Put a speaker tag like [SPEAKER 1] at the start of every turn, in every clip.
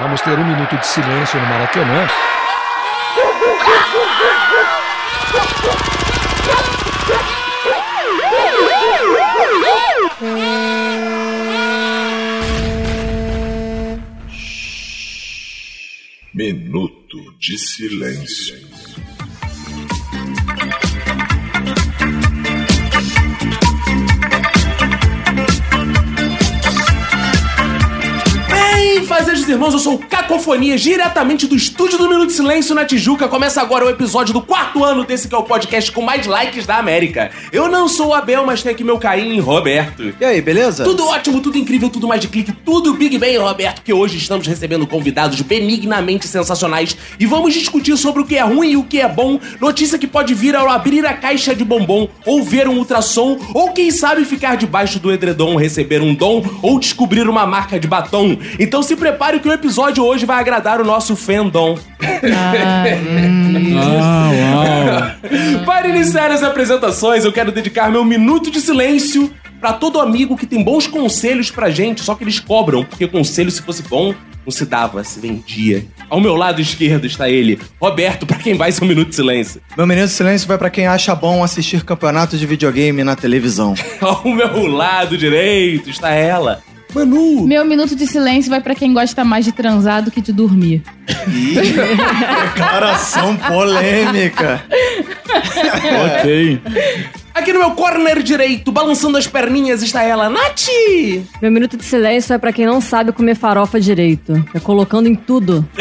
[SPEAKER 1] Vamos ter um minuto de silêncio no Maracanã.
[SPEAKER 2] Minuto de silêncio.
[SPEAKER 3] Bem, fazejos irmãos, eu sou o Cacofonias, diretamente do estúdio do Minuto de Silêncio na Tijuca. Começa agora o episódio do quarto ano desse que é o podcast com mais likes da América. Eu não sou o Abel, mas tenho aqui meu Caim Roberto.
[SPEAKER 4] E aí, beleza?
[SPEAKER 3] Tudo ótimo, tudo incrível, tudo mais de clique, tudo Big Bang, Roberto, que hoje estamos recebendo convidados benignamente sensacionais e vamos discutir sobre o que é ruim e o que é bom, notícia que pode vir ao abrir a caixa de bombom, ou ver um ultrassom, ou quem sabe ficar debaixo do edredom, receber um dom, ou descobrir uma marca de batom. Então se prepare que o episódio hoje vai agradar o nosso fandom. Para iniciar as apresentações, eu quero dedicar meu minuto de silêncio pra todo amigo que tem bons conselhos pra gente, só que eles cobram, porque conselho, se fosse bom, não se dava, se vendia. Ao meu lado esquerdo está ele, Roberto, pra quem vai ser um minuto de silêncio.
[SPEAKER 4] Meu menino de silêncio vai pra quem acha bom assistir campeonato de videogame na televisão.
[SPEAKER 3] Ao meu lado direito está ela, Manu.
[SPEAKER 5] Meu minuto de silêncio vai pra quem gosta mais de transar do que de dormir.
[SPEAKER 4] Declaração polêmica.
[SPEAKER 6] Ok.
[SPEAKER 3] Aqui no meu corner direito, balançando as perninhas, está ela, Nath.
[SPEAKER 7] Meu minuto de silêncio é pra quem não sabe comer farofa direito. É colocando em tudo.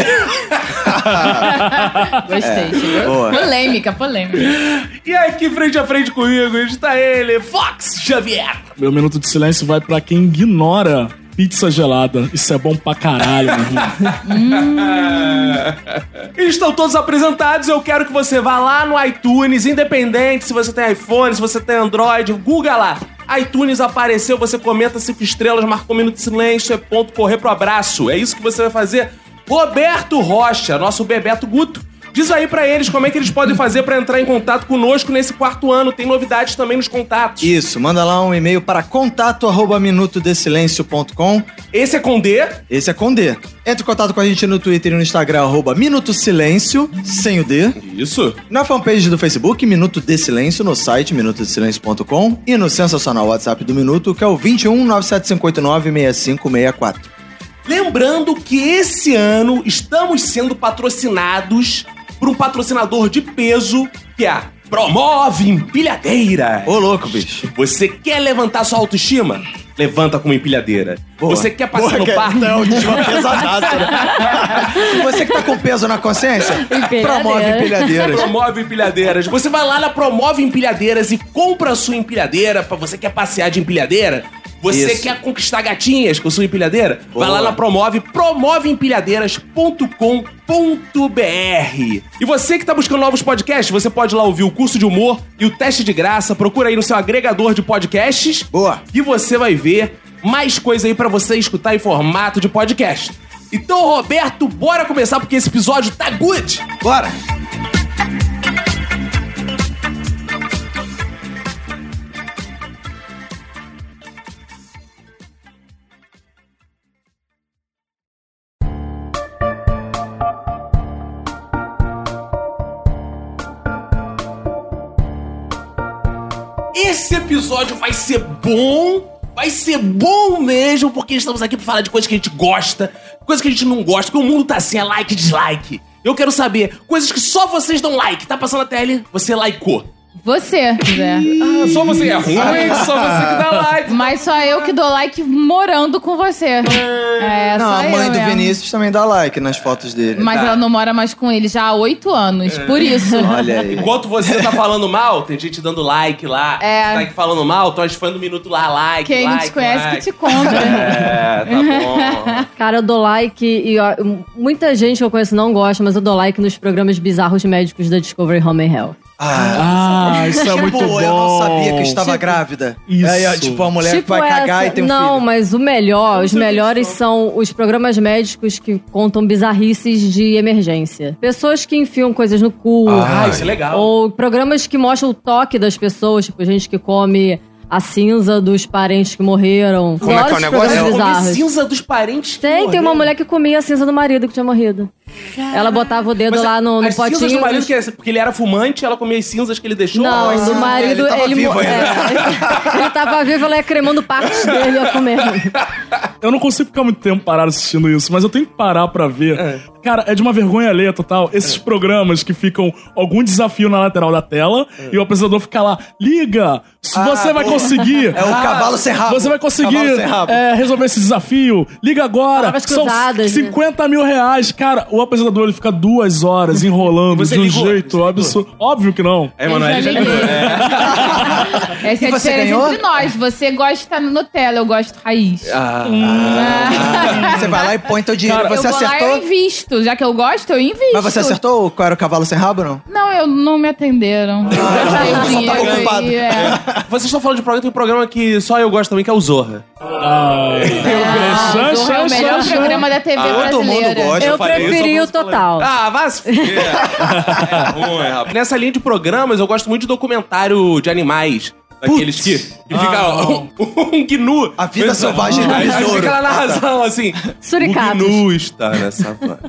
[SPEAKER 5] Gostei.
[SPEAKER 4] É, boa.
[SPEAKER 5] polêmica, polêmica.
[SPEAKER 3] E aqui frente a frente comigo está ele, Fox Xavier.
[SPEAKER 6] Meu minuto de silêncio vai pra quem ignora pizza gelada. Isso é bom pra caralho, meu irmão.
[SPEAKER 3] Estão todos apresentados. Eu quero que você vá lá no iTunes, independente se você tem iPhone, se você tem Android, Google lá. iTunes apareceu, você comenta cinco estrelas, marcou um minuto de silêncio, é ponto, correr pro abraço. É isso que você vai fazer. Roberto Rocha, nosso Bebeto Guto. Diz aí pra eles como é que eles podem fazer pra entrar em contato conosco nesse quarto ano. Tem novidades também nos contatos.
[SPEAKER 4] Isso, manda lá um e-mail para contato arroba minutodesilencio.com.
[SPEAKER 3] Esse é com D.
[SPEAKER 4] Esse é com D. Entre em contato com a gente no Twitter e no Instagram, arroba Minuto Silêncio, sem o D.
[SPEAKER 3] Isso.
[SPEAKER 4] Na fanpage do Facebook, Minuto de Silêncio, no site minutodesilêncio.com e no sensacional WhatsApp do Minuto, que é o 21 9759 6564.
[SPEAKER 3] Lembrando que esse ano estamos sendo patrocinados por um patrocinador de peso que é a Promove Empilhadeira.
[SPEAKER 4] Ô, louco, bicho.
[SPEAKER 3] Você quer levantar sua autoestima? Levanta com uma empilhadeira.
[SPEAKER 4] Boa.
[SPEAKER 3] Você quer passar
[SPEAKER 4] Boa,
[SPEAKER 3] no
[SPEAKER 4] que-
[SPEAKER 3] parque?
[SPEAKER 4] Não, de uma pesadaça. né? Você que tá com peso na consciência,
[SPEAKER 7] Empilhadeira.
[SPEAKER 4] promove empilhadeiras.
[SPEAKER 3] Promove empilhadeiras. Você vai lá na Promove Empilhadeiras e compra a sua empilhadeira pra você quer passear de empilhadeira. Você
[SPEAKER 4] Isso.
[SPEAKER 3] quer conquistar gatinhas com sua empilhadeira? Vai
[SPEAKER 4] Boa.
[SPEAKER 3] lá na Promove, promoveempilhadeiras.com.br. E você que tá buscando novos podcasts, você pode ir lá ouvir o curso de humor e o teste de graça. Procura aí no seu agregador de podcasts.
[SPEAKER 4] Boa.
[SPEAKER 3] E você vai ver mais coisa aí pra você escutar em formato de podcast. Então, Roberto, bora começar porque esse episódio tá good!
[SPEAKER 4] Bora.
[SPEAKER 3] Esse episódio vai ser bom, vai ser bom mesmo, porque estamos aqui pra falar de coisas que a gente gosta, coisas que a gente não gosta, porque o mundo tá assim, é like, dislike. Eu quero saber, coisas que só vocês dão like. Tá passando a tele, você likeou.
[SPEAKER 5] Você, Zé.
[SPEAKER 3] só você é ruim, só você que dá like.
[SPEAKER 5] Mas só eu que dou like morando com você. É,
[SPEAKER 4] Não,
[SPEAKER 5] só
[SPEAKER 4] a
[SPEAKER 5] eu
[SPEAKER 4] mãe do
[SPEAKER 5] mesmo.
[SPEAKER 4] Vinícius tá. também dá like nas fotos dele.
[SPEAKER 5] Mas ela não mora mais com ele já há oito anos,
[SPEAKER 4] É.
[SPEAKER 5] por isso.
[SPEAKER 4] Olha aí.
[SPEAKER 3] Enquanto você tá falando mal, tem gente dando like lá.
[SPEAKER 5] É.
[SPEAKER 3] Tá aqui falando mal, tô fã do minuto lá, like,
[SPEAKER 5] Quem não
[SPEAKER 3] like,
[SPEAKER 5] te conhece
[SPEAKER 3] like.
[SPEAKER 5] que te compra.
[SPEAKER 3] É, tá bom.
[SPEAKER 7] Cara, eu dou like e ó, muita gente que eu conheço não gosta, mas eu dou like nos programas bizarros médicos da Discovery Home and Health.
[SPEAKER 4] Ah,
[SPEAKER 6] Ah, isso é
[SPEAKER 4] tipo,
[SPEAKER 6] muito bom.
[SPEAKER 4] eu não sabia que eu estava
[SPEAKER 5] Tipo-
[SPEAKER 4] grávida.
[SPEAKER 6] Isso.
[SPEAKER 4] Aí, ó, tipo, a mulher que vai cagar e tem um
[SPEAKER 7] não,
[SPEAKER 4] filho.
[SPEAKER 7] mas o melhor, os melhores são os programas médicos que contam bizarrices de emergência. Pessoas que enfiam coisas no cu.
[SPEAKER 3] Ah, isso é legal.
[SPEAKER 7] Ou programas que mostram o toque das pessoas, tipo, gente que come a cinza dos parentes que morreram.
[SPEAKER 8] Como é que é o
[SPEAKER 7] Adoro esses
[SPEAKER 8] negócio?
[SPEAKER 7] programas
[SPEAKER 8] É,
[SPEAKER 3] Comer
[SPEAKER 7] bizarros.
[SPEAKER 3] cinza dos parentes.
[SPEAKER 7] Tem, tem uma
[SPEAKER 3] Morreu.
[SPEAKER 7] mulher que comia a cinza do marido que tinha morrido. Ela botava o dedo
[SPEAKER 3] Mas é
[SPEAKER 7] lá no, no
[SPEAKER 3] as cinzas do
[SPEAKER 7] potinho.
[SPEAKER 3] marido, que é- porque ele era fumante, ela comia as cinzas que ele deixou.
[SPEAKER 7] Não,
[SPEAKER 3] Ah,
[SPEAKER 7] do marido,
[SPEAKER 4] ele tava
[SPEAKER 7] ele,
[SPEAKER 4] vivo
[SPEAKER 7] mo-
[SPEAKER 4] ainda.
[SPEAKER 7] é. ele tava vivo, ela ia cremando partes dele, ia comendo.
[SPEAKER 6] Eu não consigo ficar muito tempo parado assistindo isso, mas eu tenho que parar pra ver. Cara, é de uma vergonha alheia total.
[SPEAKER 4] É.
[SPEAKER 6] Esses programas que ficam algum desafio na lateral da tela
[SPEAKER 4] É.
[SPEAKER 6] e o apresentador fica lá, liga, se você vai conseguir.
[SPEAKER 4] Ah, É o cavalo sem rabo.
[SPEAKER 6] Você vai
[SPEAKER 4] Cavalo
[SPEAKER 6] conseguir
[SPEAKER 4] sem rabo.
[SPEAKER 6] é, resolver esse desafio. Liga agora.
[SPEAKER 7] Palavras
[SPEAKER 6] São
[SPEAKER 7] cruzadas, né?
[SPEAKER 6] 50 mil reais. Cara, o apresentador ele fica duas horas enrolando
[SPEAKER 3] Você
[SPEAKER 6] de um
[SPEAKER 3] ligou?
[SPEAKER 6] jeito
[SPEAKER 3] Você
[SPEAKER 6] absurdo. Óbvio que não.
[SPEAKER 8] É, Manoel, já
[SPEAKER 5] Ninguém. Essa é
[SPEAKER 4] E
[SPEAKER 5] a
[SPEAKER 4] você
[SPEAKER 5] diferença
[SPEAKER 4] ganhou?
[SPEAKER 5] entre nós. Você gosta Nutella, eu gosto raiz.
[SPEAKER 6] Ah,
[SPEAKER 4] Você vai lá e põe teu dinheiro.
[SPEAKER 5] eu
[SPEAKER 4] Ah, você
[SPEAKER 5] vou lá e é eu
[SPEAKER 4] acertou?
[SPEAKER 5] invisto. Já que eu gosto, eu invisto.
[SPEAKER 4] Mas você acertou qual era o cavalo sem rabo, não?
[SPEAKER 5] Não, eu não me atenderam.
[SPEAKER 4] Ah,
[SPEAKER 5] Eu gastei o dinheiro e-
[SPEAKER 4] tá ocupado.
[SPEAKER 5] é.
[SPEAKER 3] Vocês estão falando de programa, tem um programa que só eu gosto também, que é o Zorra.
[SPEAKER 5] Ah,
[SPEAKER 6] Chan,
[SPEAKER 5] Zorra é
[SPEAKER 6] chan,
[SPEAKER 5] o melhor
[SPEAKER 6] chan,
[SPEAKER 5] programa da TV
[SPEAKER 4] Ah, Todo mundo
[SPEAKER 5] brasileira.
[SPEAKER 4] gosta.
[SPEAKER 7] Eu
[SPEAKER 3] falei,
[SPEAKER 7] preferi o total.
[SPEAKER 3] Ah, vá se fuder.
[SPEAKER 8] é ruim, rapaz.
[SPEAKER 3] Nessa linha de programas, eu gosto muito de documentário de animais. Daqueles que, que fica
[SPEAKER 7] Ah.
[SPEAKER 3] ó, um, um gnu.
[SPEAKER 4] A vida selvagem do
[SPEAKER 3] Aí
[SPEAKER 4] besouro.
[SPEAKER 3] fica lá na razão, assim.
[SPEAKER 7] Suricatos.
[SPEAKER 3] O gnu está na savana.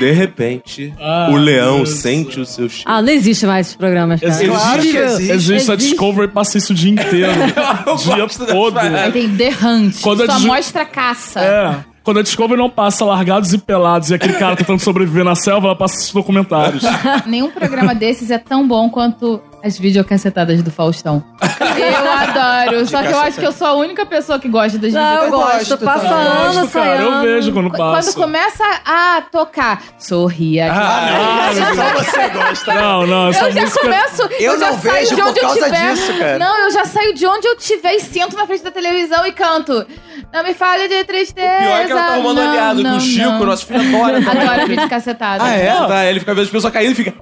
[SPEAKER 3] De repente,
[SPEAKER 6] Ah,
[SPEAKER 3] o leão
[SPEAKER 6] Deus.
[SPEAKER 3] sente o seu cheiro.
[SPEAKER 7] Ah, não existe mais esses programas, cara.
[SPEAKER 6] Existe,
[SPEAKER 4] Claro que existe.
[SPEAKER 6] existe a Discovery, passa isso o dia inteiro.
[SPEAKER 7] Ah.
[SPEAKER 3] Eu
[SPEAKER 6] dia
[SPEAKER 3] gosto dessa
[SPEAKER 6] todo.
[SPEAKER 3] parada.
[SPEAKER 5] Aí tem The Hunt.
[SPEAKER 6] Quando
[SPEAKER 5] só
[SPEAKER 6] a Ju-
[SPEAKER 5] mostra caça.
[SPEAKER 6] É. Quando a Discovery não passa largados e pelados e aquele cara tentando sobreviver na selva, ela passa esses documentários.
[SPEAKER 5] Nenhum programa desses é tão bom quanto as videocassetadas do Faustão. Eu adoro. Só que eu acho que eu sou a única pessoa que gosta das
[SPEAKER 7] Não, eu
[SPEAKER 5] videocassetas.
[SPEAKER 4] gosto
[SPEAKER 7] gosto. Passa
[SPEAKER 4] também.
[SPEAKER 7] ano,
[SPEAKER 6] Gosto,
[SPEAKER 7] sai
[SPEAKER 6] cara, eu
[SPEAKER 7] ano.
[SPEAKER 6] vejo quando passa.
[SPEAKER 5] Quando começa a tocar, sorria.
[SPEAKER 6] Ah, não,
[SPEAKER 4] Só você gosta.
[SPEAKER 6] não, não, essa
[SPEAKER 5] eu já
[SPEAKER 6] música-
[SPEAKER 5] começo.
[SPEAKER 4] Eu
[SPEAKER 5] já
[SPEAKER 4] não
[SPEAKER 5] saio
[SPEAKER 4] vejo
[SPEAKER 5] de
[SPEAKER 4] por
[SPEAKER 5] onde
[SPEAKER 4] causa
[SPEAKER 5] eu tiver.
[SPEAKER 4] disso, cara.
[SPEAKER 5] Não, eu já saio de onde eu tiver e sento na frente da televisão e canto. Não me fale de tristeza.
[SPEAKER 3] Pior é que ela tá arrumando
[SPEAKER 5] não,
[SPEAKER 3] aliado
[SPEAKER 5] não,
[SPEAKER 3] com o Chico,
[SPEAKER 5] não.
[SPEAKER 3] nosso filho adora. também.
[SPEAKER 5] Adoro vídeo cacetada.
[SPEAKER 4] Ah, é?
[SPEAKER 3] Tá, ele fica vendo as pessoas caindo e fica.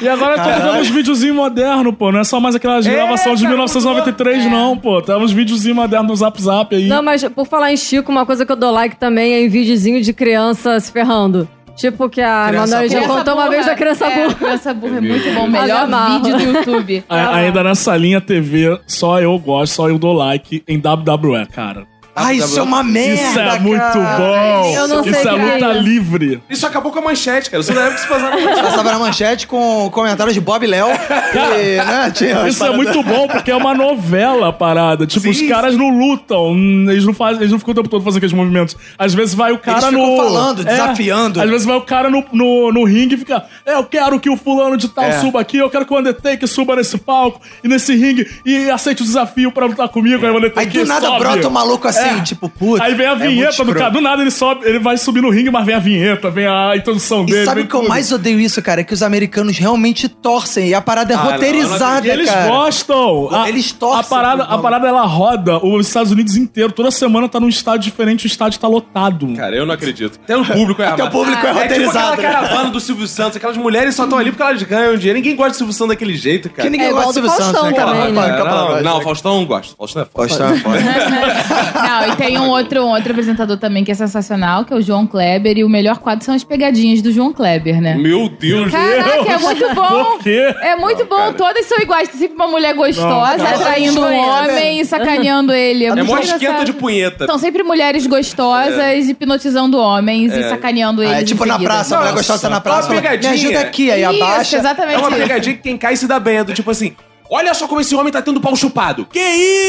[SPEAKER 6] E agora tá vendo uns videozinhos modernos, pô. Não é só mais aquelas gravações de
[SPEAKER 3] tá
[SPEAKER 6] 1993, não, pô. Tá uns videozinhos modernos no Zap Zap aí.
[SPEAKER 7] Não, mas por falar em Chico, uma coisa que eu dou like também é em videozinho de criança se ferrando. Tipo que a
[SPEAKER 4] Criança
[SPEAKER 7] Manoel já
[SPEAKER 5] Criança
[SPEAKER 7] contou uma
[SPEAKER 5] burra.
[SPEAKER 7] vez da criança
[SPEAKER 5] é,
[SPEAKER 7] burra.
[SPEAKER 5] Criança burra é muito bom.
[SPEAKER 7] Mas eu
[SPEAKER 5] Melhor
[SPEAKER 7] amarro.
[SPEAKER 5] vídeo do YouTube.
[SPEAKER 6] A- ainda nessa linha TV, só eu gosto, só eu dou like em WWE, cara.
[SPEAKER 4] Ai, isso é uma merda,
[SPEAKER 6] Isso Ah, é
[SPEAKER 4] cara.
[SPEAKER 6] muito bom!
[SPEAKER 7] Eu não sei
[SPEAKER 6] Isso é
[SPEAKER 7] o que é
[SPEAKER 6] luta
[SPEAKER 7] isso.
[SPEAKER 6] livre.
[SPEAKER 3] Isso acabou com a manchete, cara. Isso não é o que se passava.
[SPEAKER 4] Passava na manchete com comentários de Bob e Léo. E, né, tinha umas
[SPEAKER 6] Isso é
[SPEAKER 4] paradas-
[SPEAKER 6] muito bom, porque é uma novela a parada. Tipo,
[SPEAKER 3] Sim,
[SPEAKER 6] os caras não lutam, hum, eles não, fazem, eles não ficam o tempo todo fazendo aqueles movimentos. Às vezes vai o cara
[SPEAKER 4] ficam
[SPEAKER 6] no. É.
[SPEAKER 4] falando, desafiando.
[SPEAKER 6] Às vezes vai o cara no, no, no ringue e fica. É, eu quero que o fulano de tal
[SPEAKER 4] É.
[SPEAKER 6] suba aqui, eu quero que o Undertaker suba nesse palco e nesse ringue e aceite o desafio pra lutar comigo. Aí o Undertaker.
[SPEAKER 4] Aí do nada
[SPEAKER 6] sobe.
[SPEAKER 4] brota um maluco assim,
[SPEAKER 6] É.
[SPEAKER 4] tipo, puta.
[SPEAKER 6] Aí vem a
[SPEAKER 4] é muito
[SPEAKER 6] vinheta do
[SPEAKER 4] escroto.
[SPEAKER 6] cara. Do nada ele sobe, ele vai subir no ringue, mas vem a vinheta, vem a introdução dele.
[SPEAKER 4] E sabe
[SPEAKER 6] vem
[SPEAKER 4] o que eu
[SPEAKER 6] tudo.
[SPEAKER 4] mais odeio isso, cara? É que os americanos realmente torcem. E a parada é roteirizada,
[SPEAKER 6] E eles
[SPEAKER 4] cara.
[SPEAKER 6] gostam. A,
[SPEAKER 4] Eles torcem
[SPEAKER 6] A parada,
[SPEAKER 4] pro
[SPEAKER 6] a
[SPEAKER 4] maluco.
[SPEAKER 6] parada ela roda os Estados Unidos inteiro. Toda semana tá num estádio diferente, o estádio tá lotado.
[SPEAKER 3] Cara, eu não acredito. Até o público é
[SPEAKER 4] Até o
[SPEAKER 3] amado.
[SPEAKER 4] público é
[SPEAKER 3] É
[SPEAKER 4] roteirizado,
[SPEAKER 3] tipo aquela caravana do Silvio Santos. Aquelas mulheres só estão ali porque elas ganham dinheiro. Ninguém gosta de Silvio Santos daquele jeito, cara.
[SPEAKER 4] Que ninguém
[SPEAKER 7] É
[SPEAKER 4] gosta de
[SPEAKER 7] igual do
[SPEAKER 4] Silvio Santos,
[SPEAKER 7] Faustão
[SPEAKER 4] né, cara?
[SPEAKER 7] também,
[SPEAKER 4] Vai pra- vai
[SPEAKER 7] né?
[SPEAKER 3] Cara,
[SPEAKER 4] pra
[SPEAKER 3] não,
[SPEAKER 4] baixo,
[SPEAKER 3] não,
[SPEAKER 4] vai.
[SPEAKER 3] Faustão gosta. Faustão é foda.
[SPEAKER 4] Faustão é foda.
[SPEAKER 5] Não, e tem um outro, um outro apresentador também que é sensacional, que é o João Kleber. E o melhor quadro são as pegadinhas do João Kleber, né?
[SPEAKER 3] Meu Deus.
[SPEAKER 5] Caraca, é muito bom!
[SPEAKER 6] Por quê?
[SPEAKER 5] É muito bom, todas são iguais. Tem sempre uma mulher gostosa atraindo um
[SPEAKER 7] Desconhece.
[SPEAKER 5] homem e sacaneando ele.
[SPEAKER 3] É
[SPEAKER 5] muito
[SPEAKER 3] mó
[SPEAKER 5] engraçado.
[SPEAKER 3] esquenta de É. punheta.
[SPEAKER 5] São sempre mulheres gostosas hipnotizando homens e sacaneando eles.
[SPEAKER 4] Ah, É tipo
[SPEAKER 5] em
[SPEAKER 4] na
[SPEAKER 5] seguida.
[SPEAKER 4] praça, a mulher gostosa tá na praça.
[SPEAKER 3] uma
[SPEAKER 4] fala, Me
[SPEAKER 3] pegadinha.
[SPEAKER 4] ajuda aqui, aí
[SPEAKER 5] Isso,
[SPEAKER 4] abaixa.
[SPEAKER 5] exatamente
[SPEAKER 3] É uma
[SPEAKER 5] isso. né?
[SPEAKER 3] pegadinha que quem cai se dá bem. É do tipo assim... Olha só como esse homem tá tendo pau chupado. Que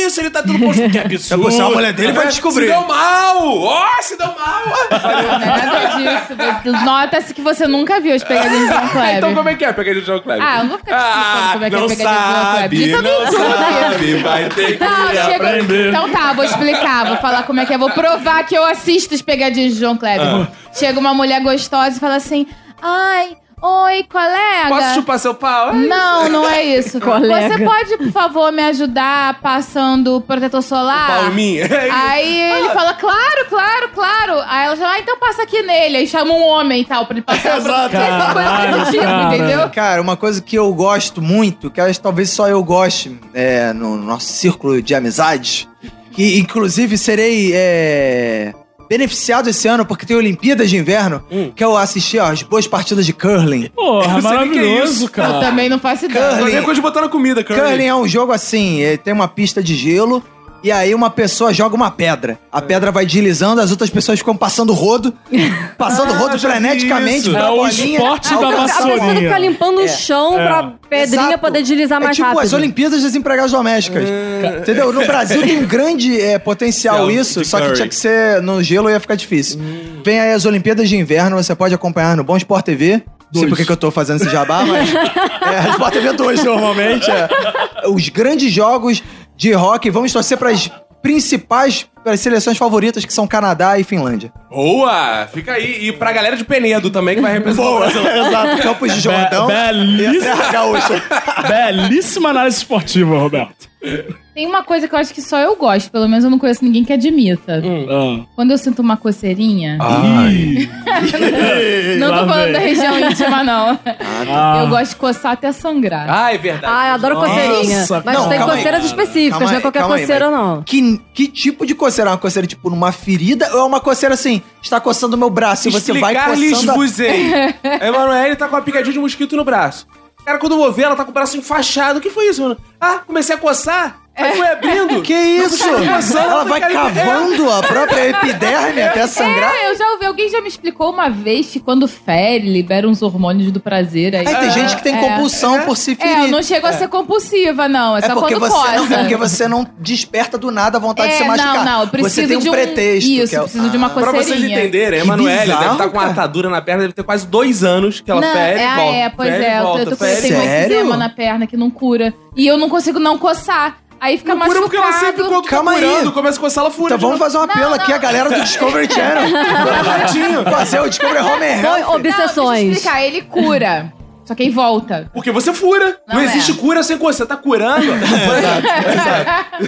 [SPEAKER 3] isso? Ele tá tendo pau chupado. Que absurdo.
[SPEAKER 4] Se é uma mulher dele, vai descobrir.
[SPEAKER 3] Se deu mal. Ó, se deu mal.
[SPEAKER 5] Não é Nada disso. Nota-se que você nunca viu as pegadinhas do João Kleber.
[SPEAKER 3] então como é que é a pegadinha do João Kleber?
[SPEAKER 5] Ah, eu não vou ficar te explicando como é que é a
[SPEAKER 3] não
[SPEAKER 5] pegadinha do
[SPEAKER 3] sabe,
[SPEAKER 5] João Kleber. Eu também
[SPEAKER 3] não
[SPEAKER 5] tô aqui.
[SPEAKER 3] sabe. Vai ter que
[SPEAKER 5] Não, eu chego-
[SPEAKER 6] aprender.
[SPEAKER 5] Então tá, vou explicar, vou falar como é que é, vou provar que eu assisto os pegadinhos de João Kleber.
[SPEAKER 3] Ah.
[SPEAKER 5] Chega uma mulher gostosa e fala assim: Ai, oi, colega.
[SPEAKER 3] Posso chupar seu pau?
[SPEAKER 5] Não, não é isso.
[SPEAKER 7] Colega.
[SPEAKER 5] Você pode, por favor, me ajudar passando protetor solar?
[SPEAKER 3] Palminha.
[SPEAKER 5] Aí ele
[SPEAKER 6] Ah.
[SPEAKER 5] fala, claro, claro, claro. Aí ela chama, ah, então passa aqui nele. Aí chama um homem e tal, pra ele passar.
[SPEAKER 4] Exato.
[SPEAKER 5] Porque esse foi o positivo,
[SPEAKER 6] Cara.
[SPEAKER 5] entendeu?
[SPEAKER 4] Cara, uma coisa que eu gosto muito, que acho que talvez só eu goste é, no nosso círculo de amizades, que inclusive serei é, beneficiado esse ano porque tem Olimpíadas de Inverno, que eu assisti, ó, as boas partidas de curling.
[SPEAKER 6] Porra,
[SPEAKER 3] Eu sei nem que é
[SPEAKER 6] maravilhoso,
[SPEAKER 3] isso.
[SPEAKER 5] Eu
[SPEAKER 6] cara.
[SPEAKER 5] também não faço ideia.
[SPEAKER 3] Não é nem
[SPEAKER 4] Curling.
[SPEAKER 3] coisa de botar na comida, cara.
[SPEAKER 4] Curling é um jogo assim, eh, tem uma pista de gelo e aí uma pessoa joga uma pedra. A pedra vai deslizando, as outras pessoas ficam passando rodo, passando
[SPEAKER 3] Ah,
[SPEAKER 4] rodo
[SPEAKER 3] já vi
[SPEAKER 4] freneticamente
[SPEAKER 3] isso.
[SPEAKER 4] pra
[SPEAKER 6] É o
[SPEAKER 4] bolinha.
[SPEAKER 6] esporte da
[SPEAKER 4] alcançar a
[SPEAKER 7] A
[SPEAKER 6] vassourinha.
[SPEAKER 4] bola.
[SPEAKER 7] pessoa ficar limpando o chão
[SPEAKER 6] É.
[SPEAKER 7] pra pedrinha
[SPEAKER 4] Exato.
[SPEAKER 7] poder deslizar mais
[SPEAKER 4] é tipo
[SPEAKER 7] rápido.
[SPEAKER 4] as Olimpíadas das Empregadas Domésticas. Entendeu? No Brasil tem um grande eh, potencial
[SPEAKER 3] Céu,
[SPEAKER 4] isso,
[SPEAKER 3] de
[SPEAKER 4] só que
[SPEAKER 3] curry.
[SPEAKER 4] tinha que ser no gelo ia ficar difícil. Vem aí as Olimpíadas de Inverno, você pode acompanhar no Bom Sport TV. Não sei
[SPEAKER 6] Dois.
[SPEAKER 4] por que que eu tô fazendo esse jabá, mas. é, Sport TV 2 normalmente. é. Os grandes jogos de rock, vamos torcer para as principais pras seleções favoritas, que são Canadá e Finlândia.
[SPEAKER 3] Boa! Fica aí. E pra galera de Penedo também, que vai representar o Brasil.
[SPEAKER 4] Exato. Campos de Jordão. e a
[SPEAKER 6] Belíssima,
[SPEAKER 4] Serra Gaúcha.
[SPEAKER 6] belíssima análise esportiva, Roberto.
[SPEAKER 5] Tem uma coisa que eu acho que só eu gosto, pelo menos eu não conheço ninguém que admita.
[SPEAKER 6] Ah.
[SPEAKER 5] Quando eu sinto uma coceirinha,
[SPEAKER 6] Ih.
[SPEAKER 5] não
[SPEAKER 6] Ah, lá
[SPEAKER 5] tô falando
[SPEAKER 6] vem.
[SPEAKER 5] da região íntima, não.
[SPEAKER 6] Ah.
[SPEAKER 5] Eu gosto de coçar até sangrar.
[SPEAKER 3] Ah, é verdade.
[SPEAKER 7] Ah, eu adoro
[SPEAKER 6] Nossa,
[SPEAKER 7] coceirinha. Mas
[SPEAKER 6] não,
[SPEAKER 7] tem
[SPEAKER 4] calma aí.
[SPEAKER 7] coceiras específicas,
[SPEAKER 4] Calma
[SPEAKER 7] não é
[SPEAKER 4] aí,
[SPEAKER 7] qualquer
[SPEAKER 4] calma aí,
[SPEAKER 7] coceira,
[SPEAKER 4] mas
[SPEAKER 7] não.
[SPEAKER 4] Que, que tipo de coceira? É uma coceira, tipo, numa ferida? Ou é uma coceira assim, está coçando o meu braço e você vai
[SPEAKER 3] Explicar-lhes
[SPEAKER 4] coçando... a-
[SPEAKER 3] vos A Emanuele tá com uma picadinha de mosquito no braço. Cara, quando eu vou ver, ela tá com o braço enfaixado. O que foi isso, mano? Ah, comecei a coçar.
[SPEAKER 5] É.
[SPEAKER 3] Aí foi abrindo.
[SPEAKER 4] Que isso? Ela vai cavando a própria epiderme até sangrar?
[SPEAKER 5] É, eu já ouvi, alguém já me explicou uma vez que quando fere, libera uns hormônios do prazer aí.
[SPEAKER 4] Aí tem gente que tem
[SPEAKER 5] É.
[SPEAKER 4] compulsão por se ferir.
[SPEAKER 5] É, eu não chego a ser compulsiva, não.
[SPEAKER 4] É
[SPEAKER 5] É, só
[SPEAKER 4] porque você,
[SPEAKER 5] quando coça. É,
[SPEAKER 4] não, porque você não desperta do nada a vontade de se machucar.
[SPEAKER 5] não, não, eu preciso
[SPEAKER 4] você tem um,
[SPEAKER 5] de um
[SPEAKER 4] pretexto.
[SPEAKER 5] Isso,
[SPEAKER 4] que é o-
[SPEAKER 5] preciso de uma
[SPEAKER 3] Pra
[SPEAKER 5] coceirinha.
[SPEAKER 3] vocês entenderem, a
[SPEAKER 4] Que
[SPEAKER 3] Emanuele deve
[SPEAKER 4] bizarro,
[SPEAKER 3] estar com uma
[SPEAKER 4] cara.
[SPEAKER 3] atadura na perna, deve ter quase dois anos que ela
[SPEAKER 5] não,
[SPEAKER 3] fere e
[SPEAKER 5] é,
[SPEAKER 3] volta.
[SPEAKER 5] é, pois
[SPEAKER 3] fere e
[SPEAKER 5] é, eu tô-
[SPEAKER 3] volta,
[SPEAKER 5] eu tô com
[SPEAKER 3] fere e
[SPEAKER 5] eu tenho um
[SPEAKER 4] Sério?
[SPEAKER 5] eczema na perna que não cura. E eu não consigo não coçar. Aí fica
[SPEAKER 3] Não cura
[SPEAKER 5] machucado.
[SPEAKER 3] porque ela sempre quando tá
[SPEAKER 4] Calma aí.
[SPEAKER 3] curando, começa a coçar, ela fura.
[SPEAKER 4] Então
[SPEAKER 3] de
[SPEAKER 4] vamos
[SPEAKER 3] novo.
[SPEAKER 4] fazer um apelo aqui à galera do Discovery Channel. fazer o Discovery Home and Health.
[SPEAKER 7] Foi
[SPEAKER 5] Não, deixa eu
[SPEAKER 7] obsessões.
[SPEAKER 5] explicar, ele cura. Só que aí volta.
[SPEAKER 3] Porque você fura. Não,
[SPEAKER 5] Não é.
[SPEAKER 3] existe cura sem coçar. Você tá curando.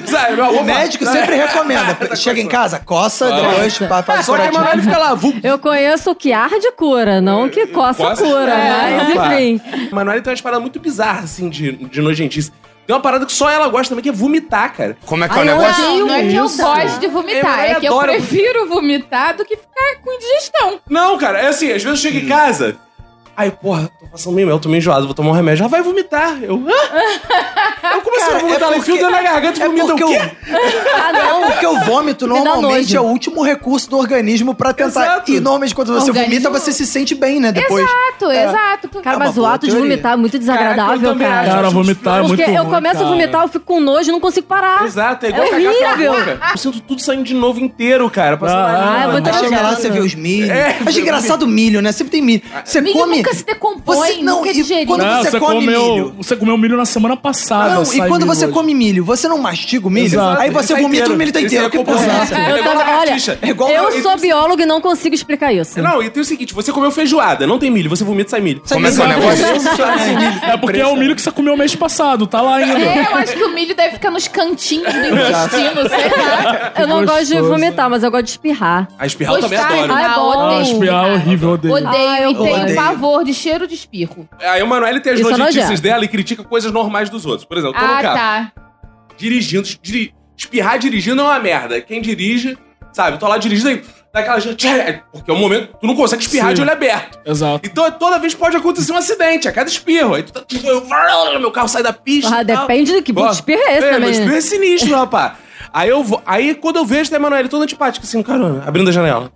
[SPEAKER 3] Sabe, meu avô
[SPEAKER 4] O médico
[SPEAKER 3] fala,
[SPEAKER 4] sempre recomenda. Chega em casa, coça, depois pá, faz
[SPEAKER 3] É, Só que a
[SPEAKER 4] curativa.
[SPEAKER 3] Emanuele fica lá, vu.
[SPEAKER 7] Eu conheço o que arde cura, não o que coça
[SPEAKER 3] Coça?
[SPEAKER 7] cura, né?
[SPEAKER 3] É,
[SPEAKER 7] mas
[SPEAKER 3] opa.
[SPEAKER 7] enfim.
[SPEAKER 3] A Manuela tem umas paradas é muito bizarras, assim, de, de nojentice. Tem uma parada que só ela gosta também, que é vomitar, cara.
[SPEAKER 9] Como é que é o
[SPEAKER 7] Ai, eu
[SPEAKER 9] negócio?
[SPEAKER 5] Não, não é que eu
[SPEAKER 7] isso.
[SPEAKER 5] gosto de vomitar,
[SPEAKER 3] Eu
[SPEAKER 5] é que eu
[SPEAKER 3] adoro-
[SPEAKER 5] prefiro vomitar do que ficar com indigestão.
[SPEAKER 3] Não, cara, é assim, às vezes eu chego em casa. Ai, porra, tô passando meio mal, tô meio enjoado, vou tomar um remédio. Ela vai vomitar. Eu, hã? Eu comecei
[SPEAKER 4] Cara,
[SPEAKER 3] a vomitar,
[SPEAKER 4] é
[SPEAKER 3] ela
[SPEAKER 4] porque-
[SPEAKER 3] enfia o dedo na garganta e
[SPEAKER 4] É
[SPEAKER 3] vomita o
[SPEAKER 4] porque,
[SPEAKER 3] quê?
[SPEAKER 4] o,
[SPEAKER 7] Ah,
[SPEAKER 4] é
[SPEAKER 7] não.
[SPEAKER 4] porque o vômito
[SPEAKER 7] dá
[SPEAKER 4] normalmente
[SPEAKER 7] nojo.
[SPEAKER 4] é o último recurso do organismo pra tentar.
[SPEAKER 3] Exato.
[SPEAKER 4] E normalmente quando você
[SPEAKER 5] Organismo.
[SPEAKER 4] vomita, você se sente bem, né? Depois.
[SPEAKER 5] Exato, exato.
[SPEAKER 7] Cara,
[SPEAKER 4] É uma
[SPEAKER 7] mas o
[SPEAKER 4] boa
[SPEAKER 7] ato de
[SPEAKER 4] teoria.
[SPEAKER 7] vomitar é muito
[SPEAKER 3] Caraca, eu
[SPEAKER 7] desagradável,
[SPEAKER 3] também
[SPEAKER 7] cara.
[SPEAKER 3] acho.
[SPEAKER 6] Cara, vomitar é muito
[SPEAKER 7] Porque eu
[SPEAKER 6] ruim,
[SPEAKER 7] começo
[SPEAKER 6] cara.
[SPEAKER 7] a vomitar, eu fico com nojo, não consigo parar.
[SPEAKER 3] Exato, é igual
[SPEAKER 7] É
[SPEAKER 3] cagar pela
[SPEAKER 7] horrível.
[SPEAKER 3] boca. Eu sinto tudo saindo de novo inteiro, cara. Passando
[SPEAKER 6] Ah,
[SPEAKER 3] na
[SPEAKER 7] ah,
[SPEAKER 3] língua.
[SPEAKER 7] eu vou ter
[SPEAKER 4] Aí chega lá,
[SPEAKER 7] Exato.
[SPEAKER 4] você vê os milho.
[SPEAKER 3] É,
[SPEAKER 4] Acho engraçado o milho, né? Sempre tem milho. Você
[SPEAKER 5] Milho
[SPEAKER 4] come.
[SPEAKER 5] nunca se decompõe,
[SPEAKER 4] Você- não,
[SPEAKER 5] nunca é
[SPEAKER 4] e
[SPEAKER 5] digerido.
[SPEAKER 4] quando
[SPEAKER 6] Não,
[SPEAKER 4] você come
[SPEAKER 6] comeu,
[SPEAKER 4] milho?
[SPEAKER 6] Você comeu milho na semana passada.
[SPEAKER 4] Não,
[SPEAKER 6] sai
[SPEAKER 4] e quando
[SPEAKER 6] milho
[SPEAKER 4] você
[SPEAKER 6] hoje.
[SPEAKER 4] come milho, você não mastiga o milho?
[SPEAKER 6] Exato.
[SPEAKER 4] Aí você
[SPEAKER 3] Sai
[SPEAKER 4] vomita o milho tá
[SPEAKER 3] Isso
[SPEAKER 4] inteiro. Que
[SPEAKER 3] é compulsão.
[SPEAKER 4] porra.
[SPEAKER 3] É
[SPEAKER 7] Eu
[SPEAKER 3] igual
[SPEAKER 7] tava- olha,
[SPEAKER 3] lagartixa. É igual
[SPEAKER 7] eu
[SPEAKER 3] lagartixa.
[SPEAKER 7] sou biólogo e não consigo explicar isso.
[SPEAKER 3] Não, e tem o seguinte, você comeu feijoada, não tem milho, você vomita, sai milho.
[SPEAKER 4] Sai
[SPEAKER 9] Como é que é o
[SPEAKER 4] milho.
[SPEAKER 9] negócio?
[SPEAKER 6] É porque é o milho que você comeu mês passado, tá lá ainda.
[SPEAKER 5] É, eu acho que o milho deve ficar nos cantinhos do intestino, sei lá.
[SPEAKER 7] eu não gosto de
[SPEAKER 6] gostoso.
[SPEAKER 7] vomitar, mas eu gosto de espirrar.
[SPEAKER 3] A espirral também
[SPEAKER 5] Gostar,
[SPEAKER 3] adoro.
[SPEAKER 5] né?
[SPEAKER 7] Ai,
[SPEAKER 5] Ah,
[SPEAKER 7] bom.
[SPEAKER 5] odeio.
[SPEAKER 6] Ah, espiar é horrível, odeio.
[SPEAKER 7] Ah,
[SPEAKER 5] Odeio
[SPEAKER 7] eu
[SPEAKER 5] e tenho
[SPEAKER 4] odeio.
[SPEAKER 5] pavor de cheiro de espirro.
[SPEAKER 3] A Emanuele tem as
[SPEAKER 7] Isso é
[SPEAKER 3] notícias
[SPEAKER 7] nojento.
[SPEAKER 3] dela e critica coisas normais dos outros. Por exemplo, tô no
[SPEAKER 5] Ah,
[SPEAKER 3] carro,
[SPEAKER 5] tá.
[SPEAKER 3] dirigindo, diri- espirrar dirigindo é uma merda. Quem dirige, sabe, tô lá dirigindo aí, dá aquela... Porque é um momento que tu não consegue espirrar
[SPEAKER 6] Sim.
[SPEAKER 3] de olho aberto.
[SPEAKER 6] Exato.
[SPEAKER 3] Então toda vez pode acontecer um acidente, a cada espirro. Aí tu tá... Meu carro sai da pista
[SPEAKER 7] Ah,
[SPEAKER 3] e tal.
[SPEAKER 7] depende do que
[SPEAKER 3] Ó,
[SPEAKER 7] espirra é esse
[SPEAKER 3] é, meu
[SPEAKER 7] também.
[SPEAKER 3] espirro
[SPEAKER 7] né?
[SPEAKER 3] é sinistro, rapaz. Aí eu vou. Aí quando eu vejo, tem a Manoel toda antipática, assim, no carona, abrindo a janela.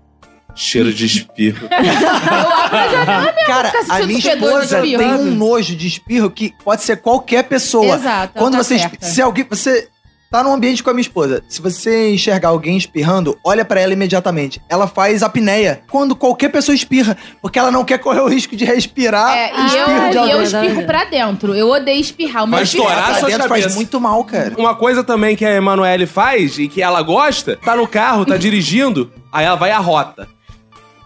[SPEAKER 3] Cheiro de espirro.
[SPEAKER 4] Cara,
[SPEAKER 5] ficar
[SPEAKER 4] a
[SPEAKER 5] sentindo
[SPEAKER 4] minha
[SPEAKER 5] fedor de
[SPEAKER 4] esposa
[SPEAKER 5] espirro.
[SPEAKER 4] tem um nojo de espirro que pode ser qualquer pessoa.
[SPEAKER 5] Exato, ela
[SPEAKER 4] Quando
[SPEAKER 5] tá
[SPEAKER 4] você. esp-
[SPEAKER 5] certa.
[SPEAKER 4] Se alguém. Você tá num ambiente com a minha esposa. Se você enxergar alguém espirrando, olha pra ela imediatamente. Ela faz apneia quando qualquer pessoa espirra, porque ela não quer correr o risco de respirar.
[SPEAKER 5] É,
[SPEAKER 4] o
[SPEAKER 5] e eu,
[SPEAKER 4] espirro de
[SPEAKER 5] e eu
[SPEAKER 4] alguém. né?
[SPEAKER 7] verdade.
[SPEAKER 5] espirro pra dentro. Eu odeio espirrar. O meu
[SPEAKER 3] Vai
[SPEAKER 5] espirro-
[SPEAKER 3] estourar
[SPEAKER 4] Pra
[SPEAKER 3] suas
[SPEAKER 4] dentro faz
[SPEAKER 3] cabeças.
[SPEAKER 4] muito mal, cara.
[SPEAKER 3] Uma coisa também que a Emanuele faz e que ela gosta, tá no carro, tá dirigindo, aí ela vai e arrota.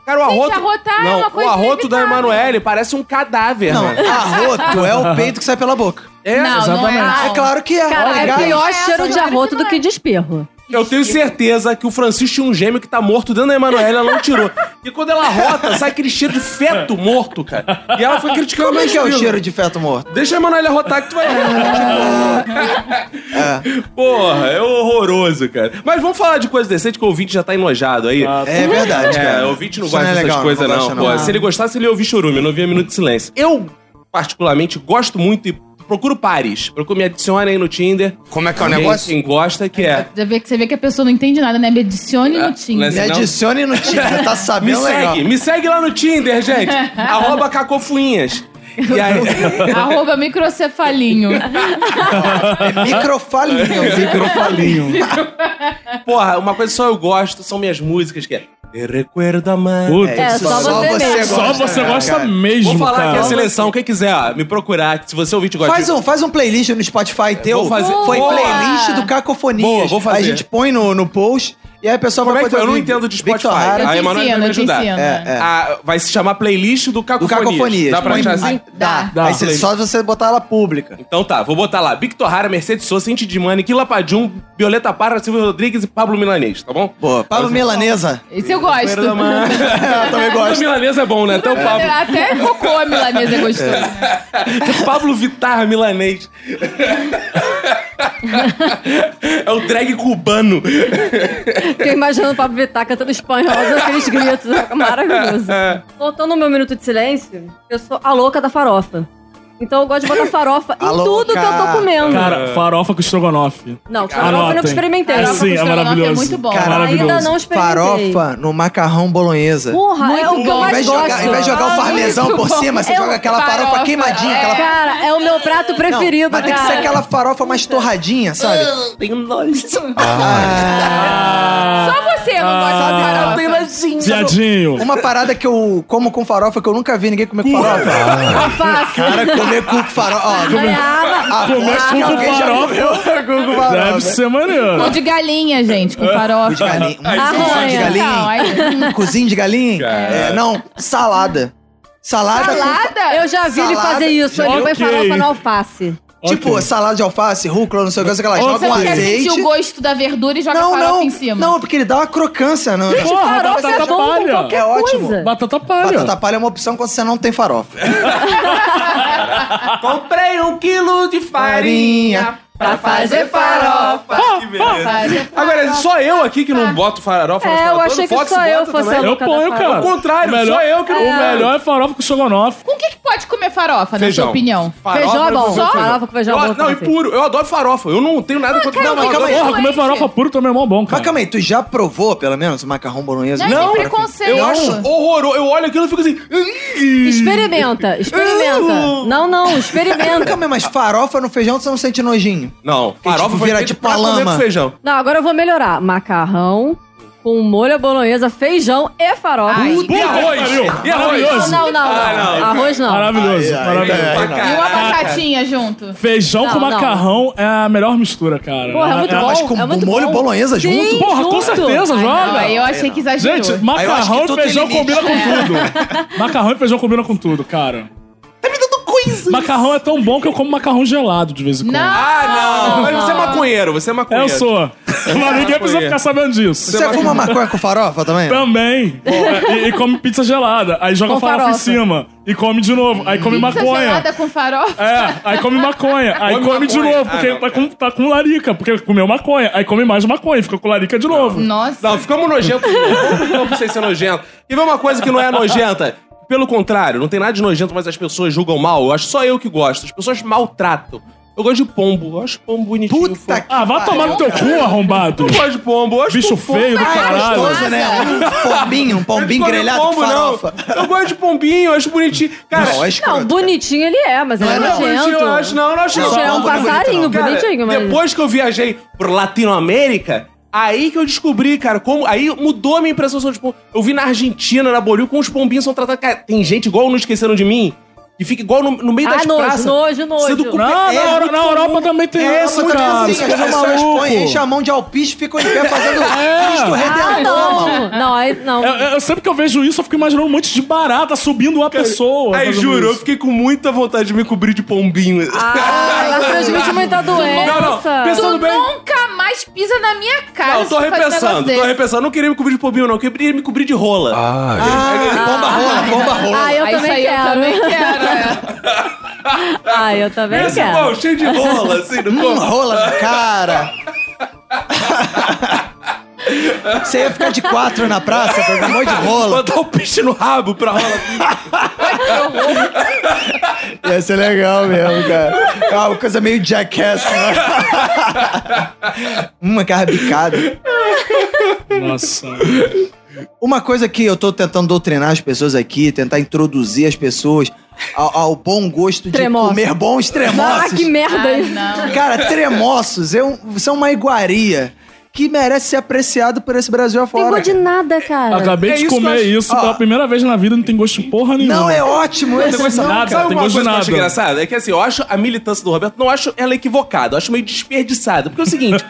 [SPEAKER 3] Cara, o arroto.
[SPEAKER 5] arrotar é
[SPEAKER 3] não,
[SPEAKER 5] uma coisa
[SPEAKER 3] o arroto da
[SPEAKER 5] inevitável.
[SPEAKER 3] Emanuele parece um cadáver,
[SPEAKER 4] Não,
[SPEAKER 3] né?
[SPEAKER 4] arroto é o peito que sai pela boca.
[SPEAKER 3] É,
[SPEAKER 5] Não, não é.
[SPEAKER 6] exatamente.
[SPEAKER 5] não.
[SPEAKER 4] É claro que é.
[SPEAKER 7] Cara,
[SPEAKER 4] Olha,
[SPEAKER 7] é
[SPEAKER 4] gás.
[SPEAKER 7] pior
[SPEAKER 5] Essa
[SPEAKER 7] cheiro de
[SPEAKER 5] história
[SPEAKER 7] arroto
[SPEAKER 5] não
[SPEAKER 7] do que de espirro.
[SPEAKER 3] Eu tenho certeza que o Francisco tinha um gêmeo que tá morto dentro da Emanuele, ela não tirou. E quando ela rota, sai aquele cheiro de feto morto, cara. E ela foi criticando
[SPEAKER 4] Como é que é o
[SPEAKER 3] filme.
[SPEAKER 4] cheiro de feto morto?
[SPEAKER 3] Deixa a Emanuele arrotar que tu vai Porra, é horroroso, cara. Mas vamos falar de coisa decente que o ouvinte já tá enojado aí.
[SPEAKER 4] É verdade,
[SPEAKER 3] É,
[SPEAKER 4] cara.
[SPEAKER 3] o ouvinte não
[SPEAKER 4] Isso
[SPEAKER 3] gosta
[SPEAKER 4] é legal,
[SPEAKER 3] dessas coisas, não.
[SPEAKER 4] gosta,
[SPEAKER 3] pô. assim, Se ele gostasse, ele ia ouvir chorume, não ouvia Minuto de Silêncio. Eu, particularmente, gosto muito e procuro pares. Procuro me adicionem aí no Tinder.
[SPEAKER 9] Como é que é o
[SPEAKER 3] Quem-
[SPEAKER 9] negócio?
[SPEAKER 3] Quem gosta, que é.
[SPEAKER 5] Já vê que você vê que a pessoa não entende nada, né? Me adicione
[SPEAKER 3] Ah,
[SPEAKER 5] no Tinder.
[SPEAKER 3] né?
[SPEAKER 4] Me
[SPEAKER 3] Não.
[SPEAKER 4] adicione no Tinder, tá
[SPEAKER 3] Me
[SPEAKER 4] sabendo
[SPEAKER 3] segue,
[SPEAKER 4] legal.
[SPEAKER 3] me segue lá no Tinder, gente. Arroba cacofuinhas. E aí...
[SPEAKER 5] Arroba microcefalinho.
[SPEAKER 4] É Microfalinho,
[SPEAKER 3] É
[SPEAKER 4] microfalinho.
[SPEAKER 3] Porra, uma coisa só eu gosto são minhas músicas, que é. Te recuerda mais.
[SPEAKER 6] Puta,
[SPEAKER 7] É,
[SPEAKER 6] só,
[SPEAKER 7] só você mesmo.
[SPEAKER 6] só você
[SPEAKER 4] cara,
[SPEAKER 6] gosta
[SPEAKER 4] cara.
[SPEAKER 6] mesmo,
[SPEAKER 3] Vou falar
[SPEAKER 6] cara.
[SPEAKER 3] aqui a seleção, quem quiser, ó, me procurar. Se você ouvir, te gosta.
[SPEAKER 4] Faz um, faz um playlist no Spotify teu.
[SPEAKER 3] vou fazer.
[SPEAKER 4] Foi
[SPEAKER 3] Boa!
[SPEAKER 4] playlist do Cacofonias.
[SPEAKER 3] Boa, vou fazer.
[SPEAKER 4] Aí a gente põe no, no post e aí a pessoa
[SPEAKER 3] Como
[SPEAKER 4] vai
[SPEAKER 3] é que foi?
[SPEAKER 4] poder
[SPEAKER 3] Eu não
[SPEAKER 4] ouvir
[SPEAKER 3] entendo de
[SPEAKER 4] Victor
[SPEAKER 3] Spotify.
[SPEAKER 4] Hara.
[SPEAKER 3] a
[SPEAKER 5] Eu te
[SPEAKER 3] Emanuele vai
[SPEAKER 5] ensino,
[SPEAKER 3] me
[SPEAKER 5] eu te
[SPEAKER 3] ajudar.
[SPEAKER 5] ensino.
[SPEAKER 4] É, é.
[SPEAKER 3] Ah, vai se chamar playlist do
[SPEAKER 4] Do
[SPEAKER 3] Cacofonias.
[SPEAKER 4] Cacofonias.
[SPEAKER 3] Dá pra
[SPEAKER 4] Põe-
[SPEAKER 3] achar assim?
[SPEAKER 4] Aí- Dá.
[SPEAKER 5] Dá.
[SPEAKER 4] Aí você, só você botar ela pública.
[SPEAKER 3] Então tá, vou botar lá. Victor Hara, Mercedes Souza, Cinti de Mani, Kila Padium, Violeta Parra, Silvio Rodrigues e Pablo Milanês, tá bom?
[SPEAKER 4] Pô, Pablo Milanesa.
[SPEAKER 5] Esse eu gosto.
[SPEAKER 4] eu também
[SPEAKER 3] Pablo
[SPEAKER 4] gosto.
[SPEAKER 3] Milanês é bom, né? Até o Pablo.
[SPEAKER 5] Até cocô a milanesa é gostoso.
[SPEAKER 3] Pablo Vittar milanês. é o drag cubano.
[SPEAKER 7] Fiquei imaginando o Pablo Vittar cantando espanhol, dando aqueles gritos. é Maravilhoso. Voltando ao meu minuto de silêncio, eu sou a louca da farofa. Então eu gosto de botar farofa
[SPEAKER 4] A
[SPEAKER 7] em tudo que eu
[SPEAKER 4] louca.
[SPEAKER 7] tô comendo.
[SPEAKER 6] Cara, farofa com estrogonofe.
[SPEAKER 7] não, farofa eu
[SPEAKER 6] Anotem.
[SPEAKER 7] nunca experimentei.
[SPEAKER 6] É
[SPEAKER 5] Farofa com
[SPEAKER 6] sim, é
[SPEAKER 5] estrogonofe é
[SPEAKER 6] maravilhoso.
[SPEAKER 5] muito bom.
[SPEAKER 4] Cara,
[SPEAKER 6] maravilhoso.
[SPEAKER 7] Ainda não é. experimentei.
[SPEAKER 4] Farofa no macarrão bolonhesa.
[SPEAKER 7] Porra, é
[SPEAKER 5] Muito
[SPEAKER 7] o que
[SPEAKER 5] bom.
[SPEAKER 7] eu
[SPEAKER 4] Em
[SPEAKER 5] Ao
[SPEAKER 7] mais
[SPEAKER 4] vez, de
[SPEAKER 7] gosto.
[SPEAKER 4] jogar, em vez de jogar o
[SPEAKER 5] Ah,
[SPEAKER 4] parmesão
[SPEAKER 5] muito
[SPEAKER 4] por
[SPEAKER 5] bom.
[SPEAKER 4] cima, você
[SPEAKER 5] É
[SPEAKER 4] joga aquela farofa,
[SPEAKER 5] farofa,
[SPEAKER 4] queimadinha,
[SPEAKER 5] é.
[SPEAKER 4] aquela
[SPEAKER 7] Cara, é o meu prato
[SPEAKER 4] Não,
[SPEAKER 7] preferido,
[SPEAKER 4] mas tem
[SPEAKER 7] cara.
[SPEAKER 4] que ser aquela farofa mais torradinha, sabe? Ah.
[SPEAKER 6] Ah,
[SPEAKER 5] Só você não gosta de farofa.
[SPEAKER 6] viadinho.
[SPEAKER 4] Uma parada que eu como com farofa que eu nunca vi ninguém comer com farofa.
[SPEAKER 7] Alface.
[SPEAKER 4] Ah, Cara, comer cu com farofa. Ó,
[SPEAKER 7] goiaba.
[SPEAKER 4] ah,
[SPEAKER 6] Comer
[SPEAKER 4] acho
[SPEAKER 6] cu
[SPEAKER 4] que
[SPEAKER 6] com
[SPEAKER 4] alguém já
[SPEAKER 6] é farofa.
[SPEAKER 4] comeu cu com farofa.
[SPEAKER 6] Deve ser
[SPEAKER 5] Cu
[SPEAKER 6] maneiro.
[SPEAKER 5] de galinha, gente, com farofa.
[SPEAKER 4] Cu de galinha.
[SPEAKER 7] Arranha.
[SPEAKER 4] Um cozinho de
[SPEAKER 5] Não,
[SPEAKER 4] galinha.
[SPEAKER 5] Então, aí-
[SPEAKER 4] Um cozinho de galinha. É, não, salada. Salada, com
[SPEAKER 5] Salada?
[SPEAKER 7] Eu já vi ele
[SPEAKER 4] assim, Salada.
[SPEAKER 7] fazer isso. Ele
[SPEAKER 6] Ok.
[SPEAKER 7] põe farofa na alface.
[SPEAKER 4] Tipo,
[SPEAKER 6] Ok.
[SPEAKER 4] salada de alface, rúcula, não sei o que, não sei o que lá.
[SPEAKER 5] Você
[SPEAKER 4] Joga um
[SPEAKER 5] não quer sentir o
[SPEAKER 4] azeite.
[SPEAKER 5] gosto da verdura e joga
[SPEAKER 4] Não,
[SPEAKER 5] farofa
[SPEAKER 4] não.
[SPEAKER 5] em cima.
[SPEAKER 4] Não, porque ele dá uma crocância. Não.
[SPEAKER 6] Porra,
[SPEAKER 7] farofa
[SPEAKER 6] batata
[SPEAKER 7] é bom com
[SPEAKER 6] palha.
[SPEAKER 7] qualquer
[SPEAKER 4] É ótimo.
[SPEAKER 7] coisa.
[SPEAKER 6] Batata
[SPEAKER 4] Batata
[SPEAKER 6] palha.
[SPEAKER 4] palha é uma opção quando você não tem farofa.
[SPEAKER 3] Comprei um quilo de farinha pra fazer farofa. Ah, Que beleza.
[SPEAKER 5] Fazer farofa.
[SPEAKER 3] Agora, só eu aqui que não boto farofa na
[SPEAKER 7] É, eu
[SPEAKER 3] toda.
[SPEAKER 7] achei que
[SPEAKER 3] Fox
[SPEAKER 7] só
[SPEAKER 3] bota
[SPEAKER 7] eu fosse
[SPEAKER 3] também.
[SPEAKER 7] a
[SPEAKER 6] Eu
[SPEAKER 7] louca
[SPEAKER 6] ponho,
[SPEAKER 7] da
[SPEAKER 6] cara.
[SPEAKER 7] farofa.
[SPEAKER 3] Ao contrário,
[SPEAKER 6] O melhor-
[SPEAKER 3] só eu que não
[SPEAKER 6] O melhor é farofa com estrogonofe.
[SPEAKER 5] Com o que, que pode comer farofa, na
[SPEAKER 3] Feijão.
[SPEAKER 5] sua opinião?
[SPEAKER 7] Feijão é bom.
[SPEAKER 5] Só?
[SPEAKER 7] Farofa com feijão é
[SPEAKER 3] Eu,
[SPEAKER 7] bom.
[SPEAKER 3] não, e
[SPEAKER 7] também.
[SPEAKER 3] puro. Eu adoro farofa. Eu não tenho nada contra
[SPEAKER 4] cara,
[SPEAKER 3] não,
[SPEAKER 4] mas
[SPEAKER 3] eu
[SPEAKER 4] calma
[SPEAKER 7] é
[SPEAKER 4] aí.
[SPEAKER 3] adoro-
[SPEAKER 6] Porra, comer
[SPEAKER 5] Doente.
[SPEAKER 6] farofa puro também é mó bom,
[SPEAKER 4] Mas
[SPEAKER 6] cara.
[SPEAKER 4] calma aí, tu já provou, pelo menos, o macarrão bolonhesa?
[SPEAKER 5] Não,
[SPEAKER 4] Com
[SPEAKER 5] tem
[SPEAKER 4] farofa?
[SPEAKER 5] preconceito.
[SPEAKER 3] Eu acho horroroso. Eu olho aquilo e fico assim.
[SPEAKER 7] Experimenta, experimenta. Não, não, experimenta.
[SPEAKER 4] Calma aí, mas farofa no feijão você não sente nojinho.
[SPEAKER 3] Não, farofa
[SPEAKER 4] tipo,
[SPEAKER 3] foi
[SPEAKER 4] vira
[SPEAKER 3] feita
[SPEAKER 4] tipo
[SPEAKER 3] pra
[SPEAKER 4] uma
[SPEAKER 3] comer
[SPEAKER 4] lama.
[SPEAKER 3] com feijão.
[SPEAKER 7] Não, agora eu vou melhorar. Macarrão com molho à bolonhesa, feijão e farofa.
[SPEAKER 5] Ai.
[SPEAKER 3] E
[SPEAKER 6] é
[SPEAKER 3] arroz? E arroz?
[SPEAKER 7] Não, não, não.
[SPEAKER 3] Ah, não.
[SPEAKER 7] Arroz não.
[SPEAKER 6] Maravilhoso,
[SPEAKER 4] Ai, ai,
[SPEAKER 6] maravilhoso.
[SPEAKER 4] ai,
[SPEAKER 5] E uma batatinha junto.
[SPEAKER 6] Feijão
[SPEAKER 7] Não,
[SPEAKER 6] com
[SPEAKER 7] não.
[SPEAKER 6] macarrão é a melhor mistura, cara.
[SPEAKER 7] Porra, é muito bom.
[SPEAKER 4] mas com
[SPEAKER 7] é muito
[SPEAKER 4] molho
[SPEAKER 7] bom.
[SPEAKER 4] bolonhesa
[SPEAKER 7] Sim,
[SPEAKER 4] junto?
[SPEAKER 6] Porra, com
[SPEAKER 7] junto.
[SPEAKER 6] certeza,
[SPEAKER 5] Ai,
[SPEAKER 6] joga.
[SPEAKER 5] não, aí eu achei que exagerou.
[SPEAKER 6] Gente,
[SPEAKER 4] eu acho
[SPEAKER 6] macarrão
[SPEAKER 4] que
[SPEAKER 6] e
[SPEAKER 4] tudo tem
[SPEAKER 6] feijão
[SPEAKER 4] limite.
[SPEAKER 6] combina com tudo. macarrão e feijão combina com tudo, cara. Tá me dando coisa. Macarrão é tão bom que eu como macarrão gelado de vez em quando.
[SPEAKER 5] Não!
[SPEAKER 3] Ah, não. Mas você é maconheiro, você é
[SPEAKER 6] É,
[SPEAKER 3] maconheiro.
[SPEAKER 6] eu sou. Mas ninguém precisa ficar sabendo disso.
[SPEAKER 4] Você fuma maconha com farofa também?
[SPEAKER 6] Também. E, e come pizza gelada. Aí joga
[SPEAKER 7] Com
[SPEAKER 6] farofa em
[SPEAKER 7] farofa.
[SPEAKER 6] cima. E come de novo. Aí come
[SPEAKER 5] Pizza
[SPEAKER 6] maconha.
[SPEAKER 5] gelada com farofa.
[SPEAKER 6] É, aí come maconha, aí
[SPEAKER 3] Come
[SPEAKER 6] come, de
[SPEAKER 3] maconha.
[SPEAKER 6] novo, porque
[SPEAKER 3] Ah, não,
[SPEAKER 6] tá, com, tá com larica, porque comeu maconha, aí come mais maconha, fica com larica de novo.
[SPEAKER 5] Nossa.
[SPEAKER 3] Não, ficamos nojentos. Não precisa ser nojento. E vê uma coisa que não é nojenta. Pelo contrário, não tem nada de nojento, mas as pessoas julgam mal. Eu acho só eu que gosto. As pessoas maltratam. Eu gosto de pombo. Eu acho pombo bonitinho.
[SPEAKER 4] Puta
[SPEAKER 3] fofo.
[SPEAKER 4] que
[SPEAKER 6] Ah, vai tomar no teu cu, arrombado.
[SPEAKER 3] Eu gosto de pombo. Eu acho
[SPEAKER 6] Bicho
[SPEAKER 3] pombo-
[SPEAKER 6] feio do
[SPEAKER 3] Ah,
[SPEAKER 6] caralho.
[SPEAKER 4] gostoso, né? Um pombinho, um
[SPEAKER 3] eu não
[SPEAKER 4] pombinho
[SPEAKER 3] gosto de
[SPEAKER 4] grelhado
[SPEAKER 3] pombo,
[SPEAKER 4] com farofa.
[SPEAKER 3] Não. Eu gosto de pombinho, eu acho bonitinho. Cara,
[SPEAKER 4] Não, é escroto.
[SPEAKER 7] Não, bonitinho ele é, mas ele é
[SPEAKER 4] Não, não,
[SPEAKER 7] nojento.
[SPEAKER 3] bonitinho, eu acho. Não, eu não acho
[SPEAKER 7] Gente,
[SPEAKER 3] não.
[SPEAKER 7] é um
[SPEAKER 4] Não, bonito,
[SPEAKER 7] passarinho
[SPEAKER 4] não.
[SPEAKER 3] Cara,
[SPEAKER 7] bonitinho, mas...
[SPEAKER 3] Depois que eu viajei pro Latinoamérica, aí que eu descobri, cara, como. Aí mudou a minha impressão sobre os pombos. Eu vi na Argentina, na Bolívia, como os pombinhos são tratados. Cara, tem gente igual não esqueceram de mim. Que fica igual no, no meio das
[SPEAKER 7] Ah,
[SPEAKER 3] praças.
[SPEAKER 7] nojo, nojo,
[SPEAKER 3] Sendo
[SPEAKER 7] nojo.
[SPEAKER 3] com-
[SPEAKER 6] Não,
[SPEAKER 4] É
[SPEAKER 6] na,
[SPEAKER 4] muito
[SPEAKER 6] na Europa também tem
[SPEAKER 4] É,
[SPEAKER 6] isso,
[SPEAKER 4] muito
[SPEAKER 6] cara.
[SPEAKER 4] assim,
[SPEAKER 6] Você
[SPEAKER 4] as
[SPEAKER 6] tá
[SPEAKER 4] pessoas põem, enchem a
[SPEAKER 6] maluco.
[SPEAKER 4] mão de alpiste e ficam em pé fazendo Cristo
[SPEAKER 7] Ah,
[SPEAKER 4] Redentor,
[SPEAKER 7] não.
[SPEAKER 4] mano.
[SPEAKER 7] Não, aí não.
[SPEAKER 6] Eu, eu- sempre que eu vejo isso, eu fico imaginando um monte de barata subindo uma pessoa.
[SPEAKER 4] É,
[SPEAKER 3] Aí
[SPEAKER 6] fazendo
[SPEAKER 3] juro, eu
[SPEAKER 6] isso.
[SPEAKER 3] fiquei com muita vontade de me cobrir de pombinho.
[SPEAKER 7] Ah, ela transmite muita doença.
[SPEAKER 3] não, não. Pensa-
[SPEAKER 5] Tu
[SPEAKER 3] Pensando bem-
[SPEAKER 5] nunca mais pisa na minha cara.
[SPEAKER 3] Não, eu tô
[SPEAKER 5] se tu faz um negócio
[SPEAKER 3] repensando, tô
[SPEAKER 5] desse.
[SPEAKER 3] repensando. Não queria me cobrir de pobinho, não. Eu queria me cobrir de rola.
[SPEAKER 4] bomba rola, bomba rola.
[SPEAKER 7] Ah, eu
[SPEAKER 5] Ah, isso
[SPEAKER 7] também
[SPEAKER 5] aí eu também
[SPEAKER 7] quero.
[SPEAKER 5] quero. é.
[SPEAKER 7] Ah, eu também
[SPEAKER 3] Esse
[SPEAKER 7] quero.
[SPEAKER 3] pão cheio de rola, assim, no
[SPEAKER 4] Hum,
[SPEAKER 3] corpo.
[SPEAKER 4] rola na cara. Você ia ficar de quatro na praça, pegou um monte de rola.
[SPEAKER 3] Botar o piche no rabo pra rola.
[SPEAKER 4] Ia ser legal mesmo, cara. É uma coisa meio jackass, né? Uma é carrabicada.
[SPEAKER 6] Nossa.
[SPEAKER 4] Uma coisa que eu tô tentando doutrinar as pessoas aqui, tentar introduzir as pessoas ao, ao bom gosto de
[SPEAKER 7] Tremoços.
[SPEAKER 4] comer bons
[SPEAKER 7] Ah,
[SPEAKER 4] tremoços.
[SPEAKER 7] que merda
[SPEAKER 5] Ai,
[SPEAKER 7] isso.
[SPEAKER 5] não.
[SPEAKER 4] Cara, tremoços é um- são uma iguaria que merece ser apreciado por esse Brasil
[SPEAKER 7] Tem
[SPEAKER 4] afora.
[SPEAKER 7] gosto de nada, cara.
[SPEAKER 6] Acabei
[SPEAKER 3] É
[SPEAKER 6] de
[SPEAKER 3] isso que
[SPEAKER 6] comer
[SPEAKER 3] eu acho-
[SPEAKER 6] isso
[SPEAKER 4] Ó.
[SPEAKER 6] pela primeira vez na vida, não tem gosto de porra nenhuma.
[SPEAKER 4] Ah. Não, é ótimo. esse não.
[SPEAKER 6] nada,
[SPEAKER 3] Sabe
[SPEAKER 6] tem
[SPEAKER 3] uma
[SPEAKER 6] gosto de
[SPEAKER 3] coisa que eu acho
[SPEAKER 6] nada.
[SPEAKER 3] engraçada? É que assim, eu acho a militância do Roberto, não acho ela equivocada, eu acho meio desperdiçada. Porque é o seguinte,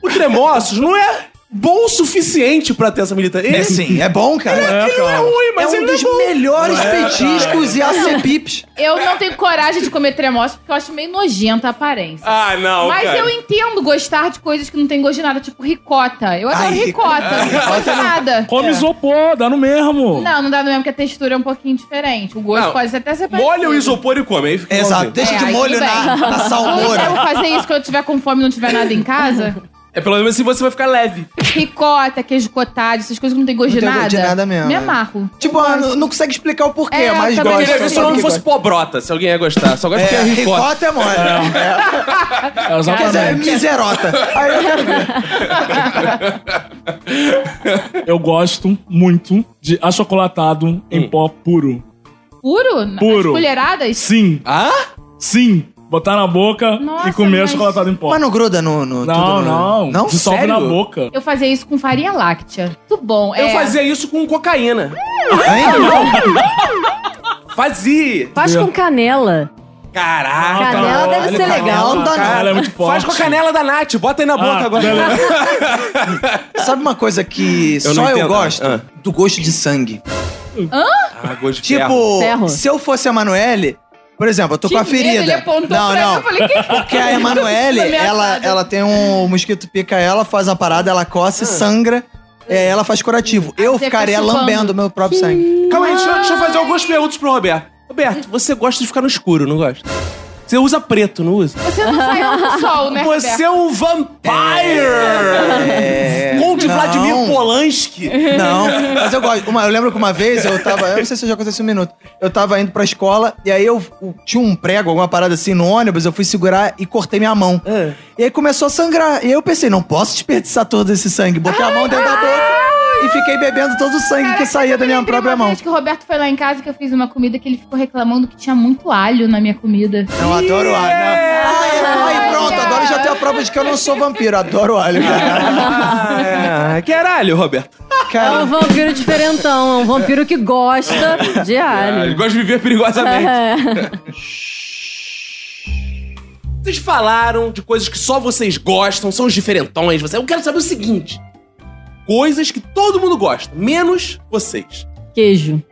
[SPEAKER 3] o Tremossos não é bom o suficiente pra ter essa militância. Ele
[SPEAKER 4] É sim, é bom, cara.
[SPEAKER 6] É,
[SPEAKER 3] não é
[SPEAKER 6] cara.
[SPEAKER 3] ruim,
[SPEAKER 4] É
[SPEAKER 3] mas
[SPEAKER 4] um
[SPEAKER 3] ele
[SPEAKER 4] dos
[SPEAKER 3] é bom.
[SPEAKER 4] melhores petiscos e acepips.
[SPEAKER 5] Eu não tenho coragem de comer tremoço porque eu acho meio nojenta a aparência.
[SPEAKER 3] Ah, não,
[SPEAKER 5] Mas
[SPEAKER 3] cara.
[SPEAKER 5] eu entendo gostar de coisas que não tem gosto de nada, tipo ricota. Eu adoro
[SPEAKER 4] Ai,
[SPEAKER 5] ricota, não tem gosto de nada.
[SPEAKER 4] É.
[SPEAKER 6] Come isopor, dá no mesmo.
[SPEAKER 5] Não, não dá no mesmo, porque a textura é um pouquinho diferente. O gosto
[SPEAKER 3] Não,
[SPEAKER 5] pode até ser parecido.
[SPEAKER 3] Molha o isopor e come. Aí fica
[SPEAKER 4] Exato,
[SPEAKER 3] igualzinho.
[SPEAKER 4] deixa
[SPEAKER 5] É,
[SPEAKER 4] de
[SPEAKER 5] aí
[SPEAKER 4] molho
[SPEAKER 5] tudo
[SPEAKER 4] na,
[SPEAKER 5] bem.
[SPEAKER 4] na
[SPEAKER 5] Ou eu
[SPEAKER 4] salmoura.
[SPEAKER 5] vou fazer isso quando eu tiver com fome e não tiver nada em casa?
[SPEAKER 3] É pelo menos assim você vai ficar leve.
[SPEAKER 5] Ricota, queijo cotado, essas coisas que não tem gosto
[SPEAKER 4] Não
[SPEAKER 5] de
[SPEAKER 4] tem
[SPEAKER 5] nada.
[SPEAKER 4] gosto de nada mesmo,
[SPEAKER 5] Me
[SPEAKER 4] é.
[SPEAKER 5] amarro.
[SPEAKER 4] Tipo, ah, não não consegue explicar o porquê,
[SPEAKER 5] É,
[SPEAKER 4] mas
[SPEAKER 5] também
[SPEAKER 4] gosta.
[SPEAKER 3] Eu queria ver
[SPEAKER 5] Gosto,
[SPEAKER 3] se ela não
[SPEAKER 5] sim.
[SPEAKER 3] fosse pobrota, se alguém ia gostar. Só gosta
[SPEAKER 4] É,
[SPEAKER 3] porque é ricota.
[SPEAKER 4] ricota é mole. É.
[SPEAKER 6] É,
[SPEAKER 4] Quer dizer,
[SPEAKER 6] exatamente.
[SPEAKER 4] miserota. Aí eu quero ver. é.
[SPEAKER 6] Eu gosto muito de achocolatado
[SPEAKER 4] Hum.
[SPEAKER 6] em pó puro.
[SPEAKER 5] Puro?
[SPEAKER 6] Puro.
[SPEAKER 5] As colheradas?
[SPEAKER 6] Sim,
[SPEAKER 3] Ah?
[SPEAKER 6] sim. Botar na boca
[SPEAKER 5] Nossa,
[SPEAKER 6] e comer
[SPEAKER 5] mas-
[SPEAKER 6] achocolatado em pó.
[SPEAKER 4] Mas não gruda no... no
[SPEAKER 6] não,
[SPEAKER 4] tudo no-
[SPEAKER 6] não.
[SPEAKER 4] Não?
[SPEAKER 6] Dissolve
[SPEAKER 3] Sério?
[SPEAKER 6] na boca.
[SPEAKER 5] Eu fazia isso com farinha láctea. Muito bom.
[SPEAKER 3] Eu
[SPEAKER 5] é.
[SPEAKER 3] fazia isso com cocaína.
[SPEAKER 4] Hein?
[SPEAKER 3] Fazia.
[SPEAKER 7] Faz com canela.
[SPEAKER 3] Caraca.
[SPEAKER 7] Canela
[SPEAKER 6] tá.
[SPEAKER 7] deve
[SPEAKER 6] Olha,
[SPEAKER 7] ser
[SPEAKER 6] canela,
[SPEAKER 7] legal.
[SPEAKER 6] Canela, é muito forte.
[SPEAKER 3] Faz com a canela da Nath, bota aí na boca agora.
[SPEAKER 6] beleza.
[SPEAKER 4] Sabe uma coisa que
[SPEAKER 3] Eu
[SPEAKER 4] só
[SPEAKER 3] não
[SPEAKER 4] eu
[SPEAKER 3] entendo.
[SPEAKER 4] gosto?
[SPEAKER 3] Ah.
[SPEAKER 4] Do gosto de sangue.
[SPEAKER 3] Ah, gosto de ferro.
[SPEAKER 4] Tipo,
[SPEAKER 7] Ferro.
[SPEAKER 4] se eu fosse a Emanuele, por exemplo, eu tô
[SPEAKER 5] Que
[SPEAKER 4] com a
[SPEAKER 5] medo,
[SPEAKER 4] ferida.
[SPEAKER 5] ele apontou
[SPEAKER 4] não,
[SPEAKER 5] pra
[SPEAKER 4] não.
[SPEAKER 5] mim, eu falei, "Ah, que é
[SPEAKER 4] Porque a Emanuele, ela, ela tem um. O mosquito pica ela, faz uma parada, ela cosse, sangra. É, ela faz curativo. Eu
[SPEAKER 5] Ah. você
[SPEAKER 4] ficaria
[SPEAKER 5] fica chupando.
[SPEAKER 4] lambendo meu próprio sangue.
[SPEAKER 3] Calma aí, deixa, eu- deixa eu fazer algumas perguntas pro Roberto. Roberto, você gosta de ficar no escuro, não gosta? Você usa preto, não usa?
[SPEAKER 5] Você não saiu do sol, né,
[SPEAKER 3] Você
[SPEAKER 5] Roberto?
[SPEAKER 3] é um vampire!
[SPEAKER 4] É.
[SPEAKER 3] Conde
[SPEAKER 4] não,
[SPEAKER 3] Vladimir Polanski.
[SPEAKER 4] Não, mas eu gosto. Uma, eu lembro que uma vez eu tava. Eu não sei se já aconteceu um minuto. Eu tava indo pra escola e aí eu, eu tinha um prego, alguma parada assim no ônibus, eu fui segurar e cortei minha mão.
[SPEAKER 3] É.
[SPEAKER 4] E aí começou a sangrar. E aí eu pensei, não posso desperdiçar todo esse sangue. Botei a mão dentro da boca e fiquei bebendo todo o sangue que saía da minha
[SPEAKER 5] Lembrei
[SPEAKER 4] própria
[SPEAKER 5] uma
[SPEAKER 4] mão.
[SPEAKER 5] vez que o Roberto foi lá em casa que eu fiz uma comida que ele ficou reclamando que tinha muito alho na minha comida.
[SPEAKER 4] Eu adoro alho. né? Aí, aí pronto, agora eu já tenho a prova de que eu não sou vampiro. Adoro alho, cara.
[SPEAKER 3] Ah, Caralho, Roberto.
[SPEAKER 7] É um
[SPEAKER 4] Cara,
[SPEAKER 7] vampiro diferentão. É um vampiro que gosta de
[SPEAKER 3] Ele
[SPEAKER 7] alho.
[SPEAKER 3] gosta de viver perigosamente. Vocês falaram de coisas que só vocês gostam, são os diferentões. Você... Eu quero saber o seguinte: coisas que todo mundo gosta, menos vocês.
[SPEAKER 7] É. Queijo.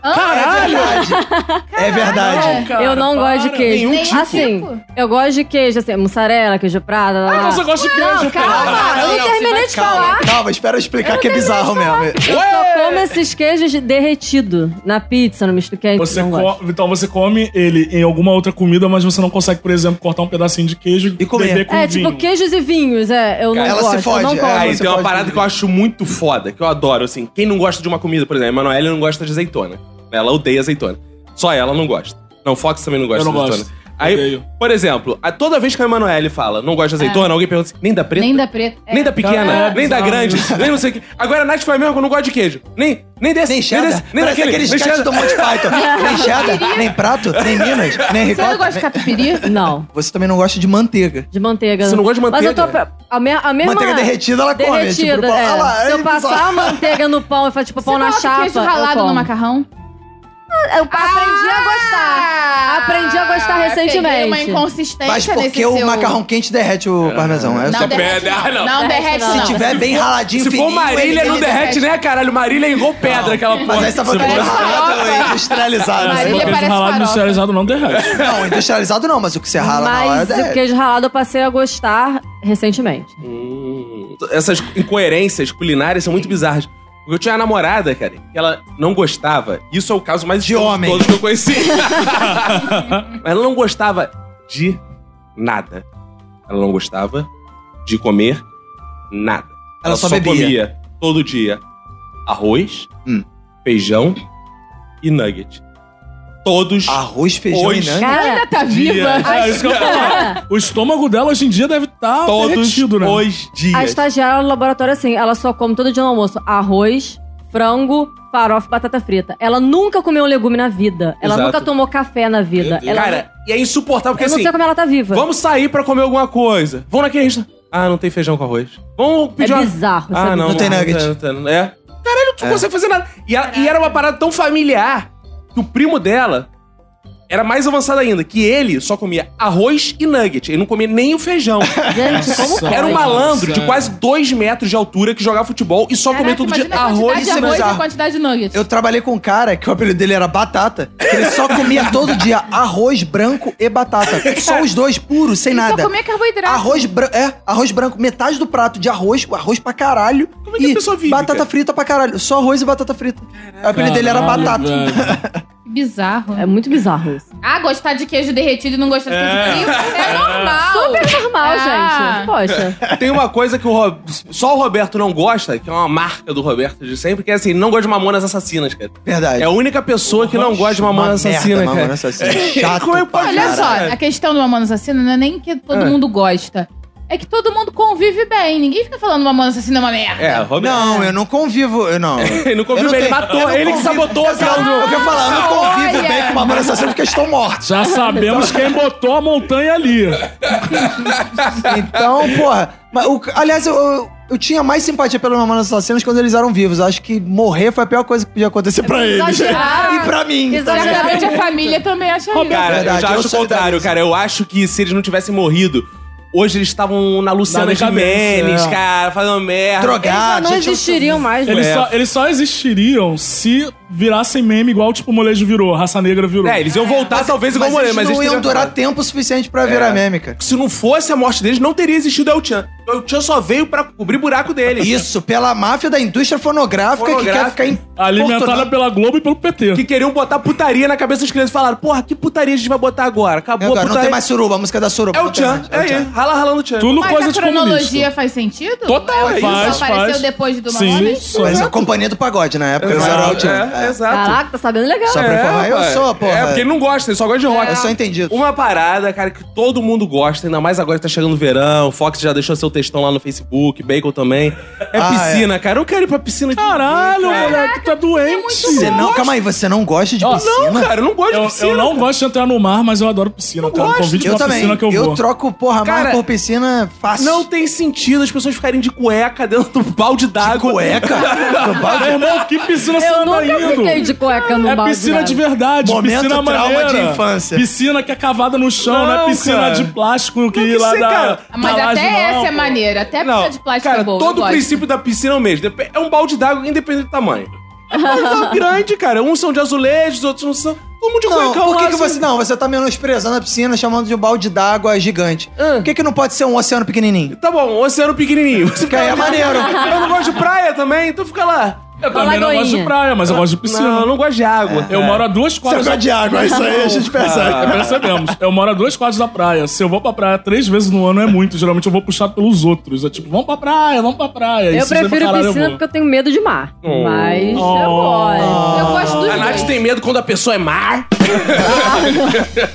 [SPEAKER 3] Caralho!
[SPEAKER 4] é verdade.
[SPEAKER 6] Cara,
[SPEAKER 7] eu não
[SPEAKER 6] para.
[SPEAKER 7] gosto de queijo.
[SPEAKER 3] Nenhum tipo.
[SPEAKER 7] Assim, eu gosto de queijo, assim, mussarela, queijo prata. Lá, lá.
[SPEAKER 6] Eu só gosto Ah, Então de queijo, cara.
[SPEAKER 7] Calma, eu não terminei de falar.
[SPEAKER 4] Calma, calma, espera eu explicar que é bizarro mesmo.
[SPEAKER 7] Eu só como esses queijos derretido na pizza, no misto quente.
[SPEAKER 6] Você
[SPEAKER 7] não
[SPEAKER 6] co...
[SPEAKER 7] gosto.
[SPEAKER 6] Então você come ele em alguma outra comida, mas você não consegue, por exemplo, cortar um pedacinho de queijo
[SPEAKER 4] E comer.
[SPEAKER 6] beber com
[SPEAKER 7] É,
[SPEAKER 6] vinho.
[SPEAKER 7] tipo queijos e vinhos, é. Eu não
[SPEAKER 4] Ela se
[SPEAKER 7] gosto.
[SPEAKER 4] fode,
[SPEAKER 7] Eu não
[SPEAKER 4] é.
[SPEAKER 7] como.
[SPEAKER 3] Aí
[SPEAKER 4] você
[SPEAKER 3] Ah, tem uma
[SPEAKER 4] pode
[SPEAKER 3] parada
[SPEAKER 4] comer.
[SPEAKER 3] que eu acho muito foda, que eu adoro, assim. Quem não gosta de uma comida, por exemplo, a Emanuele não gosta de azeitona. Ela odeia azeitona. Só ela não gosta. Não, Fox também não gosta
[SPEAKER 6] Eu não
[SPEAKER 3] de azeitona.
[SPEAKER 6] gosto.
[SPEAKER 3] Aí,
[SPEAKER 6] Odeio.
[SPEAKER 3] por exemplo, a- toda vez que a Emanuele fala não gosta de
[SPEAKER 7] É.
[SPEAKER 3] azeitona, alguém pergunta assim, nem da preta?
[SPEAKER 5] Nem da preta. é.
[SPEAKER 3] Nem da pequena,
[SPEAKER 6] Caralho,
[SPEAKER 3] nem da
[SPEAKER 6] bizarro
[SPEAKER 3] grande, nem não sei o que. Agora a Nath foi mesmo que eu não gosto de queijo. Nem, nem desse,
[SPEAKER 4] Nem cheddar,
[SPEAKER 3] desse, nem
[SPEAKER 4] parece
[SPEAKER 3] daquele.
[SPEAKER 4] aquele
[SPEAKER 3] nem
[SPEAKER 4] sketch
[SPEAKER 3] cheddar.
[SPEAKER 4] do Monty Python. Nem cheddar, nem prato, nem minas, nem
[SPEAKER 5] Você não
[SPEAKER 4] ricota.
[SPEAKER 5] gosta de catupiry?
[SPEAKER 7] Não,
[SPEAKER 4] Você também não gosta de manteiga.
[SPEAKER 7] de manteiga. né?
[SPEAKER 3] Você não gosta de
[SPEAKER 7] Mas eu tô...
[SPEAKER 3] manteiga?
[SPEAKER 7] A, me- a mesma...
[SPEAKER 4] Manteiga derretida, ela come.
[SPEAKER 7] Derretida,
[SPEAKER 4] tipo,
[SPEAKER 7] é.
[SPEAKER 4] olha lá,
[SPEAKER 7] Se
[SPEAKER 4] é
[SPEAKER 7] eu passar a manteiga no pão e fazer tipo
[SPEAKER 5] Você
[SPEAKER 7] pão na
[SPEAKER 5] coloca
[SPEAKER 7] chapa,
[SPEAKER 5] queijo
[SPEAKER 7] eu
[SPEAKER 5] ralado
[SPEAKER 7] como.
[SPEAKER 5] no macarrão?
[SPEAKER 7] eu aprendi
[SPEAKER 4] Ah!
[SPEAKER 7] a gostar. Aprendi a gostar
[SPEAKER 5] Ah! Peguei uma
[SPEAKER 7] recentemente.
[SPEAKER 5] inconsistência
[SPEAKER 4] Mas
[SPEAKER 5] nesse
[SPEAKER 4] porque o
[SPEAKER 5] seu-
[SPEAKER 4] macarrão quente derrete o parmesão. É
[SPEAKER 5] Não
[SPEAKER 4] só-
[SPEAKER 5] derrete,
[SPEAKER 3] pedra. Ah,
[SPEAKER 5] não.
[SPEAKER 3] não.
[SPEAKER 5] Não derrete,
[SPEAKER 7] Se
[SPEAKER 5] não.
[SPEAKER 4] Se tiver bem raladinho,
[SPEAKER 3] Se for
[SPEAKER 4] fininho,
[SPEAKER 3] Marília,
[SPEAKER 4] ele-
[SPEAKER 3] não
[SPEAKER 5] ele
[SPEAKER 3] derrete,
[SPEAKER 5] derrete.
[SPEAKER 3] né, caralho? Marília enrolou pedra aquela porra.
[SPEAKER 4] Mas aí você tá falando
[SPEAKER 3] Se
[SPEAKER 4] de
[SPEAKER 3] for-
[SPEAKER 4] ralado e industrializado.
[SPEAKER 5] Marília
[SPEAKER 4] né?
[SPEAKER 6] Queijo
[SPEAKER 5] parece
[SPEAKER 6] um ralado
[SPEAKER 5] farofa.
[SPEAKER 6] industrializado não derrete.
[SPEAKER 4] Não, industrializado não, mas o que você rala na hora
[SPEAKER 7] Mas o
[SPEAKER 4] derrete.
[SPEAKER 7] queijo ralado eu passei a gostar recentemente.
[SPEAKER 3] Hum. Essas incoerências culinárias são muito bizarras. Porque eu tinha uma namorada, cara, que ela não gostava. Isso é o caso mais
[SPEAKER 4] De
[SPEAKER 3] estranho
[SPEAKER 4] homem.
[SPEAKER 3] todos que eu conheci. Mas ela não gostava de nada. Ela não gostava de comer nada.
[SPEAKER 4] Ela só bebia.
[SPEAKER 3] comia todo dia arroz,
[SPEAKER 4] Hum.
[SPEAKER 3] feijão e nugget. Todos.
[SPEAKER 4] Arroz, feijão
[SPEAKER 3] Hoje-
[SPEAKER 4] e nani.
[SPEAKER 7] Cara,
[SPEAKER 5] Ainda tá viva.
[SPEAKER 6] É, é isso que eu ia falar.
[SPEAKER 7] cara,
[SPEAKER 6] O estômago dela hoje em dia deve estar
[SPEAKER 4] tá
[SPEAKER 3] todos
[SPEAKER 6] derretido, né?
[SPEAKER 3] os
[SPEAKER 7] a
[SPEAKER 3] dias.
[SPEAKER 7] estagiária no laboratório, assim, ela só come todo dia no almoço arroz, frango, farofa e batata frita. Ela nunca comeu um legume na vida. Ela
[SPEAKER 3] Exato.
[SPEAKER 7] nunca tomou café na vida. Ela,
[SPEAKER 3] Cara, e é insuportável, porque
[SPEAKER 7] eu não
[SPEAKER 3] assim.
[SPEAKER 7] sei como ela tá viva.
[SPEAKER 3] Vamos sair pra comer alguma coisa. Vamos naquele restaurante. Ah, não tem feijão com arroz. Vamos
[SPEAKER 7] é
[SPEAKER 3] pedir uma...
[SPEAKER 7] bizarro. isso é
[SPEAKER 3] Ah, não.
[SPEAKER 7] bizarro.
[SPEAKER 4] Não tem nugget.
[SPEAKER 3] Não, tem, não tem. É. Caralho, tu não consegue fazer nada. E, ela- e era uma parada tão familiar que o primo dela era mais avançado ainda, que ele só comia arroz e nugget. Ele não comia nem o feijão.
[SPEAKER 7] Gente, como
[SPEAKER 6] Nossa.
[SPEAKER 7] pode?
[SPEAKER 3] Era um malandro de
[SPEAKER 6] Nossa.
[SPEAKER 3] quase dois metros de altura que jogava futebol e só comia
[SPEAKER 5] Caraca,
[SPEAKER 3] todo dia
[SPEAKER 5] imagina a quantidade
[SPEAKER 3] arroz.
[SPEAKER 5] de
[SPEAKER 4] isso é
[SPEAKER 5] arroz e a
[SPEAKER 4] bizarro.
[SPEAKER 5] quantidade de nuggets.
[SPEAKER 4] Eu trabalhei com um cara que o apelido dele era Batata, que ele só comia todo dia arroz branco e batata. Só os dois, puro, sem
[SPEAKER 5] Ele
[SPEAKER 4] nada.
[SPEAKER 5] Só comia carboidrato.
[SPEAKER 4] Arroz branco, é, arroz branco, metade do prato de arroz, arroz pra caralho.
[SPEAKER 3] Como é que
[SPEAKER 4] e
[SPEAKER 3] a pessoa vive,
[SPEAKER 4] Batata
[SPEAKER 3] cara?
[SPEAKER 4] frita pra caralho, só arroz e batata frita. o apelido dele era
[SPEAKER 6] Caralho,
[SPEAKER 4] Batata.
[SPEAKER 6] velho.
[SPEAKER 5] Bizarro.
[SPEAKER 7] É muito bizarro isso.
[SPEAKER 5] Ah, gostar de queijo derretido e não gostar de queijo frio é normal.
[SPEAKER 7] Super normal,
[SPEAKER 5] Ah.
[SPEAKER 7] gente. Poxa.
[SPEAKER 3] Tem uma coisa que o Ro- só o Roberto não gosta, que é uma marca do Roberto de sempre, que é assim, ele não gosta de mamonas assassinas, cara.
[SPEAKER 4] Verdade.
[SPEAKER 3] É a única pessoa que não gosta de
[SPEAKER 4] Uma
[SPEAKER 3] mamonas assassinas,
[SPEAKER 4] merda,
[SPEAKER 3] né, cara.
[SPEAKER 4] Mamona assassina. Chato
[SPEAKER 3] Como é
[SPEAKER 4] pra
[SPEAKER 3] que-
[SPEAKER 5] Olha
[SPEAKER 4] caralho.
[SPEAKER 5] só, a questão do Mamonas Assassina não é nem que todo mundo gosta. É que todo mundo convive bem. Ninguém fica falando Mamonas Assassina é uma merda.
[SPEAKER 3] É, Roberto.
[SPEAKER 4] Não, eu não convivo, eu não.
[SPEAKER 3] Ele não
[SPEAKER 4] assim. Eu
[SPEAKER 3] convive
[SPEAKER 4] não
[SPEAKER 3] bem, ele
[SPEAKER 4] tenho- eu
[SPEAKER 3] matou,
[SPEAKER 4] não
[SPEAKER 3] ele que
[SPEAKER 4] convivo-
[SPEAKER 3] sabotou a
[SPEAKER 4] Exato.
[SPEAKER 3] final do...
[SPEAKER 4] Eu quero falar, eu não convivo
[SPEAKER 5] Olha.
[SPEAKER 4] bem com mamona assassina porque estão mortos.
[SPEAKER 6] Já sabemos quem botou a montanha ali.
[SPEAKER 4] Então, porra. mas o- aliás, eu, eu, eu tinha mais simpatia pelos Mamonas Assassinos quando eles eram vivos. Eu acho que morrer foi a pior coisa que podia acontecer pra eles.
[SPEAKER 7] exagerar.
[SPEAKER 4] e pra mim. tá
[SPEAKER 7] Exagerar.
[SPEAKER 5] Certamente a família também acha
[SPEAKER 3] Cara,
[SPEAKER 5] isso.
[SPEAKER 4] Verdade,
[SPEAKER 3] eu já acho
[SPEAKER 4] eu
[SPEAKER 3] o
[SPEAKER 4] solidarizo.
[SPEAKER 3] contrário, cara. Eu acho que se eles não tivessem morrido, hoje eles estavam na Luciana
[SPEAKER 6] Na decadência,
[SPEAKER 3] Jimenez,
[SPEAKER 6] é.
[SPEAKER 3] cara, fazendo merda.
[SPEAKER 7] Já
[SPEAKER 4] Drogar,
[SPEAKER 7] não
[SPEAKER 4] Ah, gente.
[SPEAKER 7] existiriam mais,
[SPEAKER 6] Eles,
[SPEAKER 3] É.
[SPEAKER 7] né?
[SPEAKER 6] só, eles só existiriam se virassem meme igual, tipo, o molejo virou, a raça negra virou.
[SPEAKER 3] É, eles iam voltar talvez igual o
[SPEAKER 4] Mas
[SPEAKER 3] Moreira,
[SPEAKER 4] eles
[SPEAKER 3] mas
[SPEAKER 4] não
[SPEAKER 3] eles
[SPEAKER 4] iam
[SPEAKER 3] teriam
[SPEAKER 4] durar
[SPEAKER 3] acabado.
[SPEAKER 4] tempo suficiente pra
[SPEAKER 3] É.
[SPEAKER 4] virar meme, cara.
[SPEAKER 3] Se não fosse a morte deles, não teria existido o El-Chan. O El-Chan só veio pra cobrir buraco dele.
[SPEAKER 4] Isso, pela máfia da indústria fonográfica,
[SPEAKER 3] Fonográfica.
[SPEAKER 4] que quer ficar né?
[SPEAKER 6] Alimentada
[SPEAKER 4] importunando-
[SPEAKER 6] pela Globo e pelo PT.
[SPEAKER 3] tá- Que queriam botar putaria na cabeça das crianças. Falaram, porra, que putaria a gente vai botar agora? Acabou a
[SPEAKER 4] É, Agora, não
[SPEAKER 3] putaria.
[SPEAKER 4] tem mais né? suruba, a música da suruba.
[SPEAKER 3] É
[SPEAKER 4] não
[SPEAKER 3] o
[SPEAKER 4] tem
[SPEAKER 3] Chan.
[SPEAKER 4] mais,
[SPEAKER 3] É aí. Rala, ralando o Chan.
[SPEAKER 6] Tudo
[SPEAKER 5] Mas
[SPEAKER 6] coisa
[SPEAKER 5] a
[SPEAKER 6] de
[SPEAKER 5] cronologia
[SPEAKER 6] comunista.
[SPEAKER 5] faz sentido?
[SPEAKER 6] Total,
[SPEAKER 5] É o que
[SPEAKER 6] faz,
[SPEAKER 5] só apareceu
[SPEAKER 6] faz.
[SPEAKER 5] depois do
[SPEAKER 6] Sim,
[SPEAKER 5] Mamonas?
[SPEAKER 6] só-
[SPEAKER 4] Mas é a companhia do pagode na época, não era o
[SPEAKER 3] Exato.
[SPEAKER 4] Chan.
[SPEAKER 3] É, exato.
[SPEAKER 7] Caraca, tá sabendo legal.
[SPEAKER 4] Só pra
[SPEAKER 3] É,
[SPEAKER 4] informar, eu
[SPEAKER 3] pai.
[SPEAKER 4] sou, porra. É.
[SPEAKER 3] É, porque ele não gosta, ele só gosta de rock.
[SPEAKER 4] Eu sou entendido.
[SPEAKER 3] Uma parada, cara, que todo mundo gosta, ainda mais agora que tá chegando o verão. Fox já deixou seu textão lá no Facebook, Bacon também. É
[SPEAKER 4] Ah,
[SPEAKER 3] piscina, cara. Eu quero ir pra piscina de
[SPEAKER 6] Caralho, moleque, tu é doente.
[SPEAKER 4] Você não, calma aí, você não gosta de
[SPEAKER 6] Ó,
[SPEAKER 4] piscina?
[SPEAKER 3] Não, cara, eu não gosto de
[SPEAKER 6] Eu,
[SPEAKER 3] piscina.
[SPEAKER 6] eu não gosto de entrar no mar, mas eu adoro piscina, cara. Um
[SPEAKER 3] gosto.
[SPEAKER 6] Convite
[SPEAKER 4] Eu
[SPEAKER 6] pra
[SPEAKER 4] também.
[SPEAKER 6] piscina que eu vou.
[SPEAKER 4] troco porra
[SPEAKER 3] Cara,
[SPEAKER 4] mar por piscina fácil.
[SPEAKER 3] Não tem sentido as pessoas ficarem de cueca dentro do balde d'água.
[SPEAKER 4] cueca. Do balde.
[SPEAKER 6] Meu irmão, que piscina você
[SPEAKER 7] Eu
[SPEAKER 6] anda
[SPEAKER 7] nunca
[SPEAKER 6] indo?
[SPEAKER 7] fiquei de cueca no
[SPEAKER 6] É
[SPEAKER 7] balde
[SPEAKER 6] piscina
[SPEAKER 7] d'água.
[SPEAKER 6] de verdade,
[SPEAKER 4] Momento
[SPEAKER 6] piscina
[SPEAKER 4] trauma
[SPEAKER 6] maneira.
[SPEAKER 4] de infância.
[SPEAKER 6] Piscina que é cavada no chão, não, é
[SPEAKER 3] Não,
[SPEAKER 6] piscina
[SPEAKER 3] cara.
[SPEAKER 6] de plástico que
[SPEAKER 3] Não, que
[SPEAKER 6] lá
[SPEAKER 3] sei,
[SPEAKER 6] da.
[SPEAKER 3] cara.
[SPEAKER 6] da
[SPEAKER 5] Mas
[SPEAKER 6] laje,
[SPEAKER 5] até
[SPEAKER 6] não,
[SPEAKER 5] essa é
[SPEAKER 6] pô.
[SPEAKER 5] maneira. Até
[SPEAKER 3] Não,
[SPEAKER 5] precisa de plástico
[SPEAKER 3] cara,
[SPEAKER 5] é boa. eu
[SPEAKER 3] todo o
[SPEAKER 5] gosto.
[SPEAKER 3] princípio da piscina é o mesmo. Dep- É um balde d'água, independente do tamanho. É um balde d'água grande, cara. Uns são de azulejos, outros não são. Todo mundo de
[SPEAKER 4] Não,
[SPEAKER 3] cuecão
[SPEAKER 4] por que,
[SPEAKER 3] lá,
[SPEAKER 4] que
[SPEAKER 3] assim.
[SPEAKER 4] você. Não, você tá menosprezando a piscina, chamando de um balde d'água gigante.
[SPEAKER 5] Ah.
[SPEAKER 4] Por que, que não pode ser um oceano pequenininho?
[SPEAKER 3] Tá bom, um oceano pequenininho. Você
[SPEAKER 4] Que aí é maneiro.
[SPEAKER 3] Eu não gosto de praia também, então fica lá.
[SPEAKER 6] Eu também não
[SPEAKER 7] lagoinha.
[SPEAKER 6] gosto de praia, mas eu gosto de piscina.
[SPEAKER 3] Não, eu não gosto de água.
[SPEAKER 6] É, Eu moro a duas quadras. da-
[SPEAKER 4] de água, é isso aí a gente percebe.
[SPEAKER 6] Ah, percebemos. Eu moro a duas quadras da praia. Se eu vou pra praia três vezes no ano, é muito. Geralmente eu vou puxado pelos outros. É tipo, vamos pra praia, vamos pra praia.
[SPEAKER 7] Eu
[SPEAKER 6] Isso, pra
[SPEAKER 7] prefiro
[SPEAKER 6] caralho, eu
[SPEAKER 7] piscina
[SPEAKER 6] vou.
[SPEAKER 7] porque eu tenho medo de mar. Mas é eu
[SPEAKER 6] Oh.
[SPEAKER 7] gosto.
[SPEAKER 5] Eu gosto dos
[SPEAKER 3] A Nath
[SPEAKER 5] dois.
[SPEAKER 3] Ah, tem medo quando a pessoa é mar.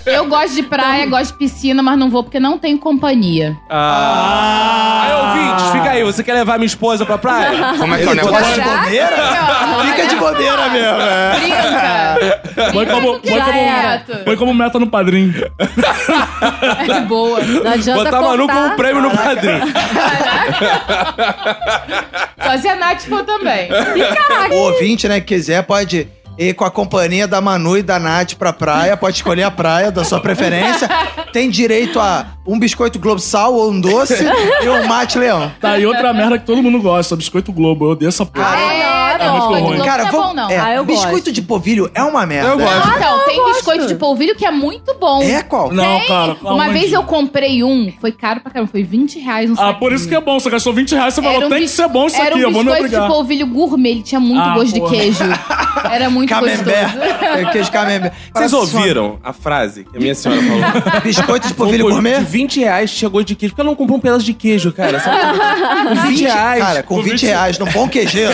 [SPEAKER 5] Eu gosto de praia, gosto de piscina, mas não vou porque não tenho companhia.
[SPEAKER 3] Ah. Aí, ouvintes, fica aí. Você quer levar minha esposa pra praia?
[SPEAKER 2] Como é que é o
[SPEAKER 4] Gosta Ah, de
[SPEAKER 2] negócio?
[SPEAKER 4] bobeira? Fica de bobeira mesmo.
[SPEAKER 3] né?
[SPEAKER 4] é.
[SPEAKER 5] Brinca!
[SPEAKER 6] Põe
[SPEAKER 5] Brinca
[SPEAKER 6] como,
[SPEAKER 5] com
[SPEAKER 6] põe,
[SPEAKER 5] quem
[SPEAKER 6] como,
[SPEAKER 5] quieto.
[SPEAKER 6] põe como meta no padrinho.
[SPEAKER 5] É de boa.
[SPEAKER 7] Não adianta
[SPEAKER 3] Botar Manu com um
[SPEAKER 7] cortar.
[SPEAKER 3] prêmio no padrinho.
[SPEAKER 5] Só se a Nath for também.
[SPEAKER 6] É,
[SPEAKER 4] O ouvinte, né, que quiser, pode e com a companhia da Manu e da Nath pra praia. Pode escolher a praia da sua preferência. Tem direito a um biscoito Globo Sal ou um doce e um mate leão.
[SPEAKER 6] Tá, e outra merda que todo mundo gosta, biscoito Globo. Eu odeio essa porra.
[SPEAKER 5] É,
[SPEAKER 6] É muito
[SPEAKER 5] não,
[SPEAKER 6] ruim.
[SPEAKER 5] não
[SPEAKER 4] Cara,
[SPEAKER 5] é
[SPEAKER 4] vou-
[SPEAKER 5] bom, não.
[SPEAKER 4] é,
[SPEAKER 7] Ah, eu
[SPEAKER 4] biscoito
[SPEAKER 7] gosto.
[SPEAKER 4] de polvilho é uma merda.
[SPEAKER 3] Eu gosto.
[SPEAKER 5] Ah, não, tem
[SPEAKER 7] gosto.
[SPEAKER 5] biscoito de polvilho que é muito bom.
[SPEAKER 4] É qual?
[SPEAKER 6] Não, cara. calma,
[SPEAKER 5] Uma vez
[SPEAKER 6] gente.
[SPEAKER 5] eu comprei um, foi caro pra caramba, foi 20 reais um
[SPEAKER 6] Ah, por isso que é bom. Você gastou 20 reais, você falou, tem que ser bom isso
[SPEAKER 5] era
[SPEAKER 6] aqui,
[SPEAKER 5] um
[SPEAKER 6] eu vou me
[SPEAKER 5] biscoito
[SPEAKER 6] obrigar.
[SPEAKER 5] de polvilho gourmet, ele tinha muito
[SPEAKER 6] Ah,
[SPEAKER 5] gosto
[SPEAKER 6] porra.
[SPEAKER 5] de queijo. Era muito
[SPEAKER 4] Camembert.
[SPEAKER 5] gostoso.
[SPEAKER 4] É, Queijo camembert.
[SPEAKER 3] Vocês
[SPEAKER 4] Parece
[SPEAKER 3] ouviram a frase que a minha senhora falou?
[SPEAKER 4] só- Biscoito de polvilho
[SPEAKER 3] Pô, De
[SPEAKER 4] gourmet?
[SPEAKER 3] 20 reais chegou de queijo. Por que ela não comprou um pedaço de queijo, cara? Sabe? Com 20 reais.
[SPEAKER 4] Cara, com 20 reais, num bom queijeiro,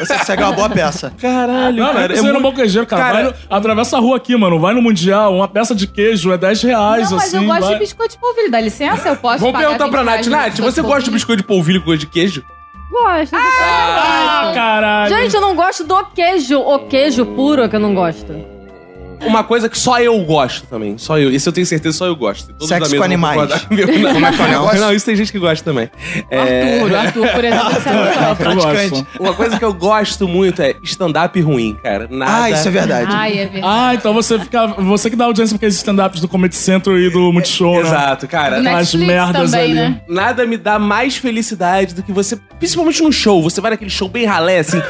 [SPEAKER 4] você consegue uma boa peça.
[SPEAKER 3] Caralho,
[SPEAKER 6] Não, não,
[SPEAKER 3] cara.
[SPEAKER 6] isso
[SPEAKER 3] é
[SPEAKER 6] era um
[SPEAKER 3] muito-
[SPEAKER 6] bom queijeiro, cara.
[SPEAKER 3] Cara-
[SPEAKER 6] Vai no- atravessa a rua aqui, mano. Vai no Mundial, uma peça de queijo é 10 reais,
[SPEAKER 5] Não, mas
[SPEAKER 6] assim.
[SPEAKER 5] eu gosto
[SPEAKER 6] vai.
[SPEAKER 5] de biscoito de polvilho. Dá licença, eu posso
[SPEAKER 3] Vamos
[SPEAKER 5] pagar
[SPEAKER 3] perguntar pra
[SPEAKER 5] 20
[SPEAKER 3] Nath.
[SPEAKER 5] reais no
[SPEAKER 3] Nath,
[SPEAKER 6] né?
[SPEAKER 3] você gosta de
[SPEAKER 5] biscoito
[SPEAKER 3] biscoito de polvilho com gosto de queijo?
[SPEAKER 7] Gosto.
[SPEAKER 6] Ah, caralho.
[SPEAKER 7] Gente, eu não gosto do queijo. O queijo puro é que eu não gosto.
[SPEAKER 3] Uma coisa que só eu gosto também. Só eu. Isso eu tenho certeza, só eu gosto. Todos
[SPEAKER 4] Sexo
[SPEAKER 3] da mesa
[SPEAKER 4] com
[SPEAKER 3] vão
[SPEAKER 4] animais. é
[SPEAKER 3] concordar comigo. Não,
[SPEAKER 4] negócio?
[SPEAKER 3] Não, isso tem gente que gosta também. É,
[SPEAKER 5] polvilho? Arthur, Arthur, por exemplo, é você
[SPEAKER 6] Eu
[SPEAKER 5] adora.
[SPEAKER 4] praticante.
[SPEAKER 6] gosto.
[SPEAKER 3] Uma coisa que eu gosto muito é stand-up ruim, cara. Nada.
[SPEAKER 4] Ah, isso é verdade.
[SPEAKER 5] Ai, é verdade.
[SPEAKER 6] Ah, então você fica. Você que dá audiência pra aqueles stand-ups do Comedy Central e do Multishow, né?
[SPEAKER 3] Exato, cara.
[SPEAKER 5] é
[SPEAKER 6] Né? aquelas merdas ali.
[SPEAKER 5] né?
[SPEAKER 3] Nada me dá mais felicidade do que você, principalmente no show. Você vai naquele show bem ralé, assim,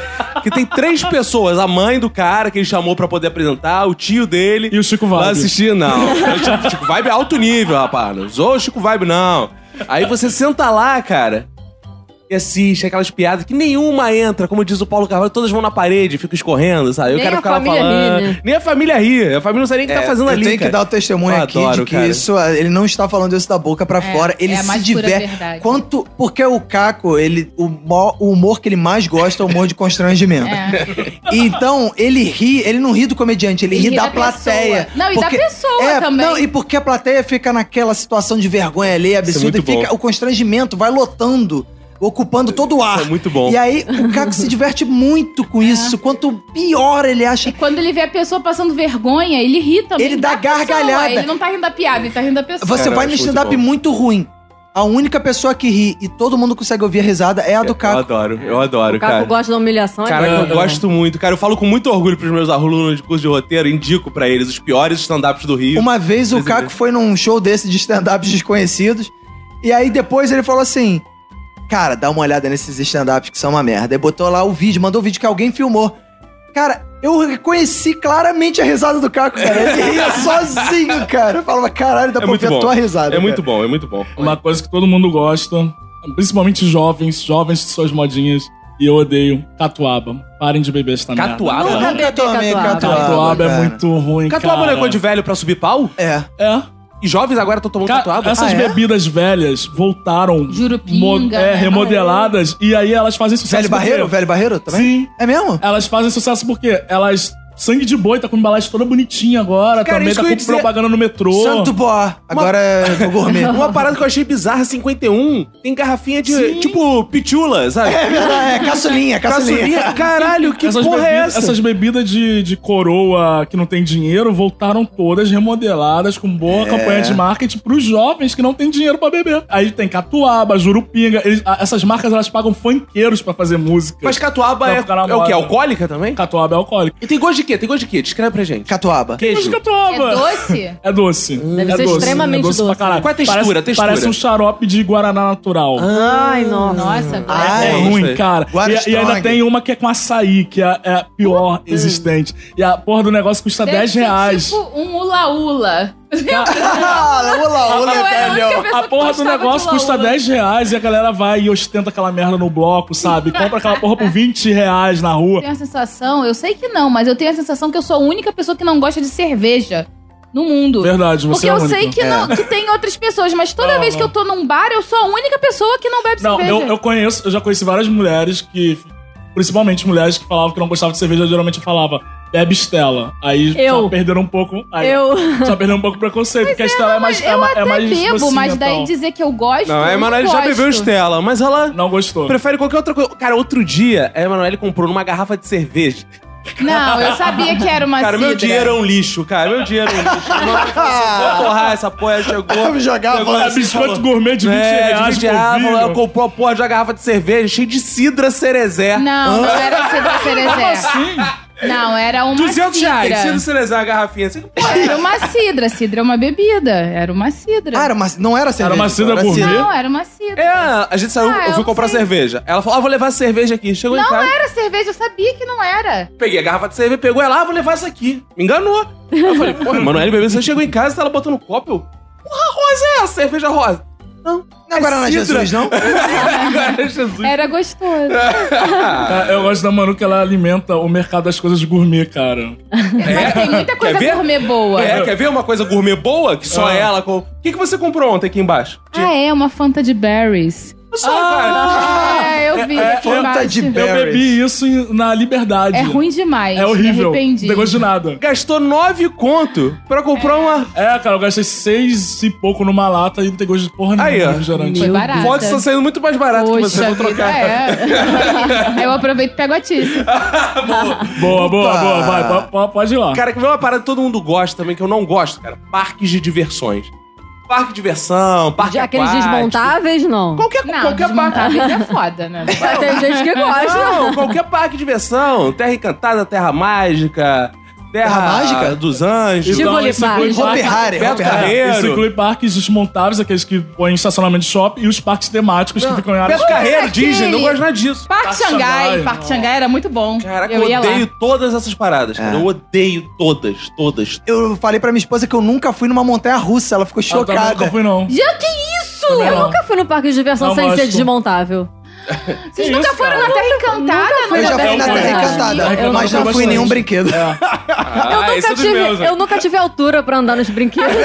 [SPEAKER 3] que tem três pessoas: a mãe do cara que ele chamou pra poder apresentar, o tio dele.
[SPEAKER 6] E o Chico
[SPEAKER 3] Vai
[SPEAKER 6] Vale.
[SPEAKER 3] assistir, não. O Chico, Chico Vibe é alto nível, rapaz. Não usou o Chico Vibe, não. Aí você senta lá, cara, e assiste aquelas piadas que nenhuma entra. Como diz o Paulo Carvalho, todas vão na parede, ficam escorrendo, sabe? Eu
[SPEAKER 7] Nem
[SPEAKER 3] quero
[SPEAKER 7] a
[SPEAKER 3] ficar lá
[SPEAKER 7] família
[SPEAKER 3] falando.
[SPEAKER 7] ri, né?
[SPEAKER 3] Nem a família ri. A família não sabe nem o que tá fazendo
[SPEAKER 4] É, eu
[SPEAKER 3] ali.
[SPEAKER 4] tenho que
[SPEAKER 3] cara.
[SPEAKER 4] dar o testemunho
[SPEAKER 3] Eu
[SPEAKER 4] aqui
[SPEAKER 3] adoro,
[SPEAKER 4] de que
[SPEAKER 3] cara.
[SPEAKER 4] isso, ele não está falando isso da boca pra
[SPEAKER 5] É,
[SPEAKER 4] fora, ele
[SPEAKER 5] é a
[SPEAKER 4] se
[SPEAKER 5] mais pura
[SPEAKER 4] diverte.
[SPEAKER 5] verdade.
[SPEAKER 4] Quanto, porque o Caco, ele, o, mo- o humor que ele mais gosta é o humor de constrangimento.
[SPEAKER 5] É.
[SPEAKER 4] Então, ele ri, ele não ri do comediante, ele, ri, da, plateia. é,
[SPEAKER 5] pessoa. Não, e da pessoa também.
[SPEAKER 4] Não, e porque a plateia fica naquela situação de vergonha ali, absurda,
[SPEAKER 3] é muito
[SPEAKER 4] e fica,
[SPEAKER 3] bom.
[SPEAKER 4] o constrangimento vai lotando, ocupando todo o ar.
[SPEAKER 3] é muito bom.
[SPEAKER 4] E aí, o Caco se diverte muito
[SPEAKER 5] É.
[SPEAKER 4] com isso. Quanto pior ele acha
[SPEAKER 5] E quando ele vê a pessoa passando vergonha, ele ri também.
[SPEAKER 4] Ele dá
[SPEAKER 5] da pessoa.
[SPEAKER 4] gargalhada.
[SPEAKER 5] Ele não tá rindo da piada, ele tá rindo da pessoa.
[SPEAKER 4] Você
[SPEAKER 3] Cara,
[SPEAKER 4] vai
[SPEAKER 3] eu
[SPEAKER 4] no
[SPEAKER 3] acho
[SPEAKER 4] stand-up
[SPEAKER 3] muito bom.
[SPEAKER 4] muito ruim. A única pessoa que ri e todo mundo consegue ouvir a risada é a do
[SPEAKER 3] Eu
[SPEAKER 4] Caco.
[SPEAKER 3] adoro, eu adoro,
[SPEAKER 7] O Caco
[SPEAKER 3] cara.
[SPEAKER 7] gosta da humilhação. é
[SPEAKER 3] Caraca, eu
[SPEAKER 7] bom.
[SPEAKER 3] gosto muito. Cara, eu falo com muito orgulho pros meus alunos de curso de roteiro, indico pra eles os piores stand-ups do Rio.
[SPEAKER 4] Uma vez o
[SPEAKER 3] Mas eu
[SPEAKER 4] Caco
[SPEAKER 3] vejo.
[SPEAKER 4] foi num show desse de stand-ups desconhecidos. E aí depois ele falou assim: Cara, dá uma olhada nesses stand-ups que são uma merda. Aí botou lá o vídeo, mandou o vídeo que alguém filmou. Cara, eu reconheci claramente a risada do Caco, cara. Ele ria sozinho, cara. Eu falava, caralho, dá
[SPEAKER 3] É
[SPEAKER 4] pra
[SPEAKER 3] muito
[SPEAKER 4] ouvir a
[SPEAKER 3] bom.
[SPEAKER 4] tua risada.
[SPEAKER 3] É muito
[SPEAKER 4] cara."
[SPEAKER 3] bom, é muito bom.
[SPEAKER 6] Uma coisa que todo mundo gosta, principalmente jovens, jovens de suas modinhas, e eu odeio catuaba. Parem de beber esta merda.
[SPEAKER 3] Catuaba? né? é
[SPEAKER 7] Nunca
[SPEAKER 4] Nunca
[SPEAKER 7] bebi
[SPEAKER 4] tomei
[SPEAKER 7] catuaba.
[SPEAKER 4] catuaba.
[SPEAKER 6] Catuaba é
[SPEAKER 4] cara.
[SPEAKER 6] muito ruim,
[SPEAKER 3] Catuaba não
[SPEAKER 6] cara.
[SPEAKER 3] é coisa de velho pra subir pau?
[SPEAKER 4] É.
[SPEAKER 6] É.
[SPEAKER 3] E jovens agora estão tomando
[SPEAKER 6] Ca-
[SPEAKER 3] catuaba?
[SPEAKER 6] Essas
[SPEAKER 4] Ah, é?
[SPEAKER 6] bebidas velhas voltaram
[SPEAKER 5] Jurupinga,
[SPEAKER 6] mo- é,
[SPEAKER 5] né?
[SPEAKER 6] remodeladas e aí elas fazem sucesso.
[SPEAKER 4] Velho
[SPEAKER 6] por quê?
[SPEAKER 4] Barreiro? Velho Barreiro também?
[SPEAKER 6] Sim.
[SPEAKER 4] É mesmo?
[SPEAKER 6] Elas fazem sucesso porque elas. Sangue de boi tá com embalagem toda bonitinha agora,
[SPEAKER 3] Cara,
[SPEAKER 6] também
[SPEAKER 3] isso
[SPEAKER 6] tá
[SPEAKER 3] que eu
[SPEAKER 6] com
[SPEAKER 3] ia dizer.
[SPEAKER 6] propaganda no metrô.
[SPEAKER 4] Santo Boa. Agora é o gourmet.
[SPEAKER 3] Uma parada que eu achei bizarra, 51, tem garrafinha de,
[SPEAKER 6] Sim.
[SPEAKER 3] tipo, pitula, sabe?
[SPEAKER 4] É verdade, é caçulinha, caçulinha.
[SPEAKER 3] Caçulinha, caralho, que
[SPEAKER 6] essas,
[SPEAKER 3] porra
[SPEAKER 6] bebidas,
[SPEAKER 3] é essa?
[SPEAKER 6] essas bebidas de, de coroa que não tem dinheiro voltaram todas remodeladas com boa
[SPEAKER 3] É.
[SPEAKER 6] campanha de marketing pros jovens que não têm dinheiro pra beber. Aí tem catuaba, jurupinga. eles- a- essas marcas elas pagam funkeiros pra fazer música.
[SPEAKER 3] Mas catuaba
[SPEAKER 6] Pra
[SPEAKER 3] é,
[SPEAKER 6] ficar na
[SPEAKER 3] é o
[SPEAKER 6] moda.
[SPEAKER 3] quê? Alcoólica também?
[SPEAKER 6] catuaba é alcoólica.
[SPEAKER 3] E tem gosto de quê? Tem gosto de quê? Descreve pra gente.
[SPEAKER 4] Catuaba.
[SPEAKER 6] Mas
[SPEAKER 3] Queijo.
[SPEAKER 5] É
[SPEAKER 6] catuaba.
[SPEAKER 5] doce?
[SPEAKER 6] É doce.
[SPEAKER 7] Deve
[SPEAKER 6] é
[SPEAKER 7] ser extremamente
[SPEAKER 6] é doce. Pra
[SPEAKER 7] doce.
[SPEAKER 6] caralho.
[SPEAKER 3] Qual é a textura?
[SPEAKER 6] Parece,
[SPEAKER 3] Textura.
[SPEAKER 6] parece um xarope de guaraná natural.
[SPEAKER 7] Ai, nossa.
[SPEAKER 5] Nossa, agora.
[SPEAKER 4] Ah,
[SPEAKER 6] É,
[SPEAKER 4] é
[SPEAKER 3] isso
[SPEAKER 6] ruim,
[SPEAKER 3] aí.
[SPEAKER 6] cara.
[SPEAKER 4] Guarda
[SPEAKER 6] E, e ainda
[SPEAKER 4] Strong.
[SPEAKER 6] tem uma que é com açaí, que é, é a pior existente. E a porra do negócio custa
[SPEAKER 5] Deve
[SPEAKER 6] 10
[SPEAKER 5] ser
[SPEAKER 6] reais.
[SPEAKER 5] Tipo um ula-ula.
[SPEAKER 4] Ah, olá, olá,
[SPEAKER 5] Eu era a única
[SPEAKER 4] velho.
[SPEAKER 5] pessoa
[SPEAKER 6] é A
[SPEAKER 5] que
[SPEAKER 6] porra do
[SPEAKER 5] gostava de
[SPEAKER 6] negócio custa
[SPEAKER 5] ula-ula.
[SPEAKER 6] 10 reais e a galera vai e ostenta aquela merda no bloco, sabe? Compra aquela porra por 20 reais na
[SPEAKER 5] Eu
[SPEAKER 6] rua.
[SPEAKER 5] tenho a sensação, eu sei que não, mas eu tenho a sensação que eu sou a única pessoa que não gosta de cerveja no mundo.
[SPEAKER 6] Verdade, você
[SPEAKER 5] Porque
[SPEAKER 6] é a
[SPEAKER 5] eu
[SPEAKER 6] única.
[SPEAKER 5] sei que, não, que tem outras pessoas, mas toda vez que eu tô num bar, eu sou a única pessoa que não bebe
[SPEAKER 6] Não,
[SPEAKER 5] cerveja.
[SPEAKER 6] eu, eu conheço, eu já conheci várias mulheres que. Principalmente mulheres que falavam que não gostavam de cerveja, geralmente eu falava, bebe Estela. Aí
[SPEAKER 7] Eu.
[SPEAKER 6] já perderam um pouco. Aí,
[SPEAKER 7] Eu.
[SPEAKER 6] Já perderam um pouco o preconceito, porque a Estela é mais.
[SPEAKER 5] Mas eu
[SPEAKER 6] é, ma-
[SPEAKER 5] até
[SPEAKER 6] é mais
[SPEAKER 5] bebo,
[SPEAKER 6] docinha então.
[SPEAKER 5] mas
[SPEAKER 6] e
[SPEAKER 5] daí
[SPEAKER 6] tal.
[SPEAKER 5] dizer que eu gosto.
[SPEAKER 3] Não, a
[SPEAKER 5] eu
[SPEAKER 3] Emanuele já
[SPEAKER 5] gosto.
[SPEAKER 3] bebeu Estela, mas ela
[SPEAKER 6] Não gostou.
[SPEAKER 3] prefere qualquer outra coisa. Cara, outro dia, a Emanuele comprou numa garrafa de cerveja.
[SPEAKER 5] Não, eu sabia que era uma
[SPEAKER 3] Cara, meu
[SPEAKER 5] cidra.
[SPEAKER 3] dinheiro é um lixo, cara. Meu dinheiro é um lixo. Não, Vou torrar essa porra, chegou.
[SPEAKER 4] jogar assim
[SPEAKER 3] Pegou
[SPEAKER 6] É biscoito gourmet de 20
[SPEAKER 3] É,
[SPEAKER 6] reais.
[SPEAKER 3] de reais,
[SPEAKER 6] polvilho.
[SPEAKER 3] ela comprou a né? porra de uma garrafa de cerveja cheia de cidra cerezé.
[SPEAKER 5] É. Não, não era cidra cerezé.
[SPEAKER 6] Ah, Sim.
[SPEAKER 5] Não, é era uma
[SPEAKER 3] 200
[SPEAKER 5] cidra.
[SPEAKER 3] assim? reais. Se você lesar a garrafinha, assim. você...
[SPEAKER 5] Era uma cidra. Cidra é uma bebida. Era uma cidra.
[SPEAKER 4] Ah, era uma, não era cerveja.
[SPEAKER 6] uma cidra gourmet?
[SPEAKER 5] Não, era uma cidra.
[SPEAKER 3] É, a gente saiu,
[SPEAKER 5] Ah,
[SPEAKER 3] eu fui
[SPEAKER 5] eu
[SPEAKER 3] comprar
[SPEAKER 5] sei.
[SPEAKER 3] cerveja. Ela falou, ah, vou levar a cerveja aqui. Chegou em
[SPEAKER 5] Não é.
[SPEAKER 3] casa,
[SPEAKER 5] era cerveja, eu sabia que não era.
[SPEAKER 3] peguei a garrafa de cerveja, pegou ela, ah, vou levar essa aqui. Me enganou. Aí Eu falei, pô, Manoel, bebê, você chegou em casa, tá ela botando no copo. eu, Porra, rosa é essa, cerveja rosa.
[SPEAKER 4] Não é Guaraná
[SPEAKER 3] cidra.
[SPEAKER 4] Jesus, não?
[SPEAKER 3] Agora é Jesus.
[SPEAKER 5] Era gostoso.
[SPEAKER 3] É.
[SPEAKER 6] Cara, É, Eu gosto da Manu que ela alimenta o mercado das coisas gourmet, cara.
[SPEAKER 5] Mas tem muita coisa
[SPEAKER 3] ver?
[SPEAKER 5] gourmet boa.
[SPEAKER 3] É, quer ver uma coisa gourmet boa? Que só
[SPEAKER 6] Ah.
[SPEAKER 3] ela... com- O que, que você comprou ontem aqui embaixo?
[SPEAKER 5] Ah, é, uma Fanta de berries.
[SPEAKER 3] Só, cara.
[SPEAKER 5] é, eu vi
[SPEAKER 6] é,
[SPEAKER 5] aqui
[SPEAKER 6] Fanta
[SPEAKER 5] embaixo.
[SPEAKER 4] de berries.
[SPEAKER 6] Eu bebi isso em- na liberdade.
[SPEAKER 5] É ruim demais.
[SPEAKER 6] É horrível.
[SPEAKER 5] Me arrependi.
[SPEAKER 6] Não tem gosto de nada.
[SPEAKER 3] Gastou nove conto pra comprar uma...
[SPEAKER 6] É, cara, eu gastei seis e pouco numa lata e não tem gosto de porra nenhuma.
[SPEAKER 3] Aí, ó.
[SPEAKER 6] de refrigerante.
[SPEAKER 5] Foi barato.
[SPEAKER 3] Fotos estão saindo muito mais barato que você.
[SPEAKER 5] Poxa
[SPEAKER 3] Vou trocar.
[SPEAKER 5] vida, é. Eu aproveito e pego a tice.
[SPEAKER 6] Boa, boa, boa. Vai, po- po- pode ir lá.
[SPEAKER 3] Cara, que vem uma parada que todo mundo gosta também, que eu não gosto, cara. Parques de diversões. Parque de diversão, parque
[SPEAKER 7] De- Aqueles
[SPEAKER 3] aquático.
[SPEAKER 7] desmontáveis, não.
[SPEAKER 3] Qualquer,
[SPEAKER 5] Não,
[SPEAKER 3] qualquer parque.
[SPEAKER 5] desmontáveis é foda, né?
[SPEAKER 7] Tem gente que gosta.
[SPEAKER 3] Não, qualquer parque de diversão. Terra Encantada, Terra Mágica, Terra,
[SPEAKER 4] Terra Mágica?
[SPEAKER 3] dos Anjos.
[SPEAKER 6] é
[SPEAKER 7] Tipo- Tivoli
[SPEAKER 6] Então, isso inclui
[SPEAKER 7] Park.
[SPEAKER 6] parque- É,
[SPEAKER 4] Ferrari,
[SPEAKER 3] Beto Carreiro.
[SPEAKER 6] Isso inclui parques desmontáveis, aqueles que põem em estacionamento de shopping, e os parques temáticos que ficam em áreas...
[SPEAKER 3] Beto Carreiro,
[SPEAKER 5] aquele.
[SPEAKER 3] Disney, não gosto nada disso.
[SPEAKER 5] Parque
[SPEAKER 6] Parque Xangai,
[SPEAKER 5] Xangai. Parque Xangai era muito bom.
[SPEAKER 3] Caraca, eu,
[SPEAKER 5] eu ia
[SPEAKER 3] odeio
[SPEAKER 5] lá.
[SPEAKER 3] todas essas paradas, cara. Eu odeio todas, todas.
[SPEAKER 4] Eu falei pra minha esposa que eu nunca fui numa montanha russa. Ela ficou
[SPEAKER 6] Ah, também
[SPEAKER 4] chocada.
[SPEAKER 6] Nunca fui, não.
[SPEAKER 5] Já que isso?
[SPEAKER 6] Também
[SPEAKER 7] Eu
[SPEAKER 6] não.
[SPEAKER 7] nunca fui no parque de diversão
[SPEAKER 6] Não,
[SPEAKER 7] sem
[SPEAKER 6] mas
[SPEAKER 7] ser
[SPEAKER 6] acho-
[SPEAKER 7] desmontável.
[SPEAKER 5] Vocês
[SPEAKER 6] Que
[SPEAKER 5] nunca
[SPEAKER 6] isso,
[SPEAKER 5] foram
[SPEAKER 6] cara?
[SPEAKER 5] na Terra Encantada?
[SPEAKER 7] fui
[SPEAKER 4] eu
[SPEAKER 5] no
[SPEAKER 4] já fui
[SPEAKER 5] Beto
[SPEAKER 4] na
[SPEAKER 6] Eu
[SPEAKER 4] Terra
[SPEAKER 6] fui.
[SPEAKER 4] Encantada,
[SPEAKER 6] Eu fui
[SPEAKER 4] mas não fui em
[SPEAKER 6] bastante.
[SPEAKER 4] nenhum brinquedo.
[SPEAKER 7] eu
[SPEAKER 3] Ah,
[SPEAKER 7] nunca tive, eu nunca tive altura pra andar nos brinquedos.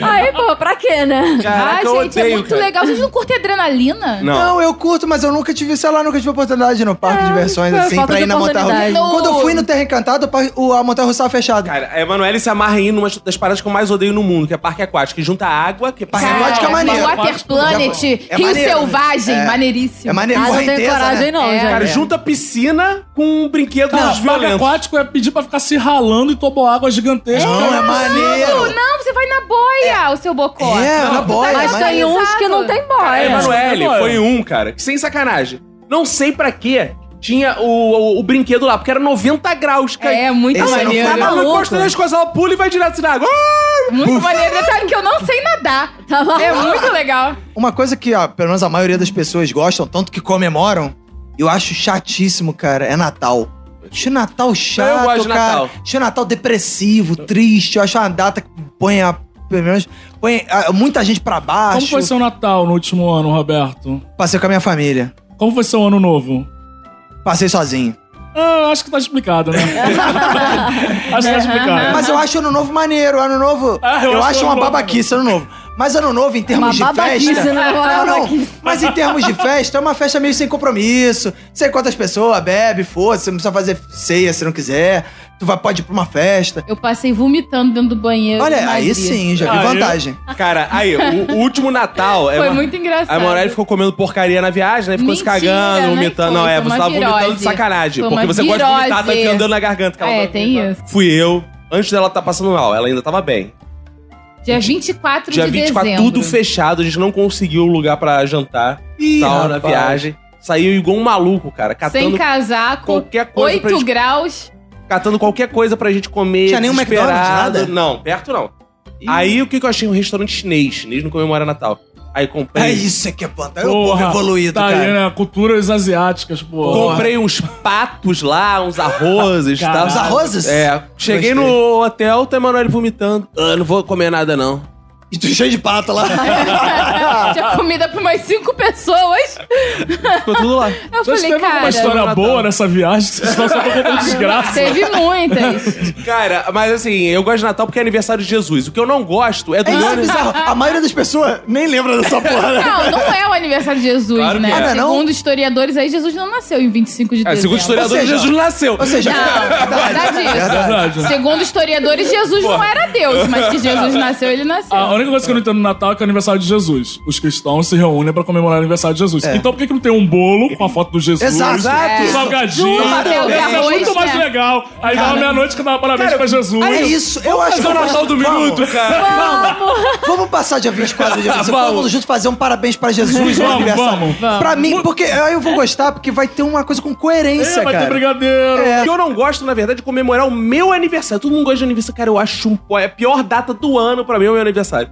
[SPEAKER 7] Aí, pô, pra quê, né?
[SPEAKER 5] Ah,
[SPEAKER 3] Caraca, eu
[SPEAKER 5] gente,
[SPEAKER 3] odeio,
[SPEAKER 5] é muito
[SPEAKER 3] cara.
[SPEAKER 5] legal. Vocês não curtem adrenalina?
[SPEAKER 3] Não.
[SPEAKER 4] Não, eu curto, mas eu nunca tive, sei lá, nunca tive oportunidade de ir no parque de diversões,
[SPEAKER 7] é,
[SPEAKER 4] assim,
[SPEAKER 7] falta
[SPEAKER 4] pra
[SPEAKER 7] de
[SPEAKER 4] ir na montanha russa.
[SPEAKER 7] oportunidade.
[SPEAKER 5] No-
[SPEAKER 4] Quando eu fui no Terra Encantada, o parque- o- a montanha russa estava fechada.
[SPEAKER 3] Cara, a Emanuele se amarra em uma das paradas que eu mais odeio no mundo, que é parque aquático, que junta água, que
[SPEAKER 4] Parque
[SPEAKER 5] Cara,
[SPEAKER 4] aquático é maneiro.
[SPEAKER 5] Water Planet,
[SPEAKER 4] É
[SPEAKER 5] Rio
[SPEAKER 4] maneiro, né?
[SPEAKER 5] Selvagem,
[SPEAKER 4] É.
[SPEAKER 5] maneiríssimo.
[SPEAKER 4] É maneiro,
[SPEAKER 7] Ah, não tenho
[SPEAKER 4] correnteza,
[SPEAKER 7] coragem,
[SPEAKER 4] né?
[SPEAKER 7] não,
[SPEAKER 5] É,
[SPEAKER 7] gente.
[SPEAKER 3] Cara, junta piscina com um brinquedo
[SPEAKER 6] Cara, parque
[SPEAKER 3] violento.
[SPEAKER 6] aquático é pedir pra ficar se ralando e tomar água gigantesca.
[SPEAKER 4] Não, é maneiro.
[SPEAKER 5] Não, você vai na boia, o seu bocó.
[SPEAKER 4] É, na boia,
[SPEAKER 7] Mas
[SPEAKER 4] é
[SPEAKER 7] tem
[SPEAKER 4] maneiro.
[SPEAKER 7] uns que não tem é.
[SPEAKER 3] A
[SPEAKER 7] boia.
[SPEAKER 4] é
[SPEAKER 3] Emanuele
[SPEAKER 6] Olha.
[SPEAKER 3] foi um, cara, que sem sacanagem. Não sei pra quê. Tinha o, o, o brinquedo lá, porque era 90 graus, cara.
[SPEAKER 5] É, muito
[SPEAKER 4] Esse
[SPEAKER 5] maneiro.
[SPEAKER 4] não
[SPEAKER 3] Ela não encosta nas coisas, ela pula e vai direto na água. Ah!
[SPEAKER 5] Muito maneiro. Detalhe que eu não sei nadar.
[SPEAKER 7] Tá bom.
[SPEAKER 5] É muito legal.
[SPEAKER 4] Uma coisa que, ó, pelo menos a maioria das pessoas gostam, tanto que comemoram, eu acho chatíssimo, cara, é Natal. Acho Natal chato,
[SPEAKER 3] gosto de
[SPEAKER 4] cara.
[SPEAKER 3] Natal.
[SPEAKER 4] Acho Natal depressivo, triste. Eu acho uma data que põe a. Pelo menos, põe ah, muita gente pra baixo.
[SPEAKER 6] Como foi seu Natal no último ano, Roberto?
[SPEAKER 4] Passei com a minha família.
[SPEAKER 6] Como foi seu ano novo?
[SPEAKER 4] Passei sozinho.
[SPEAKER 6] Ah, eu acho que tá explicado, né? acho que tá explicado.
[SPEAKER 4] Mas eu acho ano novo maneiro. Ano novo.
[SPEAKER 6] Ah,
[SPEAKER 4] eu, acho uma
[SPEAKER 6] bom.
[SPEAKER 4] babaquice ano novo. Mas ano novo, em termos
[SPEAKER 7] Uma
[SPEAKER 4] de
[SPEAKER 7] babaquice,
[SPEAKER 4] festa.
[SPEAKER 7] né? Uma
[SPEAKER 4] Não, não.
[SPEAKER 7] babaquice.
[SPEAKER 4] Mas em termos de festa, é uma festa meio sem compromisso. Sei quantas pessoas, bebe, foda, você não precisa fazer ceia se não quiser. Tu vai, pode ir pra uma festa.
[SPEAKER 5] Eu passei vomitando dentro do banheiro. em
[SPEAKER 4] Olha,
[SPEAKER 5] Madrid.
[SPEAKER 4] aí sim, já
[SPEAKER 3] Ah, é?
[SPEAKER 4] vi
[SPEAKER 6] Aí.
[SPEAKER 4] vantagem.
[SPEAKER 3] Cara, aí, o, o último Natal...
[SPEAKER 5] Foi muito engraçado.
[SPEAKER 3] A Emanuele ficou comendo porcaria na viagem, né? Ficou se
[SPEAKER 5] Mentira,
[SPEAKER 3] cagando,
[SPEAKER 5] não
[SPEAKER 3] vomitando. Não,
[SPEAKER 5] foi,
[SPEAKER 3] é,
[SPEAKER 5] foi
[SPEAKER 3] você
[SPEAKER 5] uma
[SPEAKER 3] tava vomitando de
[SPEAKER 5] virose.
[SPEAKER 3] sacanagem.
[SPEAKER 5] Foi
[SPEAKER 3] porque
[SPEAKER 5] uma
[SPEAKER 3] você gosta de vomitar, tá
[SPEAKER 5] virose.
[SPEAKER 3] andando na garganta. cala
[SPEAKER 5] É,
[SPEAKER 3] a boca.
[SPEAKER 5] tem isso.
[SPEAKER 3] Fui eu, antes dela tá passando mal. Ela ainda tava bem.
[SPEAKER 5] Dia 24
[SPEAKER 3] Dia
[SPEAKER 5] de
[SPEAKER 3] 24,
[SPEAKER 5] dezembro.
[SPEAKER 3] tudo fechado, a gente não conseguiu lugar pra jantar.
[SPEAKER 4] Ih,
[SPEAKER 3] tal, na
[SPEAKER 4] rapaz.
[SPEAKER 3] viagem. Saiu igual um maluco, cara,
[SPEAKER 5] Sem
[SPEAKER 3] catando
[SPEAKER 5] casaco,
[SPEAKER 3] qualquer coisa pra
[SPEAKER 5] 8
[SPEAKER 3] gente,
[SPEAKER 5] graus.
[SPEAKER 3] catando qualquer coisa pra gente comer,
[SPEAKER 4] Tinha nenhum
[SPEAKER 3] desesperado.
[SPEAKER 4] McDonald's, nada?
[SPEAKER 3] Não, perto não. Aí o que que eu achei? Um restaurante chinês, chinês não comemora Natal. Aí comprei,
[SPEAKER 4] É isso que é planta. É o povo
[SPEAKER 6] Porra,
[SPEAKER 4] evoluído,
[SPEAKER 6] tá aí,
[SPEAKER 4] cara.
[SPEAKER 6] né? Culturas asiáticas, pô.
[SPEAKER 3] comprei uns patos lá, uns arrozes,
[SPEAKER 6] Caralho.
[SPEAKER 3] tal.
[SPEAKER 4] Os arrozes?
[SPEAKER 3] É, cheguei
[SPEAKER 4] Gostei.
[SPEAKER 3] no hotel, tá Emanuel vomitando. Ah, não vou comer nada não.
[SPEAKER 4] E tu cheio de pato lá.
[SPEAKER 5] Tinha comida pra mais 5 pessoas.
[SPEAKER 3] Ficou tudo lá.
[SPEAKER 5] Eu falei,
[SPEAKER 6] Uma
[SPEAKER 5] cara.
[SPEAKER 6] história
[SPEAKER 3] Natal.
[SPEAKER 6] boa nessa viagem, vocês estão só contando desgraça.
[SPEAKER 5] Teve muitas.
[SPEAKER 3] Cara, mas assim, eu gosto de Natal porque é aniversário de Jesus. O que eu não gosto é do
[SPEAKER 4] É isso é
[SPEAKER 3] ano...
[SPEAKER 4] bizarro. A maioria das pessoas nem lembra dessa porra, né?
[SPEAKER 5] Não, não é o aniversário de Jesus,
[SPEAKER 3] Claro que
[SPEAKER 5] né?
[SPEAKER 3] é.
[SPEAKER 4] Ah, não é não?
[SPEAKER 5] Segundo historiadores, aí Jesus não nasceu em 25 de
[SPEAKER 3] É,
[SPEAKER 5] dezembro.
[SPEAKER 3] segundo o historiador,
[SPEAKER 4] Ou seja-
[SPEAKER 3] Jesus nasceu.
[SPEAKER 4] Ou seja, é
[SPEAKER 5] Não, é verdade isso.
[SPEAKER 6] Verdade.
[SPEAKER 5] Segundo historiadores, Jesus não era Deus, mas que Jesus nasceu, ele nasceu.
[SPEAKER 6] A única coisa que eu não entendo no Natal é que é o aniversário de Jesus. Os cristãos se reúnem pra comemorar o aniversário de Jesus. Então por que, que não tem um bolo com a foto do Jesus?
[SPEAKER 4] É. Exato.
[SPEAKER 6] Um
[SPEAKER 5] É.
[SPEAKER 6] salgadinho.
[SPEAKER 5] Tudo, papel
[SPEAKER 6] Isso
[SPEAKER 5] de
[SPEAKER 6] é
[SPEAKER 5] arroz,
[SPEAKER 6] muito mais
[SPEAKER 5] né?
[SPEAKER 6] legal. Aí dá meia-noite que dá parabéns pra Jesus.
[SPEAKER 4] É isso, eu acho que.
[SPEAKER 3] Fazer o Natal do Minuto, cara.
[SPEAKER 4] Vamos passar dia 24 dia 25.
[SPEAKER 3] Vamos.
[SPEAKER 4] Todo mundo junto fazer um parabéns pra Jesus no
[SPEAKER 6] Vamos,
[SPEAKER 4] aniversário.
[SPEAKER 6] vamos.
[SPEAKER 4] Pra mim, porque aí eu vou gostar, porque vai ter uma coisa com coerência,
[SPEAKER 6] É, vai
[SPEAKER 4] cara.
[SPEAKER 6] ter brigadeiro.
[SPEAKER 4] É.
[SPEAKER 3] O que eu não gosto, na verdade, é comemorar o meu aniversário. Todo mundo gosta de aniversário. Cara, eu acho um, po- é a pior data do ano pra mim, é o meu aniversário.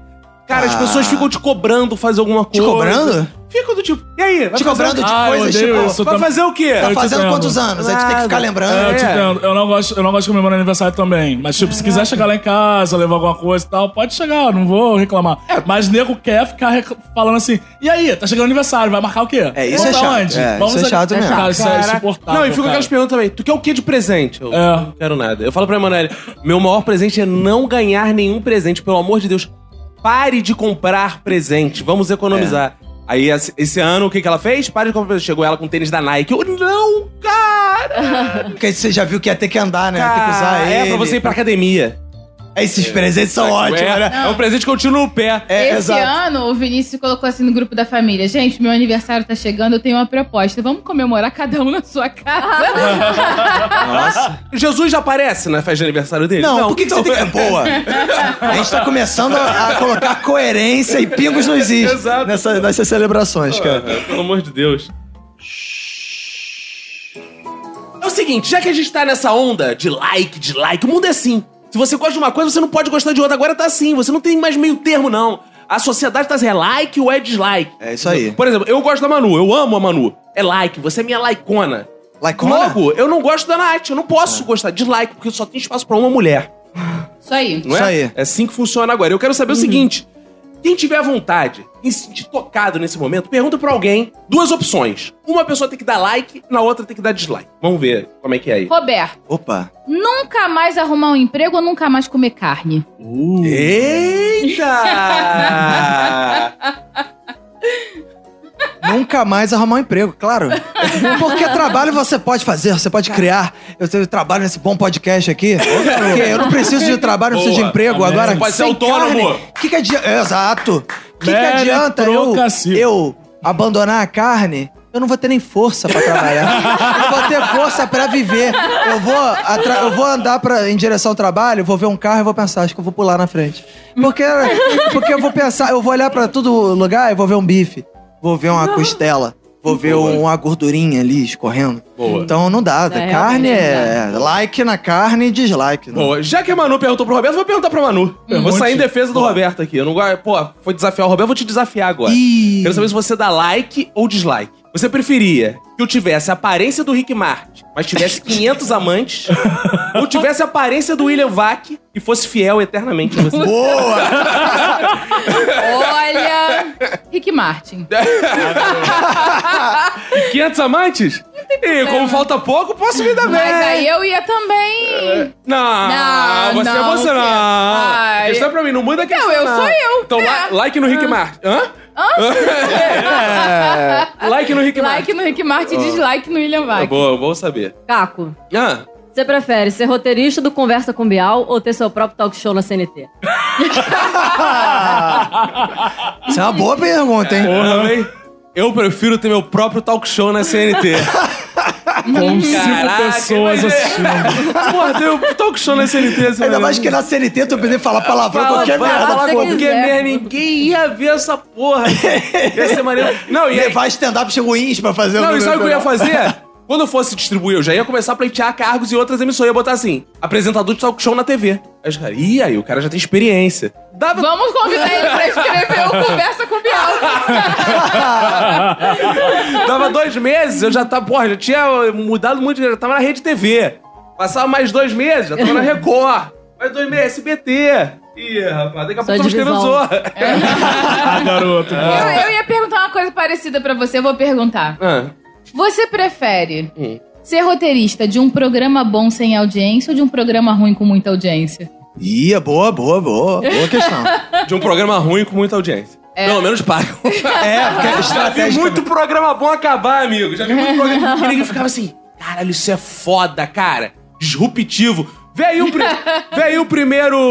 [SPEAKER 3] Cara, as
[SPEAKER 4] Ah.
[SPEAKER 3] pessoas ficam te cobrando fazer alguma
[SPEAKER 4] Te
[SPEAKER 3] coisa.
[SPEAKER 4] cobrando?
[SPEAKER 3] Ficam do tipo, e aí? Vai
[SPEAKER 4] Te
[SPEAKER 3] fazer o
[SPEAKER 4] cobrando
[SPEAKER 3] quê?
[SPEAKER 4] de
[SPEAKER 6] Ah, eu
[SPEAKER 4] coisas
[SPEAKER 6] odeio
[SPEAKER 4] tipo.
[SPEAKER 6] isso.
[SPEAKER 3] Vai
[SPEAKER 6] tam-
[SPEAKER 3] fazer o quê?
[SPEAKER 4] Tá
[SPEAKER 6] Eu te
[SPEAKER 4] fazendo
[SPEAKER 6] entendo.
[SPEAKER 4] quantos anos? Aí tu tem que ficar
[SPEAKER 3] Claro.
[SPEAKER 6] É,
[SPEAKER 4] lembrando.
[SPEAKER 6] eu te
[SPEAKER 3] É.
[SPEAKER 6] entendo. Eu não gosto, eu não gosto de comemorar aniversário também. Mas, tipo, se
[SPEAKER 4] Uhum.
[SPEAKER 6] quiser chegar lá em casa, levar alguma coisa e tal, pode chegar, não vou reclamar.
[SPEAKER 4] É.
[SPEAKER 6] Mas nego quer ficar rec- falando assim: e aí, tá chegando aniversário, vai marcar o quê?
[SPEAKER 4] É, isso
[SPEAKER 6] Vamos pra
[SPEAKER 4] é
[SPEAKER 6] onde?
[SPEAKER 4] chato. É, isso
[SPEAKER 6] Vamos
[SPEAKER 4] é
[SPEAKER 6] aqui."
[SPEAKER 4] chato mesmo.
[SPEAKER 6] Cara, isso é
[SPEAKER 3] Caraca.
[SPEAKER 6] insuportável.
[SPEAKER 3] Não, e fica com
[SPEAKER 6] cara.
[SPEAKER 3] aquelas perguntas também. Tu quer o que de presente? Eu
[SPEAKER 6] É.
[SPEAKER 3] não quero nada. Eu falo pra Emanuele, meu maior presente é não ganhar nenhum presente. Pelo amor de Deus, pare de comprar presente. Vamos economizar. Aí, esse- esse ano, o que, que ela fez? Pare de comprar presente. Chegou ela com um tênis da Nike. Eu, não, cara!
[SPEAKER 4] Porque você já viu que ia ter que andar, né? Tem que usar
[SPEAKER 3] É,
[SPEAKER 4] ele. É,
[SPEAKER 3] pra você ir pra academia.
[SPEAKER 4] Esses presentes são ótimos, né?
[SPEAKER 3] É, é um presente que eu tiro no pé.
[SPEAKER 4] É,
[SPEAKER 5] Esse
[SPEAKER 4] exato.
[SPEAKER 5] ano, o Vinícius colocou assim no grupo da família: Gente, meu aniversário tá chegando, eu tenho uma proposta. Vamos comemorar cada um na sua casa.
[SPEAKER 3] Jesus já aparece na festa de aniversário dele?
[SPEAKER 4] É. Não, por que, que você tem que. É boa! A gente tá começando a a colocar coerência e pingos nos is
[SPEAKER 3] Exato.
[SPEAKER 4] nessa, nessas celebrações, cara.
[SPEAKER 3] É, Pelo amor de Deus. É o seguinte, já que a gente tá nessa onda de like, de like, o mundo é assim. Se você gosta de uma coisa, você não pode gostar de outra. Agora tá assim, você não tem mais meio termo, não. A sociedade tá assim, é like ou é dislike.
[SPEAKER 4] É isso aí.
[SPEAKER 3] Por exemplo, eu gosto da Manu, eu amo a Manu. É like, você é minha likeona.
[SPEAKER 4] Likeona?
[SPEAKER 3] Logo, eu não gosto da Nath, eu não posso gostar de dislike, porque só tem espaço pra uma mulher.
[SPEAKER 5] Isso aí.
[SPEAKER 3] Não
[SPEAKER 4] Isso
[SPEAKER 3] é?
[SPEAKER 4] aí. Uhum.
[SPEAKER 3] É assim que funciona agora. Eu quero saber o seguinte: quem tiver vontade em se sentir tocado nesse momento, pergunta pra alguém duas opções. Uma pessoa tem que dar like, na outra tem que dar dislike. Vamos ver como é que é aí.
[SPEAKER 5] Roberto,
[SPEAKER 4] Opa!
[SPEAKER 5] nunca mais arrumar um emprego ou nunca mais comer carne?
[SPEAKER 3] Eita!
[SPEAKER 4] Nunca mais arrumar um emprego, claro. Porque trabalho você pode fazer, você pode
[SPEAKER 3] Tá.
[SPEAKER 4] criar. Eu tenho trabalho nesse bom podcast aqui. Porque eu não preciso de trabalho, não preciso de
[SPEAKER 3] Boa.
[SPEAKER 4] emprego. Agora,
[SPEAKER 3] Você pode ser
[SPEAKER 4] sem
[SPEAKER 3] autônomo.
[SPEAKER 4] carne, Que que adianta? Exato. O que, que adianta eu,
[SPEAKER 6] Meritocracia.
[SPEAKER 4] eu abandonar a carne? Eu não vou ter nem força pra trabalhar. eu vou ter força pra viver. Eu vou, atra- eu vou andar pra, em direção ao trabalho, vou ver um carro e vou pensar, acho que eu vou pular na frente. Porque, porque eu vou pensar, eu vou olhar pra todo lugar e vou ver um bife. Vou ver uma costela. Vou ver uma gordurinha ali escorrendo.
[SPEAKER 3] Boa.
[SPEAKER 4] Então não dá.
[SPEAKER 7] É,
[SPEAKER 4] carne é
[SPEAKER 7] realmente
[SPEAKER 4] like na carne e dislike. né?
[SPEAKER 3] Bom, já que a Manu perguntou pro Roberto, eu vou perguntar pra Manu.
[SPEAKER 4] Hum,
[SPEAKER 3] Eu vou
[SPEAKER 6] Pergunte.
[SPEAKER 3] sair em defesa do Roberto aqui. Eu não gosto. Pô, foi desafiar o Roberto, eu vou te desafiar agora.
[SPEAKER 4] Ih.
[SPEAKER 3] Quero saber se você dá like ou dislike. Você preferia que eu tivesse a aparência do Rick Martin, mas tivesse 500 amantes? ou tivesse a aparência do William Vac e fosse fiel eternamente a você?
[SPEAKER 4] Boa!
[SPEAKER 5] Olha. Rick Martin.
[SPEAKER 3] 500 amantes? E como falta pouco, posso me dar bem.
[SPEAKER 5] Mas aí eu ia
[SPEAKER 3] É,
[SPEAKER 5] também.
[SPEAKER 3] Não,
[SPEAKER 5] Não,
[SPEAKER 3] você
[SPEAKER 5] não,
[SPEAKER 3] é você,
[SPEAKER 5] o quê?
[SPEAKER 3] não.
[SPEAKER 5] Ai.
[SPEAKER 3] A questão é pra mim, não muda a questão.
[SPEAKER 5] eu sou eu.
[SPEAKER 3] Então,
[SPEAKER 5] É. Ah,
[SPEAKER 3] la- like no Rick Martin. Hã? É. Like no Rick Martin.
[SPEAKER 5] Like no Rick Martin, dislike no William
[SPEAKER 3] É
[SPEAKER 5] Vac.
[SPEAKER 3] bom, bom saber. Ah,
[SPEAKER 7] Caco,
[SPEAKER 3] Hã?
[SPEAKER 7] você prefere ser roteirista do Conversa com Bial ou ter seu próprio talk show na CNT?
[SPEAKER 4] Isso é uma boa pergunta, hein?
[SPEAKER 3] Também. Eu prefiro ter meu próprio talk show na CNT.
[SPEAKER 6] Com cinco
[SPEAKER 3] Uhum. Caraca,
[SPEAKER 6] pessoas
[SPEAKER 3] imagina.
[SPEAKER 6] assistindo.
[SPEAKER 3] Porra, tem um talk show na CNT. assim,
[SPEAKER 4] Ainda
[SPEAKER 3] né?
[SPEAKER 4] mais que na CNT tu poder falar palavrão
[SPEAKER 3] Fala,
[SPEAKER 4] qualquer
[SPEAKER 3] fala,
[SPEAKER 4] merda.
[SPEAKER 3] fala
[SPEAKER 7] você
[SPEAKER 3] qualquer
[SPEAKER 7] quiser.
[SPEAKER 3] merda, ninguém ia ver essa porra. Ia ser maneiro. Não, e aí,
[SPEAKER 4] Levar stand-ups ruins pra fazer
[SPEAKER 3] não, é
[SPEAKER 4] número
[SPEAKER 3] e sabe o que eu ia
[SPEAKER 4] legal.
[SPEAKER 3] fazer? Quando eu fosse distribuir, eu já ia começar a pleitear cargos e outras emissões. Eu ia botar assim, apresentador de talk show na TV. Aí os caras, ih, aí o cara já tem experiência. Dava...
[SPEAKER 5] Vamos convidar ele pra escrever o Conversa com o Bial.
[SPEAKER 3] Dava dois meses, eu já tava, porra, já tinha mudado muito, já tava na Rede TV. Passava mais dois meses, já tava na Record. Mais dois meses, SBT. Ih, rapaz, daqui a
[SPEAKER 7] Só
[SPEAKER 3] pouco eu escrevi o
[SPEAKER 7] divisão. É.
[SPEAKER 3] Zorra.
[SPEAKER 6] Ah, garoto.
[SPEAKER 4] É.
[SPEAKER 5] Eu, eu ia perguntar uma coisa parecida pra você, eu vou perguntar.
[SPEAKER 3] Ah,
[SPEAKER 5] Você prefere
[SPEAKER 3] Hum.
[SPEAKER 5] ser roteirista de um programa bom sem audiência ou de um programa ruim com muita audiência?
[SPEAKER 4] Ih, é boa, boa, boa. Boa questão.
[SPEAKER 3] de um programa ruim com muita audiência. Pelo menos pagam.
[SPEAKER 4] é, porque é
[SPEAKER 3] Já vi
[SPEAKER 4] estratégia.
[SPEAKER 3] muito programa bom acabar, amigo. Já vi muito programa que ninguém ficava assim, caralho, isso é foda, cara. Disruptivo. Veio aí o, pri- veio aí o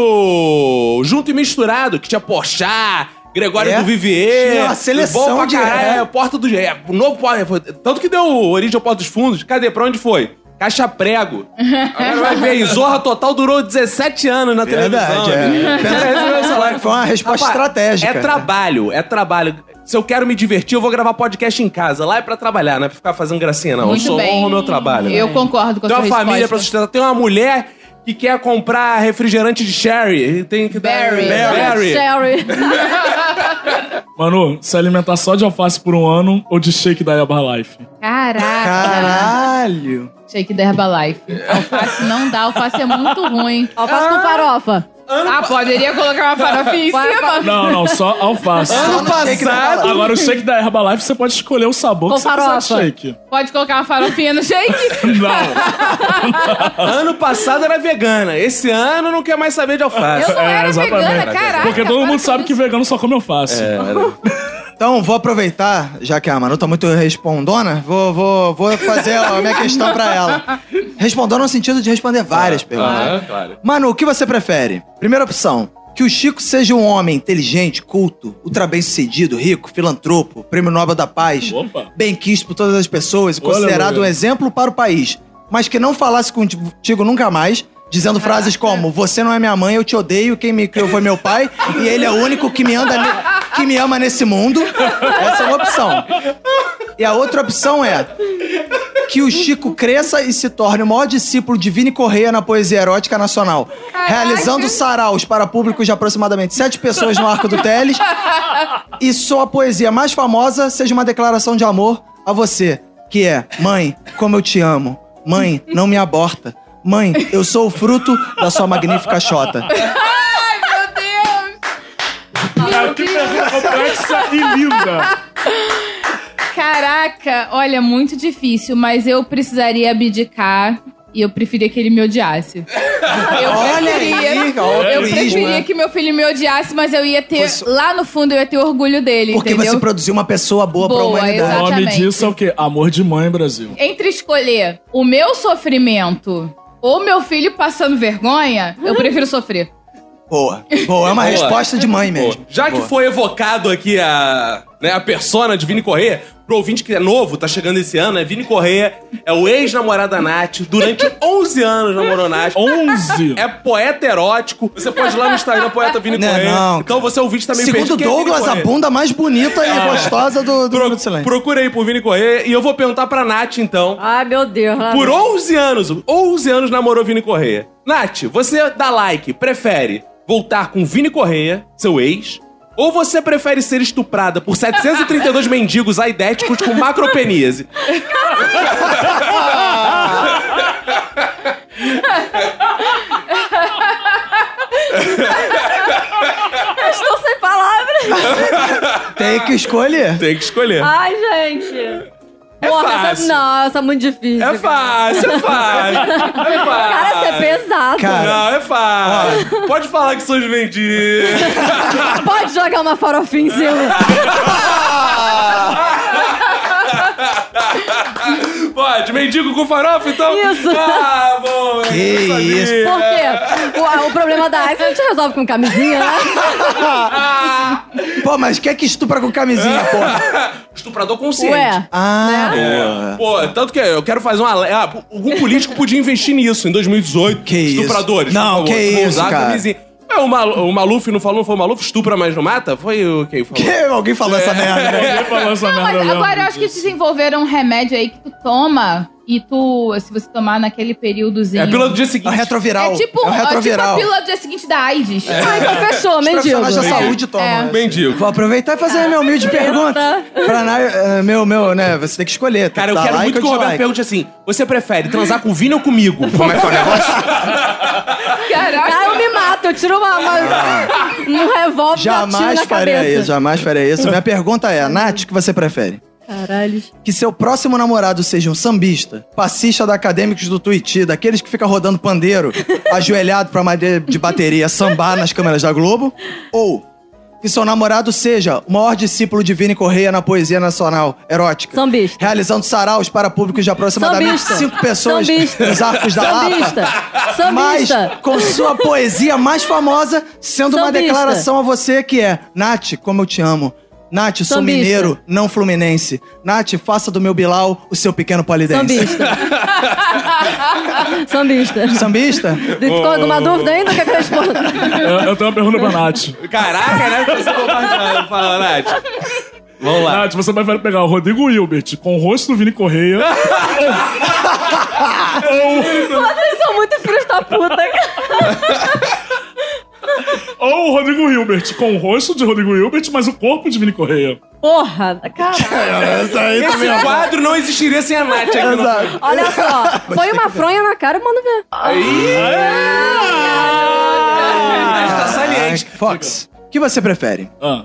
[SPEAKER 3] primeiro Junto e Misturado, que tinha Porchat, Gregório
[SPEAKER 4] É?
[SPEAKER 3] do Vivier.
[SPEAKER 4] Tinha uma seleção
[SPEAKER 3] bom pra
[SPEAKER 4] de-
[SPEAKER 3] caralho,
[SPEAKER 4] é.
[SPEAKER 3] Porta dos... É, o novo Porta... foi- Tanto que deu origem ao Porta dos Fundos. Cadê? Pra onde foi? Caixa Prego. Agora vai ver. aí, Zorra Total durou 17 anos na
[SPEAKER 4] É Verdade,
[SPEAKER 3] televisão. amigo.
[SPEAKER 4] é.
[SPEAKER 3] Esse é o meu salário.
[SPEAKER 4] Foi uma resposta
[SPEAKER 3] Rapaz,
[SPEAKER 4] estratégica. né?
[SPEAKER 3] É trabalho, é trabalho. Se eu quero me divertir, eu vou gravar podcast em casa. Lá é pra trabalhar, não é pra ficar fazendo gracinha, não.
[SPEAKER 5] Muito
[SPEAKER 3] eu sou
[SPEAKER 5] bem.
[SPEAKER 3] honro o meu trabalho. né?
[SPEAKER 5] Eu concordo com a
[SPEAKER 3] Tem
[SPEAKER 5] sua
[SPEAKER 3] uma família pra
[SPEAKER 5] resposta.
[SPEAKER 3] sustentar. Tem uma mulher que quer comprar refrigerante de sherry. Tem que dar...
[SPEAKER 5] Berry.
[SPEAKER 3] Berry.
[SPEAKER 7] Sherry.
[SPEAKER 6] Manu, se alimentar só de alface por um ano ou de shake da Herbalife?
[SPEAKER 5] Caraca.
[SPEAKER 4] Caralho.
[SPEAKER 5] Shake da Herbalife. Alface não dá, alface é muito ruim.
[SPEAKER 7] Alface com farofa.
[SPEAKER 5] Ah, poderia colocar uma farofinha em
[SPEAKER 7] Vai,
[SPEAKER 5] cima?
[SPEAKER 6] Não, não, só alface.
[SPEAKER 4] Só no shake da Herbalife.
[SPEAKER 6] Agora o shake da Herbalife você pode escolher o sabor
[SPEAKER 7] Com
[SPEAKER 6] que você quiser de
[SPEAKER 7] farofa.
[SPEAKER 6] shake.
[SPEAKER 5] Pode colocar uma farofinha no shake?
[SPEAKER 6] Não.
[SPEAKER 3] Ano passado era vegana. Esse ano não quer mais saber de
[SPEAKER 5] Eu
[SPEAKER 3] alface. É.
[SPEAKER 5] não era
[SPEAKER 6] É, exatamente.
[SPEAKER 5] vegana, caraca.
[SPEAKER 7] É
[SPEAKER 6] Porque todo
[SPEAKER 5] para
[SPEAKER 6] mundo
[SPEAKER 5] com
[SPEAKER 6] sabe que
[SPEAKER 5] isso.
[SPEAKER 6] vegano só come alface.
[SPEAKER 4] É. Então, vou aproveitar, já que a Manu tá muito respondona, vou, vou, vou fazer a minha questão pra ela. Respondona no sentido de responder várias perguntas.
[SPEAKER 3] Ah, claro.
[SPEAKER 4] Manu, o que você prefere? Primeira opção: que o Chico seja um homem inteligente, culto, ultra bem sucedido, rico, filantropo, prêmio Nobel da Paz,
[SPEAKER 6] Opa.
[SPEAKER 4] bem quisto por todas as pessoas e
[SPEAKER 6] Olha,
[SPEAKER 4] considerado um
[SPEAKER 6] Lula.
[SPEAKER 4] exemplo para o país, mas que não falasse contigo nunca mais. Dizendo frases como, você não é minha mãe, eu te odeio, quem me criou foi meu pai, e ele é o único que me, anda ne- que me ama nesse mundo. Essa é uma opção. E a outra opção é que o Chico cresça e se torne o maior discípulo de Vini Correia na poesia erótica nacional, realizando saraus para públicos de aproximadamente sete pessoas no Arco do Teles, e sua poesia mais famosa seja uma declaração de amor a você, que é: Mãe, como eu te amo. Mãe, não me aborta. Mãe, eu sou o fruto da sua magnífica xota.
[SPEAKER 5] Meu Deus!
[SPEAKER 6] Cara, que pergunta complexa e linda.
[SPEAKER 5] Caraca, olha, muito difícil, mas eu precisaria abdicar e eu preferia que ele me odiasse. Eu
[SPEAKER 4] Olha
[SPEAKER 5] preferia.
[SPEAKER 4] aí, ó, o
[SPEAKER 5] eu
[SPEAKER 4] altruísmo,
[SPEAKER 5] preferia
[SPEAKER 4] né?
[SPEAKER 5] que meu filho me odiasse, mas eu ia ter.
[SPEAKER 4] Você-
[SPEAKER 5] Lá no fundo eu ia ter orgulho dele,
[SPEAKER 4] Porque
[SPEAKER 5] entendeu?
[SPEAKER 4] você produziu uma pessoa boa, pra
[SPEAKER 5] Boa,
[SPEAKER 6] O
[SPEAKER 4] humanidade.
[SPEAKER 5] exato.
[SPEAKER 6] nome
[SPEAKER 5] Exatamente.
[SPEAKER 6] disso é o quê? Amor de mãe, Brasil.
[SPEAKER 5] Entre escolher o meu sofrimento ou meu filho passando vergonha, eu prefiro sofrer.
[SPEAKER 4] Boa. Boa, é uma
[SPEAKER 3] Boa.
[SPEAKER 4] resposta de mãe
[SPEAKER 3] Pô,
[SPEAKER 4] mesmo.
[SPEAKER 3] já que
[SPEAKER 4] Boa.
[SPEAKER 3] foi evocado aqui a, né, a persona de Vini Correia, pro ouvinte que é novo, tá chegando esse ano, é Vini Correia, é o ex-namorado da Nath, durante 11 anos namorou Nath.
[SPEAKER 6] 11.
[SPEAKER 3] É poeta erótico. Você pode ir lá no Instagram, poeta Vini
[SPEAKER 4] Não é
[SPEAKER 3] Correia.
[SPEAKER 4] não,
[SPEAKER 3] então você ouvinte também é
[SPEAKER 4] Segundo Douglas, a bunda mais bonita e gostosa do, do Minuto de
[SPEAKER 3] Ah. Pro,
[SPEAKER 4] Silêncio.
[SPEAKER 3] procura aí por Vini Correia e eu vou perguntar pra Nath, então.
[SPEAKER 7] Ai, meu Deus. lá
[SPEAKER 3] Por
[SPEAKER 7] vem.
[SPEAKER 3] 11 anos, 11 anos namorou Vini Correia. Nath, você dá like, prefere voltar com Vini Correia, seu ex, ou você prefere ser estuprada por 732 mendigos aidéticos com macropeníase?
[SPEAKER 7] Eu Estou sem palavras.
[SPEAKER 4] Tem que escolher.
[SPEAKER 3] Tem que escolher.
[SPEAKER 7] Ai, gente.
[SPEAKER 3] É
[SPEAKER 7] essa...
[SPEAKER 3] fácil.
[SPEAKER 7] Não, essa é muito difícil.
[SPEAKER 3] É fácil, é fácil. É fácil.
[SPEAKER 7] Cara, Cara, essa é Ah. pesado.
[SPEAKER 4] Cara.
[SPEAKER 3] Não, é fácil. Pode falar que são os mendigos.
[SPEAKER 7] Pode jogar uma farofinha em cima.
[SPEAKER 3] Pode. Mendigo com farofa, então?
[SPEAKER 7] Isso.
[SPEAKER 3] Ah, bom.
[SPEAKER 4] Que
[SPEAKER 3] eu sabia.
[SPEAKER 4] isso.
[SPEAKER 7] Por quê? O, o problema da AIDS a gente resolve com camisinha, né?
[SPEAKER 3] Ah,
[SPEAKER 4] Pô, mas quer que estupra com camisinha, pô?
[SPEAKER 3] Estuprador consciente.
[SPEAKER 7] Ué.
[SPEAKER 4] Ah,
[SPEAKER 3] É. Pô, tanto que eu quero fazer uma. Ah, algum político podia investir nisso em 2018.
[SPEAKER 4] Que isso?
[SPEAKER 3] Estupradores.
[SPEAKER 4] Não,
[SPEAKER 3] por favor,
[SPEAKER 4] que
[SPEAKER 3] vão
[SPEAKER 4] isso,
[SPEAKER 3] usar a
[SPEAKER 4] cara.
[SPEAKER 3] camisinha. Ué, o, Malu- o Maluf não falou, não foi o Maluf? Estupra, mas não mata? Foi o quem falou?
[SPEAKER 4] que alguém falou essa merda. né?
[SPEAKER 6] Ninguém falou essa
[SPEAKER 5] Não,
[SPEAKER 6] merda
[SPEAKER 5] mas
[SPEAKER 6] mesmo.
[SPEAKER 5] agora eu acho que desenvolveram um remédio aí que tu toma e tu, se você tomar naquele períodozinho.
[SPEAKER 3] É a pílula do dia
[SPEAKER 4] É um
[SPEAKER 3] seguinte.
[SPEAKER 4] retroviral.
[SPEAKER 5] É tipo,
[SPEAKER 4] um
[SPEAKER 5] é tipo a
[SPEAKER 4] retroviral.
[SPEAKER 5] pílula do dia seguinte da AIDS.
[SPEAKER 7] Ah, então fechou,
[SPEAKER 4] Os
[SPEAKER 7] mendigo. É.
[SPEAKER 4] profissionais da saúde
[SPEAKER 5] É.
[SPEAKER 4] tomam. né?
[SPEAKER 3] Mendigo.
[SPEAKER 4] Vou aproveitar e fazer a minha humilde pergunta. Pra, na- eh, meu, meu, né? Você tem que escolher.
[SPEAKER 3] Cara, eu
[SPEAKER 4] Tá
[SPEAKER 3] quero
[SPEAKER 4] like
[SPEAKER 3] muito
[SPEAKER 4] ou
[SPEAKER 3] que o Roberto
[SPEAKER 4] dislike.
[SPEAKER 3] pergunte assim: você prefere transar com o Vini ou comigo? Como é que é o negócio?
[SPEAKER 7] Ah,
[SPEAKER 5] Caraca.
[SPEAKER 7] eu me mato, eu tiro uma, uma- um revólver e eu tiro
[SPEAKER 4] Jamais
[SPEAKER 7] na
[SPEAKER 4] faria
[SPEAKER 7] cabeça.
[SPEAKER 4] isso, jamais faria isso. Minha pergunta é, Nath, o que você prefere?
[SPEAKER 7] Caralho.
[SPEAKER 4] Que seu próximo namorado seja um sambista, passista da Acadêmicos do Tuiuti, daqueles que fica rodando pandeiro, ajoelhado pra madeira de bateria sambar nas câmeras da Globo, ou que seu namorado seja o maior discípulo de Vini Correia na poesia nacional erótica.
[SPEAKER 7] Sambista.
[SPEAKER 4] Realizando saraus para públicos de aproximadamente
[SPEAKER 7] Sambista.
[SPEAKER 4] cinco pessoas
[SPEAKER 7] Sambista.
[SPEAKER 4] nos arcos da
[SPEAKER 7] Sambista.
[SPEAKER 4] Lapa.
[SPEAKER 7] Sambista.
[SPEAKER 4] Mas com sua poesia mais famosa, sendo uma
[SPEAKER 7] Sambista.
[SPEAKER 4] declaração a você que é Nath, como eu te amo. Nath, sou
[SPEAKER 7] Sambista.
[SPEAKER 4] mineiro, não fluminense. Nath, faça do meu Bilal o seu pequeno polidense.
[SPEAKER 7] Sambista. Sambista.
[SPEAKER 4] Sambista?
[SPEAKER 7] Ficou alguma dúvida ainda? Quer que eu responda?
[SPEAKER 6] Eu, eu tenho uma pergunta pra Nath.
[SPEAKER 3] Caraca, né? Você compartilhando. Fala, Nath. Vamos lá.
[SPEAKER 6] Nath, você vai pegar o Rodrigo Hilbert com o rosto do Vini Correia.
[SPEAKER 7] Vocês são muito filhos da puta, cara.
[SPEAKER 6] ou o Rodrigo Hilbert com o rosto de Rodrigo Hilbert, mas o corpo de Vini Correia.
[SPEAKER 7] Porra, cara.
[SPEAKER 5] é
[SPEAKER 3] Esse quadro não existiria sem a Nath aqui no
[SPEAKER 4] Exato.
[SPEAKER 7] Olha só. Põe uma fronha na cara e manda ver.
[SPEAKER 4] Ah.
[SPEAKER 3] Nath tá saliente.
[SPEAKER 4] Fox, o que você prefere?
[SPEAKER 6] Ah.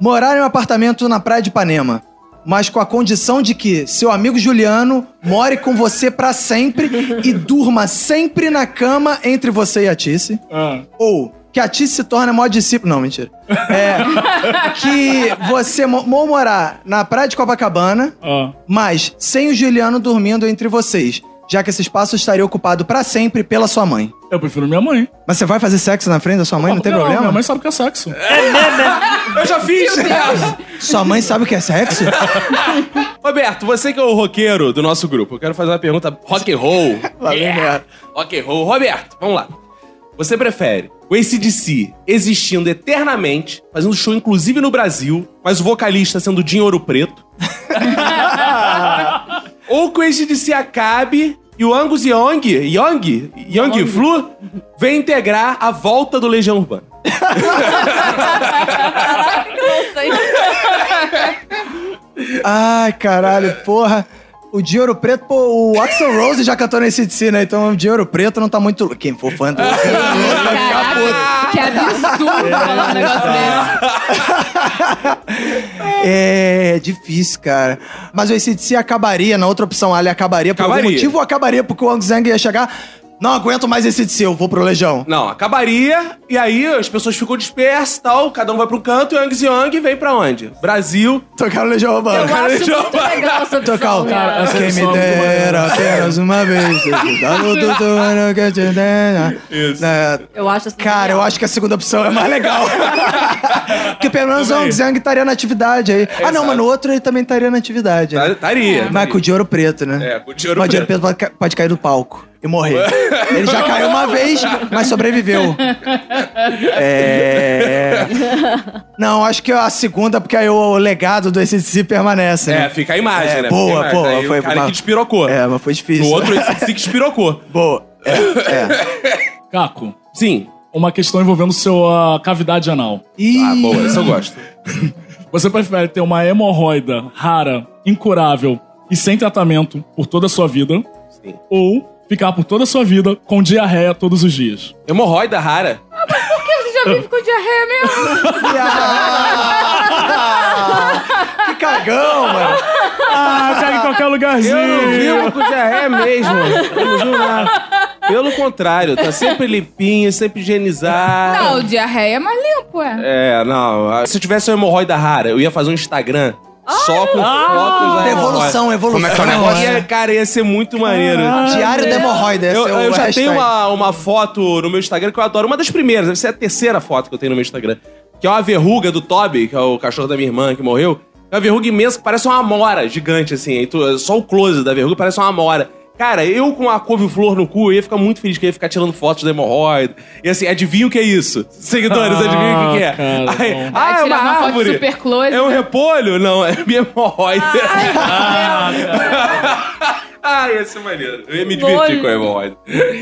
[SPEAKER 4] Morar em um apartamento na Praia de Ipanema, mas com a condição de que seu amigo Juliano more com você pra sempre e durma sempre na cama entre você e a Tice.
[SPEAKER 6] Ah.
[SPEAKER 4] Ou que a Tice se torne a maior discípulo. Não, mentira. É. que você mo mo- morar na Praia de Copacabana,
[SPEAKER 6] Ah.
[SPEAKER 4] mas sem o Juliano dormindo entre vocês, já que esse espaço estaria ocupado pra sempre pela sua mãe.
[SPEAKER 6] Eu prefiro minha mãe.
[SPEAKER 4] Mas você vai fazer sexo na frente da sua mãe? Não tem problema?
[SPEAKER 6] Minha mãe sabe que é sexo.
[SPEAKER 3] Eu já fiz.
[SPEAKER 4] Sua mãe sabe o que é sexo?
[SPEAKER 3] Roberto, você que é o roqueiro do nosso grupo, eu quero fazer uma pergunta rock and roll. yeah. Rock and roll. Roberto, vamos lá. Você prefere o ACDC existindo eternamente, fazendo show inclusive no Brasil, mas o vocalista sendo Dinho Ouro Preto? Ou que o ACDC acabe e o Angus Young, Young, Young Flu, vem integrar a volta do Legião Urbana?
[SPEAKER 4] Ai, caralho, porra. O de ouro preto, pô, o Axel Rose já cantou nesse DC, né? Então o de ouro preto não tá muito. Quem for fã do.
[SPEAKER 5] Caraca, que
[SPEAKER 7] É.
[SPEAKER 5] absurdo falar um negócio desse.
[SPEAKER 4] é difícil, cara. Mas o ACDC acabaria, na outra opção, ali acabaria por algum
[SPEAKER 3] Acabaria.
[SPEAKER 4] motivo ou acabaria porque o Wang Zhang ia chegar. Não aguento mais esse DC, eu vou pro Legião.
[SPEAKER 3] Não, acabaria, e aí as pessoas ficam dispersas tal, cada um vai pra um canto, e o Yang Ziang vem pra onde? Brasil.
[SPEAKER 4] Tocar o Legião Urbana.
[SPEAKER 7] Eu acho muito legal essa opção,
[SPEAKER 4] Tocar o
[SPEAKER 7] cara.
[SPEAKER 6] essa
[SPEAKER 4] Quem
[SPEAKER 6] opção
[SPEAKER 4] me
[SPEAKER 6] é muito
[SPEAKER 4] dera apenas uma vez. Tá Isso.
[SPEAKER 7] Eu acho assim, essa
[SPEAKER 4] né? Cara, eu acho que a segunda opção é mais legal. Porque pelo menos o
[SPEAKER 6] Também.
[SPEAKER 4] Ong Zhang estaria na atividade aí. ah, não,
[SPEAKER 3] exato.
[SPEAKER 4] mas no outro ele também estaria na atividade.
[SPEAKER 3] Tá,
[SPEAKER 4] né?
[SPEAKER 3] Estaria.
[SPEAKER 4] Mas com o de ouro preto, né?
[SPEAKER 3] É, com o de ouro
[SPEAKER 4] Mas o de ouro
[SPEAKER 3] preto.
[SPEAKER 4] preto pode ca- pode cair do palco e morrer. ele já caiu uma vez, mas sobreviveu. É. Não, acho que a segunda, porque aí o legado do SCC permanece, né?
[SPEAKER 3] É, fica a imagem,
[SPEAKER 4] É,
[SPEAKER 3] né?
[SPEAKER 4] boa,
[SPEAKER 3] Fica a imagem.
[SPEAKER 4] boa,
[SPEAKER 3] Aí
[SPEAKER 4] foi
[SPEAKER 3] o cara
[SPEAKER 4] uma-
[SPEAKER 3] que despirocou.
[SPEAKER 4] É, mas foi difícil.
[SPEAKER 3] No outro, esse que despirocou.
[SPEAKER 4] Boa. É, é.
[SPEAKER 6] Caco,
[SPEAKER 3] Sim.
[SPEAKER 6] uma questão envolvendo sua cavidade anal.
[SPEAKER 4] Ih,
[SPEAKER 3] Ah, boa, esse eu gosto.
[SPEAKER 6] Você prefere ter uma hemorroida rara, incurável e sem tratamento por toda a sua vida?
[SPEAKER 3] Sim.
[SPEAKER 6] Ou ficar por toda a sua vida com diarreia todos os dias?
[SPEAKER 3] Hemorroida rara.
[SPEAKER 5] Ah, Por que você já vive com diarreia mesmo?
[SPEAKER 4] Ah! que cagão, mano.
[SPEAKER 6] Ah, caga em qualquer lugarzinho!
[SPEAKER 3] vivo com diarreia mesmo. Eu não vivo nada. Pelo contrário, tá sempre limpinho, sempre higienizado.
[SPEAKER 5] Não, diarreia é mais limpo, é.
[SPEAKER 3] É, não. ah, Se eu tivesse uma hemorroida rara, eu ia fazer um Instagram só com fotos
[SPEAKER 4] Ah!
[SPEAKER 3] da hemorroida.
[SPEAKER 4] Evolução, evolução.
[SPEAKER 8] Como é que é o
[SPEAKER 4] Não,
[SPEAKER 8] negócio?
[SPEAKER 3] Ia, cara, ia ser muito maneiro.
[SPEAKER 4] Diário da hemorroida. esse
[SPEAKER 3] Eu,
[SPEAKER 4] é o
[SPEAKER 3] eu já
[SPEAKER 4] hashtag.
[SPEAKER 3] tenho uma, uma foto no meu Instagram que eu adoro, uma das primeiras, essa é a terceira foto que eu tenho no meu Instagram, que é uma verruga do Toby, que é o cachorro da minha irmã que morreu. É uma verruga imensa que parece uma amora gigante, assim. aí tu- Só o close da verruga parece uma amora. Cara, eu com a couve-flor no cu, eu ia ficar muito feliz, que eu ia ficar tirando fotos da hemorroida. E assim, adivinha o que é isso? Seguidores,
[SPEAKER 6] Ah,
[SPEAKER 3] adivinha o que que é?
[SPEAKER 6] cara,
[SPEAKER 3] Aí,
[SPEAKER 6] bom.
[SPEAKER 5] Vai
[SPEAKER 3] ah, é uma
[SPEAKER 5] tirar uma foto
[SPEAKER 3] árvore.
[SPEAKER 5] super close,
[SPEAKER 3] É um
[SPEAKER 5] né?
[SPEAKER 3] repolho? Não, é minha hemorroida. Ah, ia ser maneiro. Eu ia me divertir
[SPEAKER 7] Lol.
[SPEAKER 3] com a hemorroida.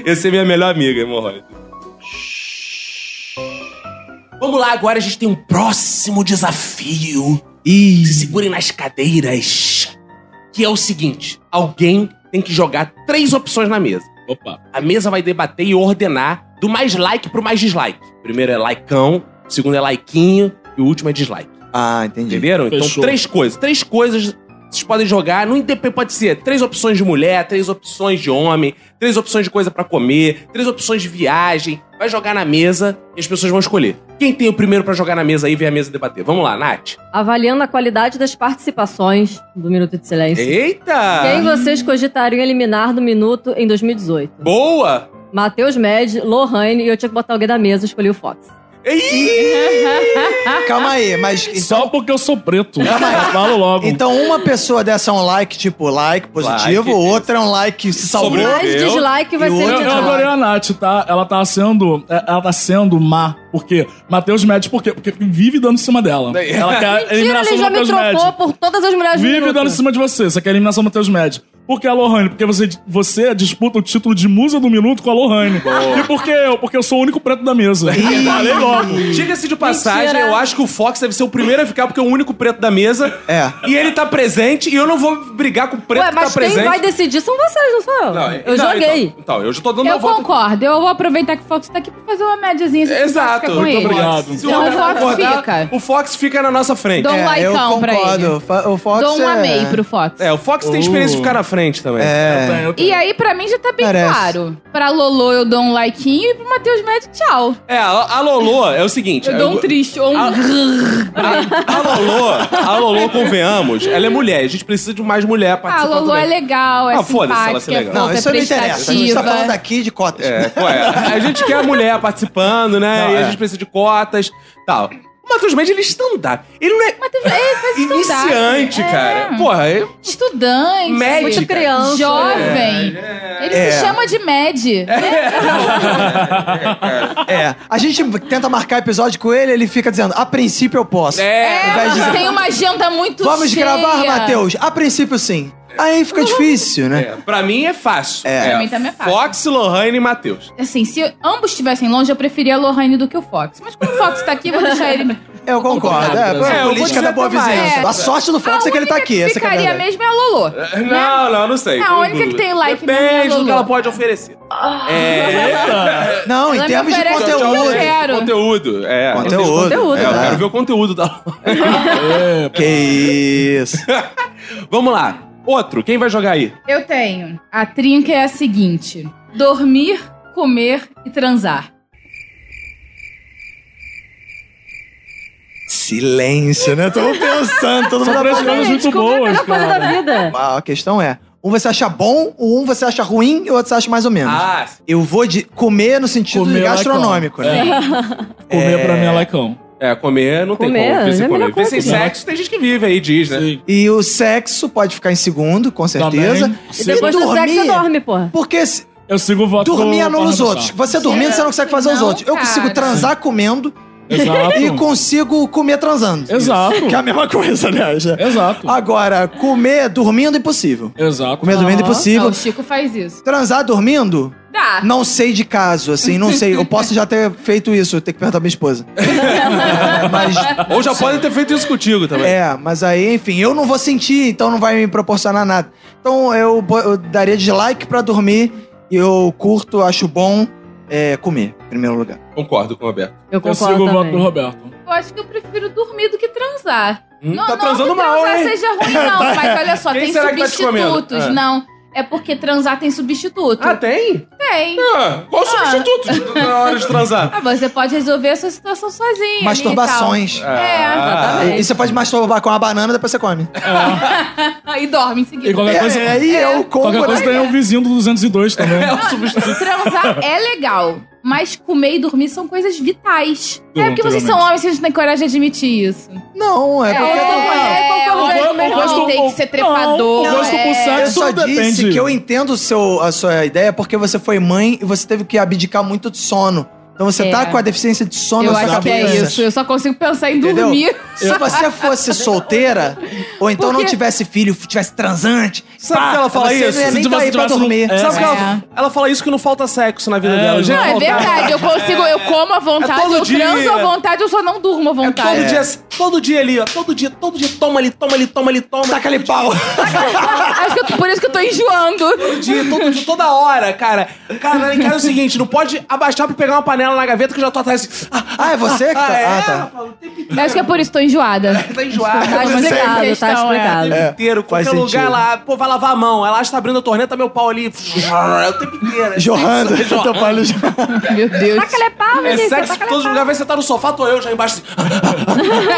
[SPEAKER 3] Ia ser minha melhor amiga, a hemorroida. Vamos lá, agora a gente tem um próximo desafio. E se segurem nas cadeiras. Que é o seguinte: alguém tem que jogar três opções na mesa.
[SPEAKER 6] Opa.
[SPEAKER 3] A mesa vai debater e ordenar do mais like pro mais dislike. Primeiro é likeão, segundo é likeinho e o último é dislike.
[SPEAKER 4] Ah, entendi.
[SPEAKER 3] Entenderam? Então,
[SPEAKER 6] Fechou.
[SPEAKER 3] três coisas. Três coisas Vocês podem jogar, no IDP pode ser três opções de mulher, três opções de homem, três opções de coisa pra comer, três opções de viagem. Vai jogar na mesa e as pessoas vão escolher. Quem tem o primeiro pra jogar na mesa aí, vem a mesa debater. Vamos lá, Nath.
[SPEAKER 7] Avaliando a qualidade das participações do Minuto de Silêncio.
[SPEAKER 3] Eita!
[SPEAKER 7] Quem vocês cogitariam eliminar do Minuto em 2018?
[SPEAKER 3] Boa!
[SPEAKER 7] Matheus Med, Lohane e eu tinha que botar alguém da mesa, escolhi o Fox.
[SPEAKER 3] Ih!
[SPEAKER 4] Calma aí, mas. Então,
[SPEAKER 6] Só porque eu sou preto. Eu falo logo.
[SPEAKER 4] então uma pessoa dessa é um like, tipo, like positivo,
[SPEAKER 3] Like,
[SPEAKER 4] outra é um like que se salvou.
[SPEAKER 8] Sobrou.
[SPEAKER 7] Mais
[SPEAKER 8] Eu-
[SPEAKER 7] dislike vai
[SPEAKER 4] eu-
[SPEAKER 7] ser
[SPEAKER 4] eu-
[SPEAKER 6] Eu, eu
[SPEAKER 7] dislike.
[SPEAKER 6] adorei a Nath, tá? Ela tá sendo. é, Ela tá sendo má. Por quê? Matheus Médio, por quê? Porque vive dando em cima dela. Ela quer a
[SPEAKER 7] Mentira,
[SPEAKER 6] eliminação do
[SPEAKER 7] ele já me
[SPEAKER 6] Matheus
[SPEAKER 7] trocou
[SPEAKER 6] Médio.
[SPEAKER 7] por todas as mulheres do
[SPEAKER 6] Vive
[SPEAKER 7] Minuto.
[SPEAKER 6] dando em cima de você. Você quer a eliminação do Matheus Médio. Por que a Lohane? Porque você, você disputa o título de musa do minuto com a Lohane. E por que eu? Porque eu sou o único preto da mesa. Falei logo.
[SPEAKER 3] Diga-se de passagem,
[SPEAKER 7] Mentira.
[SPEAKER 3] eu acho que o Fox deve ser o primeiro a ficar, porque é o único preto da mesa.
[SPEAKER 4] É.
[SPEAKER 3] E ele tá presente, e eu não vou brigar com o preto
[SPEAKER 7] Ué,
[SPEAKER 3] que tá
[SPEAKER 7] mas quem
[SPEAKER 3] presente.
[SPEAKER 7] vai decidir são vocês, não sou eu.
[SPEAKER 3] Não,
[SPEAKER 7] eu
[SPEAKER 3] então,
[SPEAKER 7] joguei.
[SPEAKER 3] Então, então, eu já tô dando
[SPEAKER 5] Eu
[SPEAKER 3] meu voto.
[SPEAKER 5] concordo. Eu vou aproveitar que o Fox tá aqui pra fazer uma médiazinha. se
[SPEAKER 3] Exato.
[SPEAKER 5] você fica com
[SPEAKER 6] Muito
[SPEAKER 5] ele.
[SPEAKER 6] obrigado.
[SPEAKER 3] Se
[SPEAKER 5] Então o
[SPEAKER 3] homem
[SPEAKER 5] Fox
[SPEAKER 3] concordar,
[SPEAKER 5] fica.
[SPEAKER 3] O Fox fica na nossa frente.
[SPEAKER 5] Dá um
[SPEAKER 4] É, eu
[SPEAKER 5] likeão pra
[SPEAKER 4] concordo.
[SPEAKER 5] ele.
[SPEAKER 4] Fa- O Fox
[SPEAKER 5] Dou um
[SPEAKER 4] é...
[SPEAKER 5] amei pro Fox.
[SPEAKER 3] É, o Fox
[SPEAKER 5] Uh.
[SPEAKER 3] tem experiência de ficar na frente também.
[SPEAKER 6] Eu
[SPEAKER 4] É.
[SPEAKER 6] tenho, eu tenho.
[SPEAKER 5] E aí, pra mim, já tá bem
[SPEAKER 4] Parece.
[SPEAKER 5] claro. Pra Lolo, eu dou um likeinho. E pro Matheus Med, tchau.
[SPEAKER 3] É, a a Lolo é o seguinte.
[SPEAKER 5] Eu dou um triste ou um...
[SPEAKER 3] A Lolo, a Lolo, convenhamos, ela é mulher. A gente precisa de mais mulher
[SPEAKER 5] Ah,
[SPEAKER 3] participando.
[SPEAKER 5] Lolo é
[SPEAKER 3] também.
[SPEAKER 5] legal, é
[SPEAKER 3] Ah, foda-se ela ser
[SPEAKER 5] simpática, é
[SPEAKER 3] legal.
[SPEAKER 5] fofa,
[SPEAKER 4] Não, isso
[SPEAKER 5] é
[SPEAKER 4] não interessa. A gente
[SPEAKER 5] prestativa.
[SPEAKER 4] tá falando aqui de cotas.
[SPEAKER 3] É, qual é? A gente quer a mulher participando, né?
[SPEAKER 6] Não,
[SPEAKER 3] e a
[SPEAKER 6] é.
[SPEAKER 3] gente precisa de cotas tal. O Matheus Mendes, ele é stand-up. Ele não é
[SPEAKER 5] Matheus, ele faz estudar.
[SPEAKER 3] iniciante,
[SPEAKER 5] É.
[SPEAKER 3] cara. Porra, é,
[SPEAKER 5] Estudante.
[SPEAKER 3] Médica.
[SPEAKER 5] muito
[SPEAKER 7] Criança.
[SPEAKER 5] Jovem. Ele
[SPEAKER 4] É.
[SPEAKER 5] se chama de Med. É,
[SPEAKER 4] É. A gente tenta marcar episódio com ele, ele fica dizendo, a princípio eu posso.
[SPEAKER 3] É.
[SPEAKER 4] Ao invés de
[SPEAKER 5] mas
[SPEAKER 4] dizer,
[SPEAKER 5] tem uma agenda muito
[SPEAKER 4] Vamos
[SPEAKER 5] cheia.
[SPEAKER 4] gravar, Matheus? A princípio sim. Aí
[SPEAKER 5] Uhum.
[SPEAKER 4] fica difícil, né?
[SPEAKER 3] é, pra mim é fácil.
[SPEAKER 4] É.
[SPEAKER 5] Pra mim também é fácil.
[SPEAKER 3] Fox, Lohane e Matheus.
[SPEAKER 5] Assim, se ambos estivessem longe, eu preferia a Lohane do que o Fox. Mas como o Fox tá aqui, eu vou deixar ele...
[SPEAKER 4] Eu concordo. É,
[SPEAKER 3] É,
[SPEAKER 4] é,
[SPEAKER 3] eu vou
[SPEAKER 4] política da
[SPEAKER 3] dizer
[SPEAKER 4] boa
[SPEAKER 3] também.
[SPEAKER 4] vizinhança.
[SPEAKER 5] É.
[SPEAKER 4] A sorte do Fox é que ele tá aqui.
[SPEAKER 5] A única
[SPEAKER 4] Essa
[SPEAKER 5] que
[SPEAKER 4] que é a
[SPEAKER 5] ficaria
[SPEAKER 4] verdade.
[SPEAKER 5] mesmo é a Lolo.
[SPEAKER 3] Não, não, não sei.
[SPEAKER 5] É A única que tem like mesmo é a
[SPEAKER 3] Depende do que
[SPEAKER 5] Lolo.
[SPEAKER 3] ela pode oferecer.
[SPEAKER 4] Não, em
[SPEAKER 5] Ela me
[SPEAKER 4] termos de
[SPEAKER 5] oferece o que eu
[SPEAKER 4] conteúdo.
[SPEAKER 5] quero.
[SPEAKER 3] Conteúdo, é.
[SPEAKER 4] Conteúdo.
[SPEAKER 7] Conteúdo,
[SPEAKER 3] É, eu
[SPEAKER 4] né?
[SPEAKER 3] quero ver o conteúdo da Lohane.
[SPEAKER 4] Que isso.
[SPEAKER 3] Vamos lá. Outro, quem vai jogar aí?
[SPEAKER 5] Eu tenho. A trinca é a seguinte: dormir, comer e transar.
[SPEAKER 4] Silêncio, né? Tô pensando, todo mundo
[SPEAKER 6] São três
[SPEAKER 4] apagando.
[SPEAKER 6] coisas muito
[SPEAKER 7] Descobri a
[SPEAKER 6] boas,
[SPEAKER 7] melhor coisa
[SPEAKER 6] cara.
[SPEAKER 7] da vida.
[SPEAKER 4] A questão é, um você acha bom, o um você acha ruim e o outro você acha mais ou menos.
[SPEAKER 3] Ah,
[SPEAKER 4] Eu vou de comer no sentido
[SPEAKER 6] Comer
[SPEAKER 4] de
[SPEAKER 6] lá é
[SPEAKER 4] gastronômico,
[SPEAKER 6] bom.
[SPEAKER 4] né?
[SPEAKER 6] Comer pra mim é laicão.
[SPEAKER 3] é, comer não tem
[SPEAKER 7] Comer,
[SPEAKER 3] como. Viver
[SPEAKER 7] é
[SPEAKER 3] sem
[SPEAKER 7] a melhor
[SPEAKER 3] comer. Viver
[SPEAKER 7] coisa,
[SPEAKER 3] sem
[SPEAKER 6] né?
[SPEAKER 3] sexo, tem gente que vive aí, diz,
[SPEAKER 4] É.
[SPEAKER 3] né?
[SPEAKER 6] Sim.
[SPEAKER 4] E o sexo pode ficar em segundo, com certeza.
[SPEAKER 6] Também.
[SPEAKER 7] E depois
[SPEAKER 4] E
[SPEAKER 7] do sexo você
[SPEAKER 4] dormir?
[SPEAKER 7] dorme, porra.
[SPEAKER 4] Porque se-
[SPEAKER 6] Eu sigo o voto
[SPEAKER 4] dormir
[SPEAKER 6] do
[SPEAKER 4] anula os
[SPEAKER 6] Fernando
[SPEAKER 4] outros. Você dormindo, você não consegue fazer os
[SPEAKER 5] Não,
[SPEAKER 4] outros. Eu consigo
[SPEAKER 5] cara.
[SPEAKER 4] transar comendo
[SPEAKER 6] Sá. Exato.
[SPEAKER 4] e consigo comer transando.
[SPEAKER 6] Exato.
[SPEAKER 4] Que é a mesma coisa, aliás. né?
[SPEAKER 6] Exato.
[SPEAKER 4] Agora, comer dormindo é impossível.
[SPEAKER 6] Exato.
[SPEAKER 4] Comer dormindo é
[SPEAKER 5] Não,
[SPEAKER 4] impossível.
[SPEAKER 5] Então, o Chico faz isso.
[SPEAKER 4] Transar dormindo?
[SPEAKER 5] Dá.
[SPEAKER 4] Não sei de caso, assim, não sei. Eu posso já ter feito isso, eu tenho que perguntar pra minha esposa. É, mas.
[SPEAKER 3] Ou já podem ter feito isso contigo também.
[SPEAKER 4] É, mas aí, enfim, eu não vou sentir, então não vai me proporcionar nada. Então eu, bo- eu daria dislike pra dormir e eu curto, acho bom é, comer, em primeiro lugar.
[SPEAKER 3] É. Concordo com o Roberto.
[SPEAKER 7] Eu
[SPEAKER 6] Eu sigo
[SPEAKER 7] concordo
[SPEAKER 6] o voto do
[SPEAKER 7] também.
[SPEAKER 6] Roberto.
[SPEAKER 5] Eu acho que eu prefiro dormir do que transar. não,
[SPEAKER 3] tá
[SPEAKER 5] não
[SPEAKER 3] transando
[SPEAKER 5] que
[SPEAKER 3] mal,
[SPEAKER 5] transar
[SPEAKER 3] hein?
[SPEAKER 5] seja ruim, não. Mas olha só,
[SPEAKER 3] Quem
[SPEAKER 5] tem
[SPEAKER 3] será que tá te
[SPEAKER 5] substitutos.
[SPEAKER 3] comendo? É.
[SPEAKER 5] Não. É porque transar tem substituto.
[SPEAKER 3] Ah, tem?
[SPEAKER 5] tem.
[SPEAKER 3] Ah, qual o substituto na hora de transar?
[SPEAKER 5] Ah, você pode resolver essa situação sozinha. ali e tal.
[SPEAKER 4] Masturbações.
[SPEAKER 5] É,
[SPEAKER 3] Ah.
[SPEAKER 4] E
[SPEAKER 5] exatamente.
[SPEAKER 4] você pode masturbar com uma banana, depois você come.
[SPEAKER 5] e dorme em seguida.
[SPEAKER 6] E qualquer coisa-
[SPEAKER 4] É, aí eu como,
[SPEAKER 6] Qualquer
[SPEAKER 4] né?
[SPEAKER 6] coisa tem um vizinho do 202 também.
[SPEAKER 4] É,
[SPEAKER 5] Transar é legal, mas comer e dormir são coisas vitais.
[SPEAKER 6] Durmo,
[SPEAKER 5] é porque vocês são
[SPEAKER 6] realmente.
[SPEAKER 5] homens que a gente não tem coragem de admitir isso.
[SPEAKER 4] Não, é, porque...
[SPEAKER 5] é,
[SPEAKER 7] concordo,
[SPEAKER 5] homem
[SPEAKER 7] concordo,
[SPEAKER 5] não
[SPEAKER 7] concordo.
[SPEAKER 5] tem que ser trepador.
[SPEAKER 6] Não, eu gosto
[SPEAKER 5] é.
[SPEAKER 6] por
[SPEAKER 4] Eu
[SPEAKER 6] sexo,
[SPEAKER 4] só
[SPEAKER 6] tudo
[SPEAKER 4] disse
[SPEAKER 6] depende.
[SPEAKER 4] que eu entendo o seu, a sua ideia porque você foi mãe e você teve que abdicar muito de sono. Então você
[SPEAKER 5] É.
[SPEAKER 4] tá com a deficiência de sono
[SPEAKER 5] Eu
[SPEAKER 4] na sua
[SPEAKER 5] acho que
[SPEAKER 4] cabeça.
[SPEAKER 5] é isso. Eu só consigo pensar em
[SPEAKER 4] Entendeu?
[SPEAKER 5] dormir.
[SPEAKER 4] Se você fosse solteira, ou então
[SPEAKER 5] Porque-
[SPEAKER 4] não tivesse filho, tivesse transante.
[SPEAKER 3] Sabe o que ela fala
[SPEAKER 4] você
[SPEAKER 3] isso?
[SPEAKER 4] Não ia
[SPEAKER 6] Se
[SPEAKER 4] nem tá
[SPEAKER 6] você
[SPEAKER 4] aí pra
[SPEAKER 6] tivesse no-
[SPEAKER 4] dormir.
[SPEAKER 6] É.
[SPEAKER 3] Sabe o que ela,
[SPEAKER 5] É.
[SPEAKER 3] ela fala isso que não falta sexo na vida
[SPEAKER 6] É,
[SPEAKER 3] dela. Gente,
[SPEAKER 5] Não, é
[SPEAKER 3] falta-
[SPEAKER 5] verdade. Eu consigo, eu como à vontade,
[SPEAKER 3] É todo
[SPEAKER 5] eu
[SPEAKER 3] dia.
[SPEAKER 5] transo à vontade, eu só não durmo à
[SPEAKER 3] É
[SPEAKER 5] vontade.
[SPEAKER 3] todo dia, todo dia ali, ó. Todo dia, todo dia, toma ali, toma ali, toma ali, toma. Taca ali pau.
[SPEAKER 5] Acho que eu- por isso que eu tô enjoando.
[SPEAKER 3] Todo dia, todo dia, toda hora, cara. Cara, em casa é o seguinte, não pode abaixar pra pegar uma panela na gaveta que eu já tô atrás assim.
[SPEAKER 4] Ah, é você que tá?
[SPEAKER 3] Ah, é?
[SPEAKER 4] Ah, tá.
[SPEAKER 3] Rapaz, o tempo
[SPEAKER 5] Eu acho que é por isso, tô enjoada.
[SPEAKER 3] tá enjoado.
[SPEAKER 7] Tá
[SPEAKER 5] Mas
[SPEAKER 7] explicado,
[SPEAKER 5] é
[SPEAKER 7] tá
[SPEAKER 5] questão, é.
[SPEAKER 7] explicado.
[SPEAKER 3] O tempo
[SPEAKER 4] É,
[SPEAKER 3] inteiro,
[SPEAKER 4] faz
[SPEAKER 3] qualquer lugar
[SPEAKER 4] sentido.
[SPEAKER 3] lá, pô, vai lavar a mão. Ela acha que tá abrindo a torneta, meu pau ali. É o tempo inteiro.
[SPEAKER 4] Jorrando.
[SPEAKER 3] Jorrando.
[SPEAKER 4] Teu palho
[SPEAKER 5] Meu Deus.
[SPEAKER 7] Taca lepar,
[SPEAKER 3] É
[SPEAKER 7] menina.
[SPEAKER 3] sexo em todos os lugares, vai sentar no sofá, tô eu já embaixo assim.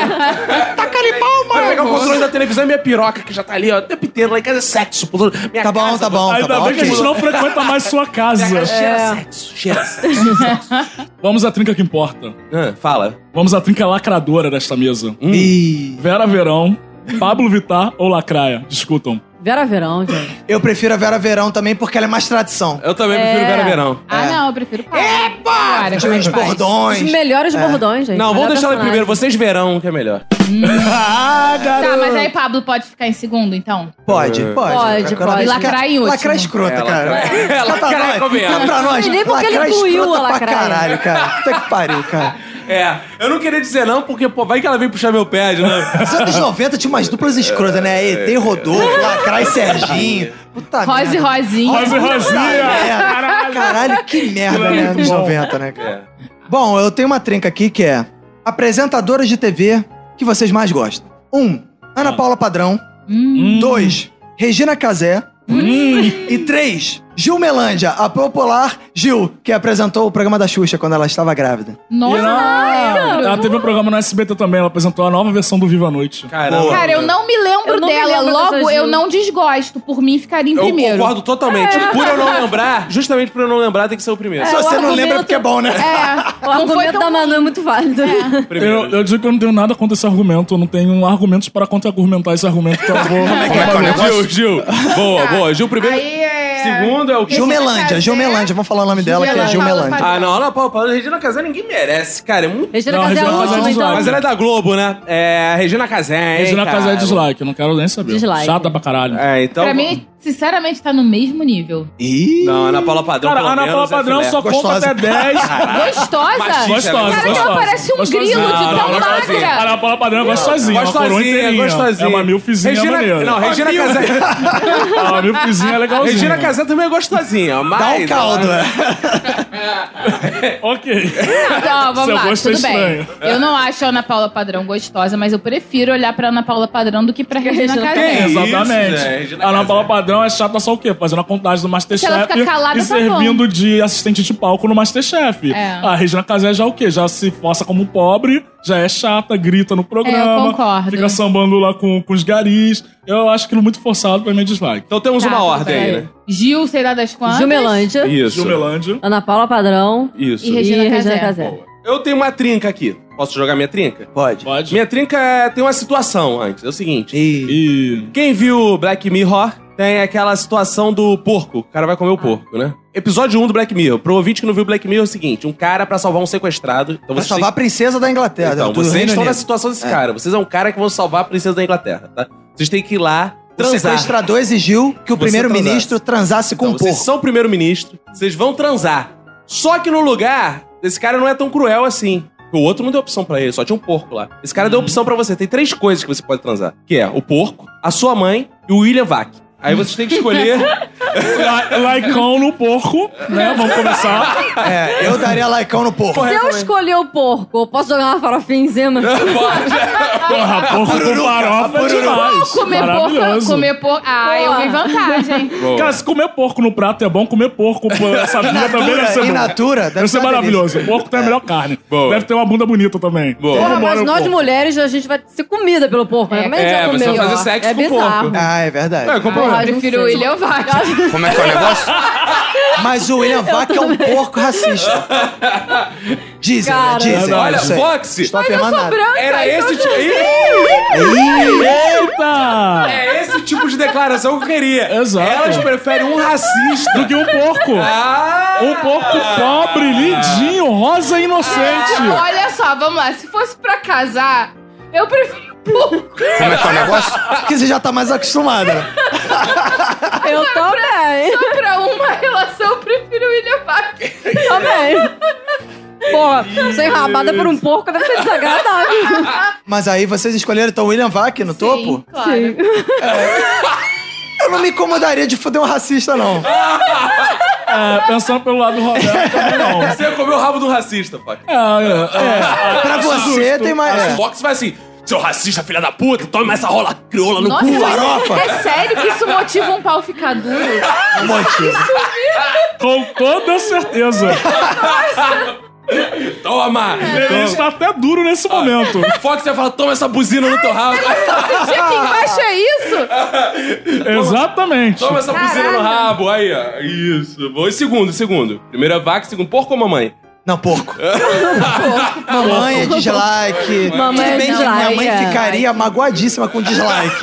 [SPEAKER 4] Taca ali palma.
[SPEAKER 3] Vai pegar o controle da televisão e minha piroca, que já tá ali, ó. O tempo inteiro, lá em casa é sexo. pô. Minha
[SPEAKER 4] Tá bom,
[SPEAKER 3] casa,
[SPEAKER 4] tá bom, tá
[SPEAKER 6] Ainda
[SPEAKER 4] bom.
[SPEAKER 6] bem que a
[SPEAKER 4] ok.
[SPEAKER 6] gente não frequenta mais sua
[SPEAKER 3] Minha
[SPEAKER 6] casa.
[SPEAKER 5] É.
[SPEAKER 3] casa cheira a sexo, cheira a sexo.
[SPEAKER 6] Vamos à trinca que importa.
[SPEAKER 3] Ah, fala.
[SPEAKER 6] Vamos à trinca lacradora desta mesa.
[SPEAKER 4] Ih,
[SPEAKER 6] Vera Verão, Pablo Vittar ou Lacraia? Discutam.
[SPEAKER 7] Vera Verão, gente.
[SPEAKER 4] Eu prefiro a Vera Verão também porque ela é mais tradição.
[SPEAKER 3] Eu também prefiro Vera Verão.
[SPEAKER 5] Ah, não, eu prefiro Paulo. Epa!
[SPEAKER 4] Tinha uns
[SPEAKER 7] Os
[SPEAKER 4] bordões.
[SPEAKER 7] melhores bordões, gente.
[SPEAKER 3] Não, vamos
[SPEAKER 7] Melhor
[SPEAKER 3] deixar ela em
[SPEAKER 7] personagem.
[SPEAKER 3] primeiro. Vocês verão que é melhor.
[SPEAKER 6] ah, garoto!
[SPEAKER 5] Tá, mas aí Pablo pode ficar em segundo, então?
[SPEAKER 4] Pode, pode.
[SPEAKER 7] Pode,
[SPEAKER 4] Quando
[SPEAKER 7] pode.
[SPEAKER 4] a gente
[SPEAKER 5] Lacrar
[SPEAKER 4] quer-
[SPEAKER 5] em último.
[SPEAKER 4] Lacrar escrota,
[SPEAKER 3] É,
[SPEAKER 4] cara.
[SPEAKER 3] lacrar. É, lacrar,
[SPEAKER 4] Tá
[SPEAKER 3] convenhamos.
[SPEAKER 4] pra nós.
[SPEAKER 7] Não sei nem porque ele
[SPEAKER 4] lacrar
[SPEAKER 7] incluiu
[SPEAKER 4] escrota
[SPEAKER 7] a
[SPEAKER 4] pra
[SPEAKER 7] lacraia.
[SPEAKER 4] caralho, cara. Puta que pariu, cara.
[SPEAKER 3] É, eu não queria dizer não, porque, pô, vai que ela vem puxar meu né? pé de novo.
[SPEAKER 4] Nos anos 90 tinha umas duplas escrotas, né? ET Rodolfo, Lacraia e Serginho. Puta
[SPEAKER 5] Tá Rose e
[SPEAKER 4] merda.
[SPEAKER 5] Rosinha.
[SPEAKER 6] Mas o Rosinha!
[SPEAKER 4] Caralho. Caralho, que merda, né? Anos 90, né, cara? Bom, eu tenho uma trinca aqui que é apresentadoras de TV que vocês mais gostam. Um, Ana Paula Padrão.
[SPEAKER 5] Hum,
[SPEAKER 4] Dois, Regina Casé. E três, Gil Melândia, a popular Gil, que apresentou o programa da Xuxa quando ela estava grávida.
[SPEAKER 5] nossa,
[SPEAKER 6] Ela- Ela teve um programa no SBT também, ela apresentou a nova versão do Viva a Noite.
[SPEAKER 3] Caramba.
[SPEAKER 5] Cara, eu não me lembro
[SPEAKER 7] Eu não me
[SPEAKER 5] dela.
[SPEAKER 7] lembro dessa
[SPEAKER 5] Logo,
[SPEAKER 7] Gil.
[SPEAKER 5] eu não desgosto. Por mim, ficaria em
[SPEAKER 3] Eu
[SPEAKER 5] primeiro. É.
[SPEAKER 3] concordo totalmente. Por eu não lembrar, justamente por eu não lembrar, tem que ser o primeiro.
[SPEAKER 4] Se
[SPEAKER 7] o
[SPEAKER 4] você não
[SPEAKER 7] argumento-
[SPEAKER 4] lembra é porque é bom, né?
[SPEAKER 5] É,
[SPEAKER 7] O
[SPEAKER 5] não foi
[SPEAKER 7] argumento
[SPEAKER 5] tão
[SPEAKER 7] da Manu é muito válido.
[SPEAKER 3] Primeiro.
[SPEAKER 6] Eu, eu digo que eu não tenho nada contra esse argumento, eu não tenho argumentos para contra-argumentar esse argumento, então eu vou.
[SPEAKER 3] Gil, Gil. Boa, boa. Gil primeiro.
[SPEAKER 5] Tá. Aí é...
[SPEAKER 3] Segundo é o
[SPEAKER 4] Gil
[SPEAKER 5] Regina
[SPEAKER 4] Melândia,
[SPEAKER 5] Casé.
[SPEAKER 4] Gil
[SPEAKER 7] né?
[SPEAKER 4] Melândia, vamos falar o nome dela, que é
[SPEAKER 5] Melândia.
[SPEAKER 4] Gil
[SPEAKER 5] Paula
[SPEAKER 4] Melândia.
[SPEAKER 5] Padrão.
[SPEAKER 3] Ah, não, não, Paulo, Paulo, Regina Casé ninguém merece, cara. É muito.
[SPEAKER 7] Regina
[SPEAKER 6] Não,
[SPEAKER 7] Casé é
[SPEAKER 6] Regina
[SPEAKER 7] a
[SPEAKER 6] Casé é
[SPEAKER 7] última,
[SPEAKER 6] um
[SPEAKER 7] então.
[SPEAKER 3] Mas ela é da Globo, né? É, Regina Casé, hein,
[SPEAKER 6] Regina
[SPEAKER 3] cara?
[SPEAKER 6] Casé é dislike, eu não quero nem saber.
[SPEAKER 7] Dislike.
[SPEAKER 6] Chata pra caralho.
[SPEAKER 3] É, então.
[SPEAKER 5] Pra mim, sinceramente, tá no mesmo nível.
[SPEAKER 4] Ih,
[SPEAKER 3] Não, Ana Paula Padrão.
[SPEAKER 6] Cara,
[SPEAKER 3] pelo
[SPEAKER 6] a Ana Paula
[SPEAKER 3] menos, é
[SPEAKER 6] Padrão
[SPEAKER 3] filé.
[SPEAKER 6] só conta
[SPEAKER 4] Gostosa.
[SPEAKER 6] até 10.
[SPEAKER 5] Gostosa?
[SPEAKER 3] Machista.
[SPEAKER 6] Gostosa,
[SPEAKER 5] Cara, que
[SPEAKER 6] gostosa. é
[SPEAKER 5] ela parece um
[SPEAKER 6] Gostosinha.
[SPEAKER 5] grilo de
[SPEAKER 3] Não,
[SPEAKER 5] tão
[SPEAKER 3] não, gostosinha.
[SPEAKER 6] A
[SPEAKER 5] magra.
[SPEAKER 6] Ana Paula Padrão é gostosinha, uma coroa
[SPEAKER 3] Gostosinha,
[SPEAKER 6] inteirinha.
[SPEAKER 3] gostosinha.
[SPEAKER 6] É uma milfizinha
[SPEAKER 3] Regina...
[SPEAKER 6] maneira.
[SPEAKER 3] Não, Regina Casé.
[SPEAKER 6] A milfizinha é legalzinha.
[SPEAKER 3] Regina Casé também é gostosinha, mas... né?
[SPEAKER 4] dá um caldo, é.
[SPEAKER 6] Ok.
[SPEAKER 5] Não, vamos
[SPEAKER 6] Seu
[SPEAKER 5] lá,
[SPEAKER 6] gosto é
[SPEAKER 5] tudo bem.
[SPEAKER 6] estranho.
[SPEAKER 5] Eu não acho a Ana Paula Padrão gostosa, mas eu prefiro olhar pra Ana Paula Padrão do que pra Regina
[SPEAKER 7] Regina
[SPEAKER 5] Casé.
[SPEAKER 3] Casé.
[SPEAKER 6] Exatamente.
[SPEAKER 3] Isso, né? Regina
[SPEAKER 6] a Ana
[SPEAKER 3] Casé.
[SPEAKER 6] Paula Padrão é chata só o quê? Fazendo a contagem do
[SPEAKER 5] Se ela
[SPEAKER 6] Masterchef
[SPEAKER 5] ficar calada,
[SPEAKER 6] e
[SPEAKER 5] tá
[SPEAKER 6] servindo de assistente de palco no Masterchef.
[SPEAKER 5] É.
[SPEAKER 6] A Regina Casé já o quê? Já se força como um pobre, já é chata, grita no programa.
[SPEAKER 5] É, eu concordo.
[SPEAKER 6] Fica sambando lá com, com os garis. Eu acho aquilo muito forçado pra mim dislike.
[SPEAKER 3] Então temos
[SPEAKER 5] Tá,
[SPEAKER 3] uma
[SPEAKER 5] tudo
[SPEAKER 3] ordem
[SPEAKER 5] bem.
[SPEAKER 3] aí, né?
[SPEAKER 5] Gil, sei lá das quantas.
[SPEAKER 7] Gil Melândia,
[SPEAKER 3] Isso.
[SPEAKER 6] Jumelândia.
[SPEAKER 7] Ana Paula Padrão
[SPEAKER 3] Isso.
[SPEAKER 5] E Regina
[SPEAKER 7] e
[SPEAKER 5] Casé.
[SPEAKER 7] Regina Casé.
[SPEAKER 3] Eu tenho uma trinca aqui. Posso jogar minha trinca?
[SPEAKER 4] Pode.
[SPEAKER 6] Pode.
[SPEAKER 3] Minha trinca é- tem uma situação antes. É o seguinte.
[SPEAKER 4] Ih,
[SPEAKER 6] E...
[SPEAKER 3] Quem viu Black Mirror tem aquela situação do porco. O cara vai comer o porco, né? Episódio 1 do Black Mirror. Pro ouvinte que não viu Black Mirror é o seguinte. Um cara pra salvar um sequestrado. Então
[SPEAKER 4] Pra
[SPEAKER 3] vocês têm
[SPEAKER 4] salvar a princesa da Inglaterra,
[SPEAKER 3] Então,
[SPEAKER 4] do
[SPEAKER 3] vocês
[SPEAKER 4] Reino
[SPEAKER 3] estão na
[SPEAKER 4] Unido.
[SPEAKER 3] situação desse
[SPEAKER 4] É.
[SPEAKER 3] cara. Vocês é um cara que vão salvar a princesa da Inglaterra, tá? Vocês têm que ir lá
[SPEAKER 4] O
[SPEAKER 3] transar.
[SPEAKER 4] sequestrador exigiu que o
[SPEAKER 3] Você
[SPEAKER 4] primeiro-ministro transasse com
[SPEAKER 3] Então,
[SPEAKER 4] um
[SPEAKER 3] vocês
[SPEAKER 4] porco.
[SPEAKER 3] são primeiro-ministro, vocês vão transar. Só que no lugar, esse cara não é tão cruel assim. O outro não deu opção pra ele, só tinha um porco lá. Esse cara
[SPEAKER 4] Uhum.
[SPEAKER 3] deu opção pra você. Tem três coisas que você pode transar. Que é o porco, a sua mãe e o William Vac. Aí vocês têm que escolher...
[SPEAKER 6] La- ah, Laicão no porco, né? Vamos começar.
[SPEAKER 4] É, eu daria laicão no porco.
[SPEAKER 7] Se eu escolher o porco, eu posso jogar uma farofinha em cima?
[SPEAKER 6] Porra, porco com
[SPEAKER 4] Pururuca,
[SPEAKER 6] farofa é
[SPEAKER 4] pururuca.
[SPEAKER 6] demais.
[SPEAKER 5] Comer porco,
[SPEAKER 6] Maravilhoso.
[SPEAKER 5] comer porco. Ah, eu vi vantagem.
[SPEAKER 3] Boa.
[SPEAKER 6] Cara, se comer porco no prato é bom, comer porco pô, essa vida também deve ser
[SPEAKER 4] Natura, in
[SPEAKER 6] bom.
[SPEAKER 4] natura, deve
[SPEAKER 6] Deve
[SPEAKER 4] ser
[SPEAKER 6] ser
[SPEAKER 4] uma
[SPEAKER 6] maravilhoso. O porco tem a melhor carne.
[SPEAKER 3] Boa.
[SPEAKER 6] Deve ter uma bunda bonita também.
[SPEAKER 3] Boa.
[SPEAKER 6] Então,
[SPEAKER 7] Porra,
[SPEAKER 6] vambora,
[SPEAKER 7] mas
[SPEAKER 6] o
[SPEAKER 7] nós
[SPEAKER 6] porco.
[SPEAKER 7] mulheres, a gente vai ser comida pelo porco, né? Como é que
[SPEAKER 3] É,
[SPEAKER 7] já
[SPEAKER 3] você
[SPEAKER 7] comeu?
[SPEAKER 3] vai fazer sexo
[SPEAKER 7] é
[SPEAKER 3] com o
[SPEAKER 7] bizarro.
[SPEAKER 3] porco.
[SPEAKER 4] Ah, é verdade.
[SPEAKER 3] É, comprou.
[SPEAKER 7] Porra,
[SPEAKER 5] Eu prefiro o William Vac.
[SPEAKER 8] Como é que é o negócio?
[SPEAKER 4] Mas o William Vaca é um porco racista. Dizem, né?
[SPEAKER 7] Cara.
[SPEAKER 4] Dizem.
[SPEAKER 6] Verdade.
[SPEAKER 3] Olha,
[SPEAKER 4] não sei. tá
[SPEAKER 3] Fox,
[SPEAKER 4] Estou afirmando nada.
[SPEAKER 3] era
[SPEAKER 5] então
[SPEAKER 3] esse tipo...
[SPEAKER 6] Eita!
[SPEAKER 3] É esse tipo de declaração que eu queria.
[SPEAKER 6] Exato.
[SPEAKER 3] Elas preferem um racista.
[SPEAKER 6] Do que um porco.
[SPEAKER 4] É
[SPEAKER 3] Ah!
[SPEAKER 6] Um porco pobre, lindinho, rosa e inocente.
[SPEAKER 5] Olha só, vamos lá. Se fosse pra casar, eu prefiro um o porco.
[SPEAKER 8] Como é que é o negócio?
[SPEAKER 4] Porque você já tá mais acostumada.
[SPEAKER 7] Eu também.
[SPEAKER 5] Só pra uma relação, eu prefiro o William Vac.
[SPEAKER 7] também. Porra, ser rabada por um porco deve ser desagradável.
[SPEAKER 4] Mas aí vocês escolheram então o William Vaca no
[SPEAKER 5] Sim,
[SPEAKER 4] topo?
[SPEAKER 5] claro.
[SPEAKER 4] Eu não me incomodaria de foder um racista, não.
[SPEAKER 6] É, pensando pelo lado do Roberto, também não.
[SPEAKER 3] Você comeu o rabo do racista, Fox.
[SPEAKER 6] É, é, é.
[SPEAKER 4] Pra você tem mais.
[SPEAKER 3] Aí O
[SPEAKER 4] É.
[SPEAKER 3] Fox vai assim, seu racista, filha da puta, toma essa rola crioula no
[SPEAKER 5] Nossa,
[SPEAKER 3] cu.
[SPEAKER 5] mas
[SPEAKER 4] farofa.
[SPEAKER 5] é sério que isso motiva um pau ficar duro?
[SPEAKER 6] Com toda certeza.
[SPEAKER 3] Toma!
[SPEAKER 6] Ele está até duro nesse momento.
[SPEAKER 3] O Fox vai falar, toma essa buzina no teu rabo.
[SPEAKER 5] Sentir aqui embaixo é isso?
[SPEAKER 6] Exatamente.
[SPEAKER 3] Toma essa buzina no
[SPEAKER 5] Caralho.
[SPEAKER 3] rabo. Aí, ó. Isso. Bom, e segundo, segundo. Primeira vaca, segundo porco ou mamãe?
[SPEAKER 4] Não, porco. Mamãe é dislike.
[SPEAKER 7] Mamãe
[SPEAKER 4] Tudo
[SPEAKER 7] é
[SPEAKER 4] bem que
[SPEAKER 7] dislike,
[SPEAKER 4] minha mãe
[SPEAKER 7] é.
[SPEAKER 4] ficaria magoadíssima com dislike.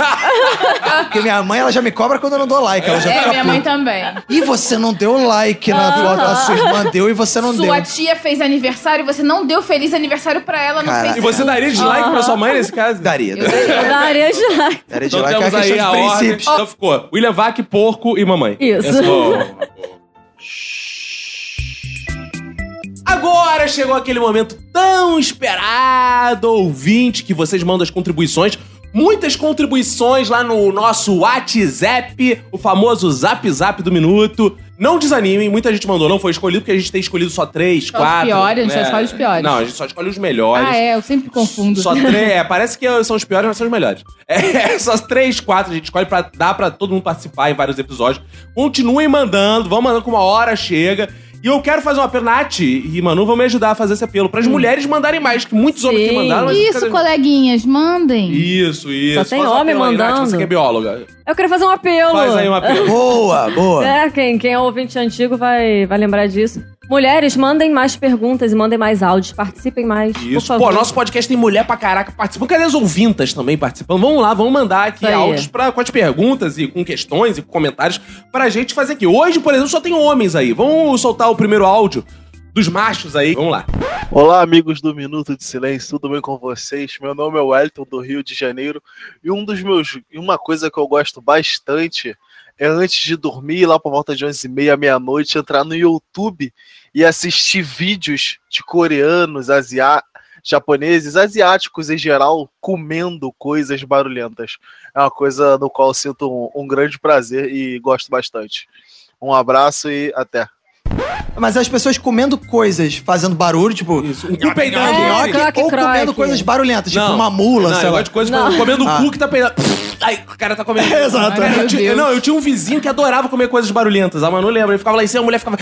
[SPEAKER 4] Porque minha mãe, ela já me cobra quando eu não dou like. Ela já tá
[SPEAKER 5] É,
[SPEAKER 4] fica
[SPEAKER 5] minha mãe
[SPEAKER 4] puta.
[SPEAKER 5] também.
[SPEAKER 4] E você não deu like na foto, a sua irmã deu e você não
[SPEAKER 5] Sua
[SPEAKER 4] deu.
[SPEAKER 5] tia fez aniversário e você não deu feliz aniversário pra ela no
[SPEAKER 4] Caraca.
[SPEAKER 3] E
[SPEAKER 5] Facebook.
[SPEAKER 3] você daria dislike pra sua mãe nesse caso?
[SPEAKER 4] Daria.
[SPEAKER 5] Eu daria.
[SPEAKER 7] Eu daria dislike.
[SPEAKER 4] Daria
[SPEAKER 3] Então
[SPEAKER 4] dislike, é uma
[SPEAKER 3] temos aí a
[SPEAKER 4] questão de
[SPEAKER 3] ordem.
[SPEAKER 4] princípios.
[SPEAKER 3] Então ficou William Vac, porco e mamãe.
[SPEAKER 7] Isso.
[SPEAKER 3] Essa- Boa, boa. Agora chegou aquele momento tão esperado, ouvinte, que vocês mandam as contribuições. Muitas contribuições lá no nosso WhatsApp, o famoso Zap Zap do Minuto. Não desanimem, muita gente mandou, não foi escolhido, porque a gente tem escolhido só três,
[SPEAKER 5] os
[SPEAKER 3] quatro.
[SPEAKER 5] piores, a gente só
[SPEAKER 3] né?
[SPEAKER 5] escolhe os piores.
[SPEAKER 3] Não, a gente só escolhe os melhores.
[SPEAKER 5] Ah, é, eu sempre confundo.
[SPEAKER 3] Só três, é, parece que são os piores, mas são os melhores. É, só três, quatro, a gente escolhe pra dar pra todo mundo participar em vários episódios. Continuem mandando, vão mandando com uma hora, chega. E eu quero fazer um apelo, Nath e Manu vão me ajudar a fazer esse apelo pras mulheres mandarem mais, que muitos homens que
[SPEAKER 7] Sim.
[SPEAKER 3] mandaram. mas
[SPEAKER 5] Isso,
[SPEAKER 3] cada-
[SPEAKER 5] coleguinhas, mandem.
[SPEAKER 3] Isso, isso.
[SPEAKER 7] Só tem
[SPEAKER 3] Faz um
[SPEAKER 7] homem
[SPEAKER 3] apelo aí, Nath,
[SPEAKER 7] mandando.
[SPEAKER 3] você que é bióloga.
[SPEAKER 7] Eu queria fazer um apelo.
[SPEAKER 3] Faz aí um apelo.
[SPEAKER 4] Boa, boa.
[SPEAKER 7] É, quem, quem é ouvinte antigo vai, vai lembrar disso. Mulheres, mandem mais perguntas e mandem mais áudios. Participem mais, por
[SPEAKER 3] Isso.
[SPEAKER 7] favor.
[SPEAKER 3] Pô, nosso podcast tem mulher pra caraca participando. Cadê as ouvintas também participando? Vamos lá, vamos mandar aqui
[SPEAKER 7] Isso aí.
[SPEAKER 3] áudios pra, com as perguntas e com questões e com comentários pra gente fazer aqui. Hoje, por exemplo, só tem homens aí. Vamos soltar o primeiro áudio dos machos aí. Vamos lá.
[SPEAKER 9] Olá, amigos do Minuto de Silêncio, tudo bem com vocês? Meu nome é Wellington, do Rio de Janeiro, e um dos meus, e uma coisa que eu gosto bastante é antes de dormir, lá por volta de 11h30, meia-noite, entrar no YouTube e assistir vídeos de coreanos, asiá- japoneses, asiáticos em geral, comendo coisas barulhentas. É uma coisa no qual eu sinto um- um grande prazer e gosto bastante. Um abraço e até.
[SPEAKER 4] Mas as pessoas comendo coisas, fazendo barulho, tipo...
[SPEAKER 3] Isso. Um cu peidando.
[SPEAKER 7] nhoque,
[SPEAKER 3] assim.
[SPEAKER 4] nhoque,
[SPEAKER 7] croque,
[SPEAKER 4] ou
[SPEAKER 7] croque.
[SPEAKER 4] comendo coisas barulhentas, tipo
[SPEAKER 3] Não.
[SPEAKER 4] uma mula,
[SPEAKER 3] Não, eu
[SPEAKER 4] sei lá.
[SPEAKER 3] gosto de coisa
[SPEAKER 7] Não.
[SPEAKER 3] como- comendo
[SPEAKER 4] Ah.
[SPEAKER 3] o cu que tá peidando. Ai, o cara tá comendo.
[SPEAKER 4] Exato.
[SPEAKER 3] Cara, eu
[SPEAKER 5] Ai,
[SPEAKER 3] ti-
[SPEAKER 5] meu Deus.
[SPEAKER 3] não, eu tinha um vizinho que adorava comer coisas barulhentas. A Manu lembra. Ele ficava lá em cima, a mulher ficava.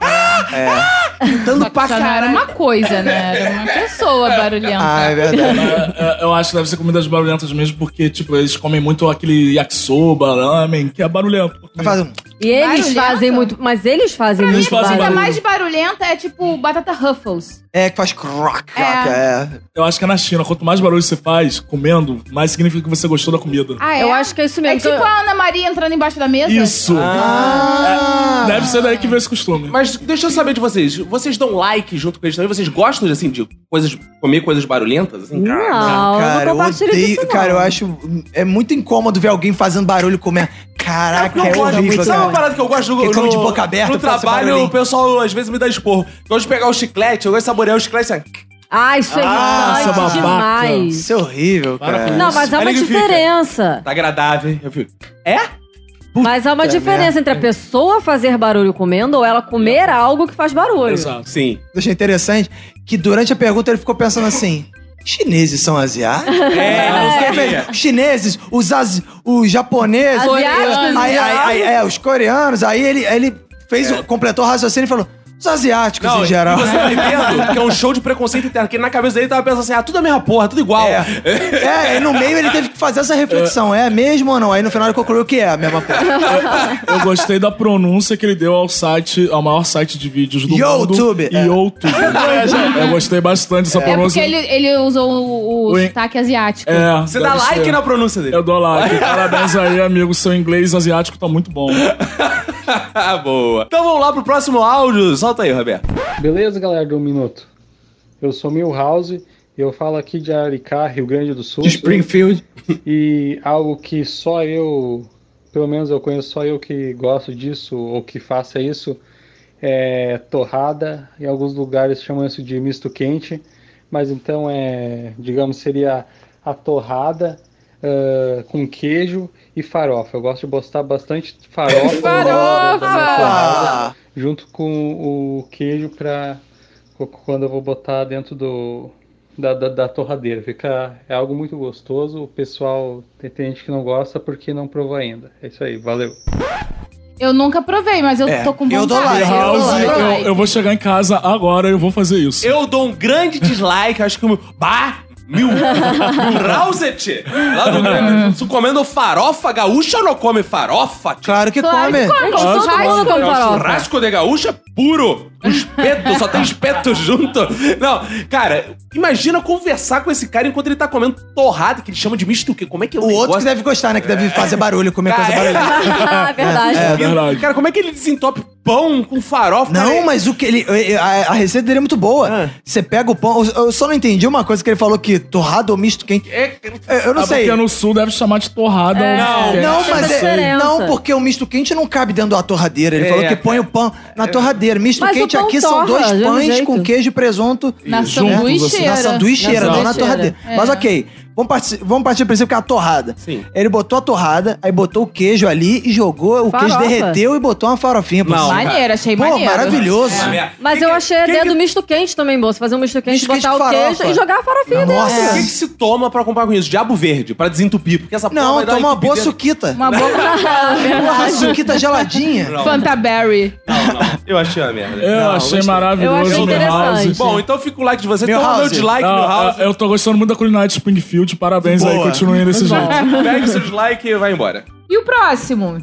[SPEAKER 3] Ah! Ah! Gritando pra
[SPEAKER 5] Só não era
[SPEAKER 3] caralho.
[SPEAKER 5] uma coisa, né? Era uma pessoa barulhenta.
[SPEAKER 4] Ah, é verdade.
[SPEAKER 6] É, é, eu acho que deve ser comidas barulhentas mesmo, porque, tipo, eles comem muito aquele yakisoba, ramen, que é barulhento.
[SPEAKER 4] Faz um...
[SPEAKER 7] E eles
[SPEAKER 5] Barulhento.
[SPEAKER 7] fazem muito. Mas eles fazem
[SPEAKER 6] mim,
[SPEAKER 7] muito
[SPEAKER 6] fazem
[SPEAKER 7] barulho.
[SPEAKER 5] A
[SPEAKER 6] barulho.
[SPEAKER 5] mais barulhenta é tipo batata Ruffles.
[SPEAKER 4] É, que faz croc, croc, é.
[SPEAKER 6] Eu acho que é na China, quanto mais barulho você faz comendo, mais significa que você gostou da comida.
[SPEAKER 5] Ah, é?
[SPEAKER 7] Eu acho que é isso mesmo.
[SPEAKER 5] É tipo a Ana Maria entrando embaixo da mesa.
[SPEAKER 6] Isso!
[SPEAKER 4] Ah.
[SPEAKER 6] Deve ser daí que veio esse costume.
[SPEAKER 3] Mas deixa eu saber de vocês. Vocês dão like junto com eles também? Vocês gostam assim, de coisas, comer coisas barulhentas? Assim?
[SPEAKER 7] Não, eu
[SPEAKER 4] Cara,
[SPEAKER 7] não
[SPEAKER 4] eu
[SPEAKER 7] compartilho
[SPEAKER 4] odeio.
[SPEAKER 7] disso, não.
[SPEAKER 4] Cara, eu acho. É muito incômodo ver alguém fazendo barulho comendo. Caraca, é
[SPEAKER 3] gosto
[SPEAKER 4] horrível.
[SPEAKER 3] muito. Sabe uma
[SPEAKER 4] Cara.
[SPEAKER 3] parada que eu gosto
[SPEAKER 4] Quem
[SPEAKER 3] no,
[SPEAKER 4] come
[SPEAKER 3] no-
[SPEAKER 4] de boca aberta
[SPEAKER 3] no
[SPEAKER 4] faz esse
[SPEAKER 3] trabalho,
[SPEAKER 4] barulhinho.
[SPEAKER 3] o pessoal às vezes me dá esporro. Eu gosto de pegar o chiclete, eu gosto de saborear o chiclete. Assim.
[SPEAKER 7] Ah, isso é
[SPEAKER 4] Ah,
[SPEAKER 7] irritante
[SPEAKER 6] essa babaca.
[SPEAKER 7] demais.
[SPEAKER 4] Isso é horrível,
[SPEAKER 6] Para
[SPEAKER 4] cara.
[SPEAKER 6] com
[SPEAKER 7] Não, mas há
[SPEAKER 3] Aí
[SPEAKER 7] uma
[SPEAKER 3] ele fica.
[SPEAKER 7] diferença.
[SPEAKER 3] Tá agradável, hein? Eu fico, É?
[SPEAKER 7] Mas há uma diferença entre a pessoa fazer barulho comendo ou ela comer algo que faz barulho.
[SPEAKER 6] Exato.
[SPEAKER 3] Sim.
[SPEAKER 4] Eu achei interessante que durante a pergunta ele ficou pensando assim. Chineses são asiáticos?
[SPEAKER 3] É, não sabia.
[SPEAKER 4] Os chineses, os, asi- os japoneses,
[SPEAKER 7] Asiáticos,
[SPEAKER 4] aí- aí- aí- é, os coreanos. Aí ele, ele fez, o- completou o raciocínio e falou: os asiáticos
[SPEAKER 3] É. Não,
[SPEAKER 4] em geral.
[SPEAKER 3] e Você tá vendo que é um show de preconceito interno, que na cabeça dele tava pensando assim, ah, tudo a mesma porra, tudo igual.
[SPEAKER 4] É, e no meio ele teve que fazer essa reflexão: é mesmo ou não? Aí no final ele concluiu que é a mesma coisa.
[SPEAKER 6] Eu gostei da pronúncia que ele deu ao site, ao maior site de vídeos do
[SPEAKER 4] YouTube,
[SPEAKER 6] mundo.
[SPEAKER 4] é.
[SPEAKER 6] YouTube. Eu gostei bastante dessa
[SPEAKER 5] É porque
[SPEAKER 6] pronúncia.
[SPEAKER 5] ele, ele usou o, o
[SPEAKER 6] Oi.
[SPEAKER 5] sotaque asiático.
[SPEAKER 6] É,
[SPEAKER 3] Você dá
[SPEAKER 6] deve
[SPEAKER 3] like né?
[SPEAKER 6] ser.
[SPEAKER 3] na pronúncia dele.
[SPEAKER 6] Eu dou like. Parabéns aí, amigo. Seu inglês asiático tá muito bom.
[SPEAKER 4] Ah,
[SPEAKER 3] Boa. Então vamos lá pro próximo áudio. Solta aí, Roberto.
[SPEAKER 10] Beleza, galera do Minuto? Eu sou Milhouse, eu falo aqui de Aricá, Rio Grande do Sul.
[SPEAKER 4] Springfield.
[SPEAKER 10] E algo que só eu, pelo menos eu conheço só eu que gosto disso ou que faça isso, é torrada. Em alguns lugares chamam isso de misto quente, mas então é, digamos, seria a torrada ah, com queijo e farofa. Eu gosto de botar bastante farofa. no lugar da- da minha
[SPEAKER 5] Farofa!
[SPEAKER 10] torrada.
[SPEAKER 4] Ah.
[SPEAKER 10] junto com o queijo pra co- quando eu vou botar dentro do da, da, da torradeira. Fica, é algo muito gostoso. O pessoal tem, tem gente que não gosta porque não provou ainda. É isso aí, valeu.
[SPEAKER 5] Eu nunca provei, mas eu
[SPEAKER 6] É,
[SPEAKER 5] tô com vontade.
[SPEAKER 6] eu dou like, eu dou like. Eu- eu vou chegar em casa agora e eu vou fazer isso.
[SPEAKER 3] Eu dou um grande dislike, acho que o meu. Bah! Mil. Rauzet! Lá do Rio Grande do Sul, comendo farofa gaúcha ou não come farofa? É um
[SPEAKER 4] Claro
[SPEAKER 5] que Claro que come. come, como todo mundo come farofa.
[SPEAKER 3] Churrasco de gaúcha puro. Com espeto, só tem espeto junto. Não, cara, imagina conversar com esse cara enquanto ele tá comendo torrada, que ele chama de misto que Como é que é o
[SPEAKER 4] O outro que deve gostar, né? Que deve fazer barulho, comer coisa barulhenta.
[SPEAKER 3] É, Cara, como é que ele desentope pão com farofa?
[SPEAKER 4] Não, mas o que ele. eh, A, a receita dele é muito boa. Você pega o pão. Eu eu só não entendi uma coisa que ele falou que torrado ou misto quente.
[SPEAKER 3] é,
[SPEAKER 4] Eh, Eu não
[SPEAKER 6] Ah,
[SPEAKER 4] sei.
[SPEAKER 6] Porque no sul deve chamar de torrada. né? ou misto quente.
[SPEAKER 4] não, mas é, não, porque o misto quente não cabe dentro da torradeira. Ele
[SPEAKER 6] É,
[SPEAKER 4] falou que
[SPEAKER 6] é.
[SPEAKER 4] põe o pão na torradeira. Misto
[SPEAKER 6] Mas o
[SPEAKER 4] quente
[SPEAKER 6] pão
[SPEAKER 4] aqui
[SPEAKER 6] torra,
[SPEAKER 4] são dois
[SPEAKER 6] do mesmo
[SPEAKER 4] pães
[SPEAKER 6] jeito.
[SPEAKER 4] com queijo e presunto.
[SPEAKER 5] Na
[SPEAKER 4] né?
[SPEAKER 5] sanduicheira.
[SPEAKER 4] Na sanduicheira,
[SPEAKER 5] Na
[SPEAKER 4] não na
[SPEAKER 5] sanduicheira.
[SPEAKER 4] torradeira.
[SPEAKER 5] É.
[SPEAKER 4] Mas ok, vamos partir, vamos partir do princípio que é a torrada.
[SPEAKER 3] Sim.
[SPEAKER 4] Ele botou a torrada, aí botou o queijo ali e jogou, o queijo
[SPEAKER 7] Farofa.
[SPEAKER 4] derreteu e botou uma farofinha por
[SPEAKER 7] Não,
[SPEAKER 4] cima.
[SPEAKER 7] Maneiro, achei
[SPEAKER 4] Pô,
[SPEAKER 7] maneiro.
[SPEAKER 4] maravilhoso.
[SPEAKER 3] É.
[SPEAKER 7] Mas eu achei a ideia do misto quente também, moço. Fazer um misto quente,
[SPEAKER 4] quente
[SPEAKER 7] botar
[SPEAKER 4] com
[SPEAKER 7] o queijo
[SPEAKER 4] farofa.
[SPEAKER 7] e jogar a farofinha dentro.
[SPEAKER 3] O que, que se toma pra comprar com isso? Diabo verde, pra desentupir. Porque essa
[SPEAKER 4] Não,
[SPEAKER 3] vai dar
[SPEAKER 4] toma uma boa
[SPEAKER 3] entupidez.
[SPEAKER 4] suquita.
[SPEAKER 5] Uma boa
[SPEAKER 4] Porra, suquita geladinha.
[SPEAKER 3] Não.
[SPEAKER 5] Fantaberry.
[SPEAKER 3] Eu achei uma merda.
[SPEAKER 6] Eu achei
[SPEAKER 3] gostei.
[SPEAKER 6] maravilhoso, Eu achei meu interessante. House.
[SPEAKER 3] Bom, então fica o like de vocês. Toma o meu dislike,
[SPEAKER 6] Não,
[SPEAKER 3] meu house.
[SPEAKER 6] Eu tô gostando muito da culinária de Springfield. Parabéns aí,
[SPEAKER 3] Boa.
[SPEAKER 6] continuem desse jeito.
[SPEAKER 3] Pega o seu dislike e vai embora.
[SPEAKER 5] E o próximo?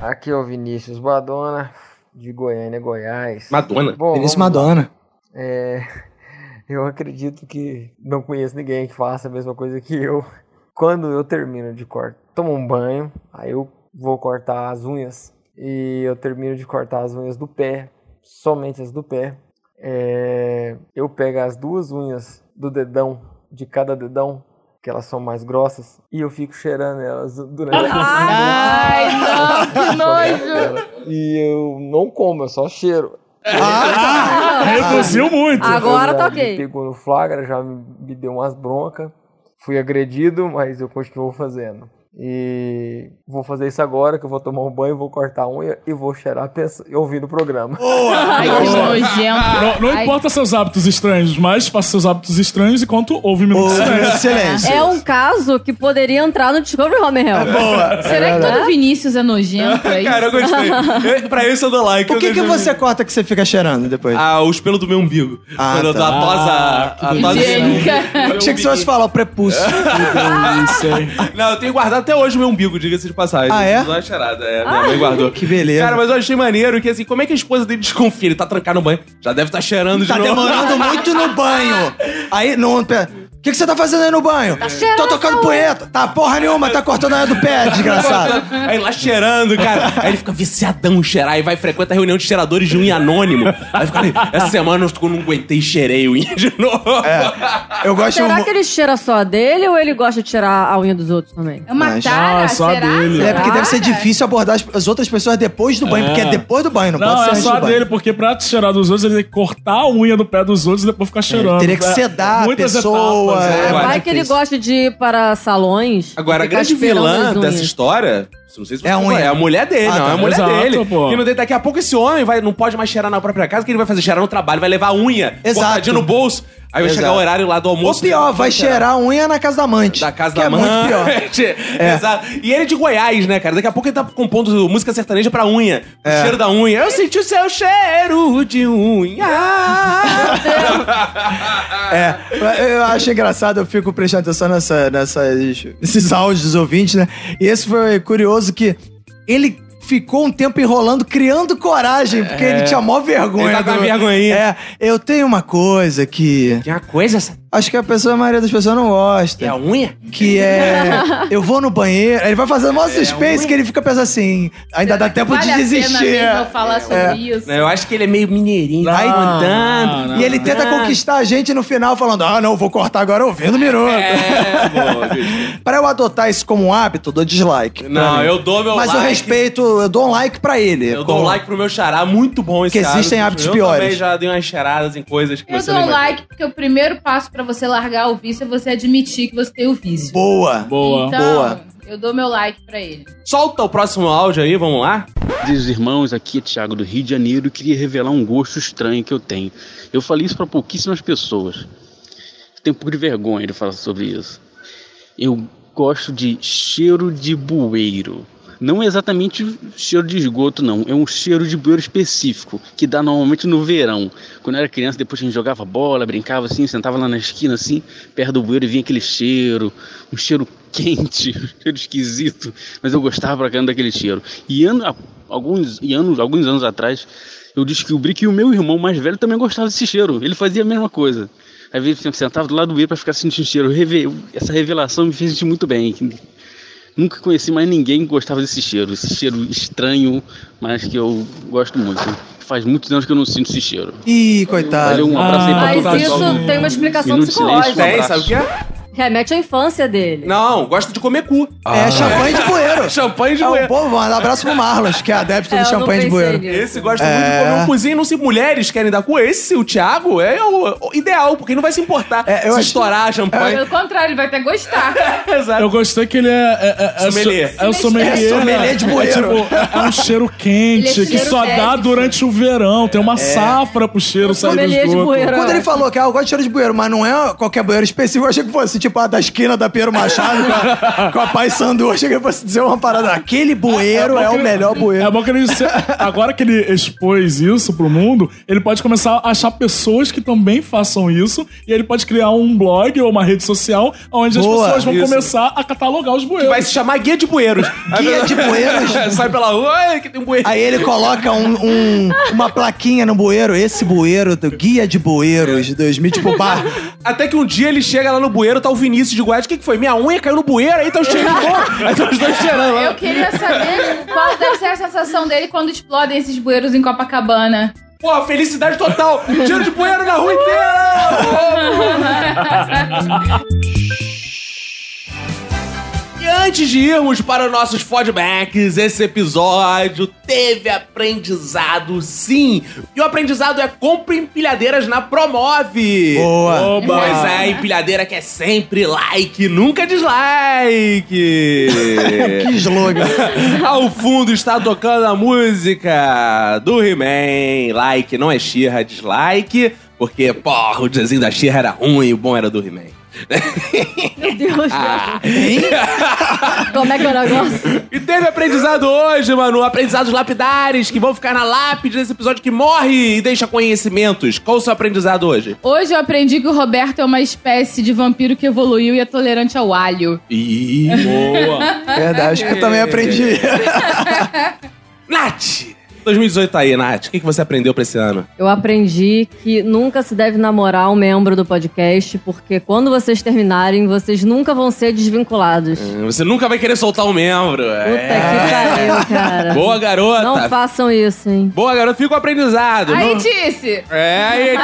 [SPEAKER 11] Aqui é o Vinícius Badona, de Goiânia, Goiás.
[SPEAKER 3] Madonna.
[SPEAKER 11] Bom,
[SPEAKER 4] Vinícius
[SPEAKER 11] vamos lá.
[SPEAKER 4] Madonna.
[SPEAKER 11] É, eu acredito que não conheço ninguém que faça a mesma coisa que eu. Quando eu termino de cortar, tomo um banho, aí eu vou cortar as unhas. E eu termino de cortar as unhas do pé, somente as do pé. É, eu pego as duas unhas do dedão, de cada dedão, que elas são mais grossas, e eu fico cheirando elas durante a
[SPEAKER 5] Ai, não, Ah, que nojo.
[SPEAKER 11] E eu não como, eu só cheiro.
[SPEAKER 5] Ah,
[SPEAKER 6] reduziu muito.
[SPEAKER 7] Ah,
[SPEAKER 5] Agora
[SPEAKER 11] Eu
[SPEAKER 5] tá
[SPEAKER 11] já
[SPEAKER 5] ok.
[SPEAKER 11] Me pegou no flagra, já me, me deu umas broncas. Fui agredido, mas eu continuo fazendo. E vou fazer isso agora, que eu vou tomar um banho, vou cortar a unha e vou cheirar pensa- ouvindo o programa.
[SPEAKER 5] Ai, que nojento.
[SPEAKER 6] Não, não
[SPEAKER 5] Ai.
[SPEAKER 6] importa seus hábitos estranhos, mas faça seus hábitos estranhos enquanto ouve Minuto de Silêncio.
[SPEAKER 7] É um caso que poderia entrar no Discovery Home Hell.
[SPEAKER 3] É
[SPEAKER 6] boa.
[SPEAKER 4] É
[SPEAKER 5] Será que todo Vinícius é nojento? É
[SPEAKER 3] Cara, eu
[SPEAKER 5] isso?
[SPEAKER 3] gostei. Eu- pra isso eu dou like.
[SPEAKER 4] O que,
[SPEAKER 3] É eu
[SPEAKER 4] que
[SPEAKER 3] dou-
[SPEAKER 4] você corta que você fica cheirando depois?
[SPEAKER 3] Ah, os pelos do meu umbigo.
[SPEAKER 4] Ah,
[SPEAKER 3] Quando eu dou
[SPEAKER 4] tá.
[SPEAKER 3] a tosa. a tosa-
[SPEAKER 4] Eu Tinha que só se falar o prepúcio.
[SPEAKER 3] Não, eu tenho guardado até hoje o meu umbigo, diga-se de passagem.
[SPEAKER 4] Ah, é?
[SPEAKER 3] Não é cheirada, é. Minha mãe guardou.
[SPEAKER 4] Que beleza.
[SPEAKER 3] Cara, mas eu achei maneiro que assim, como é que a esposa dele desconfia? Ele tá trancado no banho, já deve estar tá cheirando
[SPEAKER 4] Tá
[SPEAKER 3] de novo.
[SPEAKER 4] demorando muito no banho. Aí, não. pera. O que, que você tá fazendo aí no banho?
[SPEAKER 5] cheirando
[SPEAKER 4] Tô tocando
[SPEAKER 5] essa
[SPEAKER 4] punheta. Tá, porra nenhuma, tá cortando a unha do pé, desgraçado.
[SPEAKER 3] Aí lá cheirando, cara. Aí ele fica viciadão em cheirar. Aí vai frequenta a reunião de cheiradores de unha anônimo. Aí fica ali, essa semana eu não aguentei, cheirei o unha de novo. É,
[SPEAKER 4] eu
[SPEAKER 7] Será que ele cheira só a dele ou ele gosta de tirar a unha dos outros também?
[SPEAKER 5] É uma
[SPEAKER 4] tara, Ah,
[SPEAKER 6] só será? dele.
[SPEAKER 4] É porque deve ser difícil abordar as- as outras pessoas depois do banho, porque é depois do banho, não,
[SPEAKER 6] Não,
[SPEAKER 4] pode ser
[SPEAKER 6] é
[SPEAKER 4] antes
[SPEAKER 6] só
[SPEAKER 4] do
[SPEAKER 6] a
[SPEAKER 4] banho.
[SPEAKER 6] dele, porque pra te cheirar dos outros, ele tem que cortar a unha do pé dos outros e depois ficar cheirando.
[SPEAKER 4] teria que
[SPEAKER 6] É,
[SPEAKER 4] sedar a
[SPEAKER 6] muitas
[SPEAKER 4] pessoa,
[SPEAKER 6] etapas,
[SPEAKER 4] é,
[SPEAKER 6] Agora-
[SPEAKER 7] Vai que ele gosta de ir para salões.
[SPEAKER 3] Agora, a
[SPEAKER 7] ficar
[SPEAKER 3] grande
[SPEAKER 7] cheirando
[SPEAKER 3] vilã
[SPEAKER 7] as unhas.
[SPEAKER 3] dessa história. Não sei se você
[SPEAKER 4] É a
[SPEAKER 3] concorda,
[SPEAKER 4] unha.
[SPEAKER 3] é a mulher dele,
[SPEAKER 4] Ah,
[SPEAKER 3] não. É
[SPEAKER 4] tá.
[SPEAKER 3] a mulher
[SPEAKER 4] Exato,
[SPEAKER 3] dele.
[SPEAKER 4] pô.
[SPEAKER 3] Que não tem- daqui a pouco esse homem vai, não pode mais cheirar na própria casa, que ele vai fazer cheirar no trabalho, vai levar a unha,
[SPEAKER 4] Exato.
[SPEAKER 3] cortadinha no bolso. Aí vai
[SPEAKER 4] Exato.
[SPEAKER 3] chegar o horário lá do almoço. né?
[SPEAKER 4] Ou pior,
[SPEAKER 3] dele,
[SPEAKER 4] vai cheirar a unha na casa da amante.
[SPEAKER 3] Da casa
[SPEAKER 4] que
[SPEAKER 3] da
[SPEAKER 4] é
[SPEAKER 3] mãe.
[SPEAKER 4] muito pior. É.
[SPEAKER 3] Exato. E ele é de Goiás, né, cara? Daqui a pouco ele tá compondo música sertaneja pra unha.
[SPEAKER 4] É.
[SPEAKER 3] O cheiro da unha. Eu senti o seu cheiro de unha.
[SPEAKER 4] É, eu- eu acho engraçado, eu fico prestando atenção nessa, nessas, nesses áudios dos ouvintes, né? E esse foi curioso que ele ficou um tempo enrolando, criando coragem, porque
[SPEAKER 3] É.
[SPEAKER 4] ele tinha mó vergonha.
[SPEAKER 3] Ele tá com a
[SPEAKER 4] do-
[SPEAKER 3] vergonhinha.
[SPEAKER 4] É, eu tenho uma coisa que...
[SPEAKER 3] Tem uma coisa, essa?
[SPEAKER 4] Acho que a pessoa, a maioria das pessoas não gosta. É a
[SPEAKER 3] unha?
[SPEAKER 4] Que é... Eu vou no banheiro, aí ele vai fazendo
[SPEAKER 3] É,
[SPEAKER 4] mó suspense
[SPEAKER 3] um
[SPEAKER 4] que ele fica pensando assim, ainda dá tempo
[SPEAKER 5] vale
[SPEAKER 4] de
[SPEAKER 5] a pena
[SPEAKER 4] desistir.
[SPEAKER 5] mesmo eu falar sobre
[SPEAKER 4] É.
[SPEAKER 5] isso?
[SPEAKER 3] Não, Eu acho que ele é meio mineirinho, tá
[SPEAKER 4] Aí-
[SPEAKER 3] aguentando.
[SPEAKER 4] e ele tenta conquistar a gente no final falando: ah, não, vou cortar agora ouvindo o minuto.
[SPEAKER 3] É, boa,
[SPEAKER 4] Pra eu adotar isso como um hábito, eu dou dislike. pra
[SPEAKER 3] Não,
[SPEAKER 4] mim.
[SPEAKER 3] eu dou meu
[SPEAKER 4] Mas
[SPEAKER 3] like.
[SPEAKER 4] eu respeito, eu dou um like pra ele.
[SPEAKER 3] Eu dou um like pro meu xará, muito bom esse
[SPEAKER 4] Que existem
[SPEAKER 3] hábito.
[SPEAKER 4] hábitos
[SPEAKER 3] eu
[SPEAKER 4] piores.
[SPEAKER 3] também já dei umas charadas em coisas que
[SPEAKER 5] Eu
[SPEAKER 3] você
[SPEAKER 5] dou um
[SPEAKER 3] nem imagina.
[SPEAKER 5] like porque o primeiro passo pra você largar o vício é você admitir que você tem o vício.
[SPEAKER 4] Boa.
[SPEAKER 5] então, eu dou meu like pra ele.
[SPEAKER 3] Solta o próximo áudio aí, vamos lá?
[SPEAKER 12] queridos irmãos, aqui é Thiago do Rio de Janeiro e queria revelar um gosto estranho que eu tenho. Eu falei isso para pouquíssimas pessoas. Tenho um pouco de vergonha de falar sobre isso. Eu gosto de cheiro de bueiro. Não é exatamente cheiro de esgoto, não. É um cheiro de bueiro específico, que dá normalmente no verão. Quando eu era criança, depois a gente jogava bola, brincava assim, sentava lá na esquina assim, perto do bueiro e vinha aquele cheiro, um cheiro quente, um cheiro esquisito, mas eu gostava pra caramba daquele cheiro. E ano, há alguns, e anos, alguns anos atrás, eu descobri que o meu irmão mais velho também gostava desse cheiro. Ele fazia a mesma coisa. Às vezes eu sentava do lado do bueiro para ficar sentindo cheiro. Eu reve- eu- Essa revelação me fez sentir muito bem. Nunca conheci mais ninguém que gostava desse cheiro. Esse cheiro estranho, mas que eu gosto muito. Faz muitos anos que eu não sinto esse cheiro.
[SPEAKER 4] Ih, coitado.
[SPEAKER 12] Valeu, um abraço aí pra todo
[SPEAKER 7] Ah, Mas
[SPEAKER 12] mundo.
[SPEAKER 7] isso tem uma explicação
[SPEAKER 12] Minuto de silêncio,
[SPEAKER 7] psicológica.
[SPEAKER 12] um
[SPEAKER 3] Tem,
[SPEAKER 12] abraço.
[SPEAKER 3] sabe o que é?
[SPEAKER 7] Remete à infância dele.
[SPEAKER 3] Não, gosta de comer cu.
[SPEAKER 4] É champanhe de bueiro.
[SPEAKER 3] champanhe de
[SPEAKER 4] é
[SPEAKER 3] bueiro.
[SPEAKER 4] Um bom, manda abraço pro Marlos, que é adepto
[SPEAKER 3] É,
[SPEAKER 4] do
[SPEAKER 3] eu não
[SPEAKER 4] champanhe de
[SPEAKER 3] pensei
[SPEAKER 4] bueiro.
[SPEAKER 3] nisso. Esse gosta muito de
[SPEAKER 4] É.
[SPEAKER 3] comer um cozinho. Não se mulheres querem dar cu, esse, o Thiago, é o, o ideal, porque ele não vai se importar
[SPEAKER 4] É,
[SPEAKER 3] se estourar a champanhe.
[SPEAKER 5] Pelo contrário, ele vai até gostar.
[SPEAKER 3] Exato.
[SPEAKER 6] Eu gostei que ele é. É, é, é,
[SPEAKER 3] Sommelier.
[SPEAKER 6] so- é o sommelier.
[SPEAKER 3] É sommelier
[SPEAKER 6] né?
[SPEAKER 3] de bueiro.
[SPEAKER 6] É, tipo, é- é um cheiro
[SPEAKER 4] Ele é
[SPEAKER 6] quente que
[SPEAKER 4] cheiro
[SPEAKER 6] só dá
[SPEAKER 4] técnico. É
[SPEAKER 6] durante o verão. Tem uma
[SPEAKER 3] É.
[SPEAKER 6] safra pro cheiro sair do esgoto.
[SPEAKER 4] Quando ele falou que ah, eu gosto de cheiro de bueiro, mas não é qualquer bueiro específico, eu achei que fosse tipo a da esquina da Piero Machado com a, com a Pai Sandu. Eu achei que ele fosse dizer uma parada. Aquele bueiro é, o melhor bueiro.
[SPEAKER 6] É bom que ele. se- Agora que ele expôs isso pro mundo, ele pode começar a achar pessoas que também façam isso. E ele pode criar um blog ou uma rede social onde
[SPEAKER 3] Boa,
[SPEAKER 6] as pessoas vão
[SPEAKER 3] isso.
[SPEAKER 6] começar a catalogar os bueiros.
[SPEAKER 3] Vai se chamar Guia de Bueiros.
[SPEAKER 4] Guia de bueiros.
[SPEAKER 3] Sai pela rua, olha que tem um bueiro.
[SPEAKER 4] Aí ele coloca um- um- uma plaquinha no bueiro, esse bueiro do Guia de Bueiros de 2000, tipo bar.
[SPEAKER 3] Até que um dia ele chega lá no bueiro, tá o Vinícius de Guarda. O que, que foi? Minha unha caiu no bueiro, aí tá o cheiro de cor. Aí tá os dois cheirando lá.
[SPEAKER 5] Eu queria saber qual deve ser a sensação dele quando explodem esses bueiros em Copacabana.
[SPEAKER 3] Pô, felicidade total! Tiro de bueiro na rua inteira! E antes de irmos para nossos feedbacks, esse episódio teve aprendizado, sim. E o aprendizado é compra empilhadeiras na Promove.
[SPEAKER 4] Boa.
[SPEAKER 3] Oba. Pois é, empilhadeira que é sempre like, nunca dislike.
[SPEAKER 4] Que slogan.
[SPEAKER 3] Ao fundo está tocando a música do He-Man. Like não é Xirra, dislike. Porque, porra, o desenho da Xirra era ruim e o bom era do He-Man.
[SPEAKER 7] Meu Deus.
[SPEAKER 3] Ah.
[SPEAKER 7] Como é que é o negócio?
[SPEAKER 3] E teve aprendizado hoje, Manu. Aprendizados lapidares que vão ficar na lápide desse episódio que morre e deixa conhecimentos. Qual o seu aprendizado hoje?
[SPEAKER 5] Hoje eu aprendi que o Roberto é uma espécie de vampiro que evoluiu e é tolerante ao alho.
[SPEAKER 3] Ih, boa.
[SPEAKER 4] Verdade, acho que eu também aprendi.
[SPEAKER 3] Nath! 2018 tá aí, Nath. O que que você aprendeu pra esse ano?
[SPEAKER 7] Eu aprendi que nunca se deve namorar um membro do podcast, porque quando vocês terminarem, vocês nunca vão ser desvinculados.
[SPEAKER 3] Você nunca vai querer soltar um membro. é. Puta
[SPEAKER 7] que pariu, cara.
[SPEAKER 3] Boa garota.
[SPEAKER 7] Não façam isso, hein?
[SPEAKER 3] Boa garota, fica o aprendizado.
[SPEAKER 5] Aí,
[SPEAKER 3] Não-
[SPEAKER 5] disse!
[SPEAKER 3] É, aí,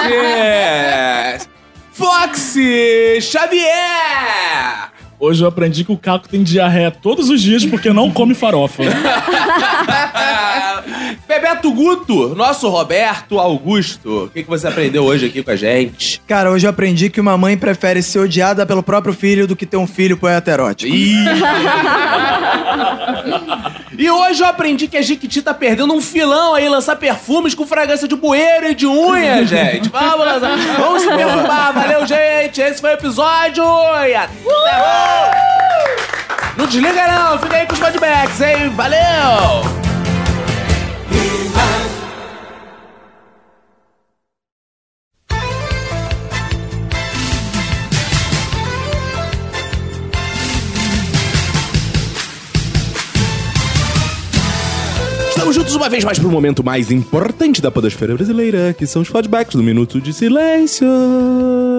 [SPEAKER 3] Jess. Foxy Xavier!
[SPEAKER 6] Hoje eu aprendi que o Caco tem diarreia todos os dias porque não come farofa.
[SPEAKER 3] Ah, Bebeto Guto, nosso Roberto Augusto. O que, que você aprendeu hoje aqui com a gente?
[SPEAKER 4] Cara, hoje eu aprendi que uma mãe prefere ser odiada pelo próprio filho do que ter um filho poeta erótico.
[SPEAKER 3] E hoje eu aprendi que a Jiquiti tá perdendo um filão aí, lançar perfumes com fragrância de bueiro e de unha, gente. Vamos lançar. Vamos se perfumar. Valeu, gente. Esse foi o episódio. E até mais. Não desliga não. Fica aí com os feedbacks, hein? Valeu. Estamos juntos uma vez mais para o momento mais importante da podosfera brasileira, que são os feedbacks do Minuto de Silêncio.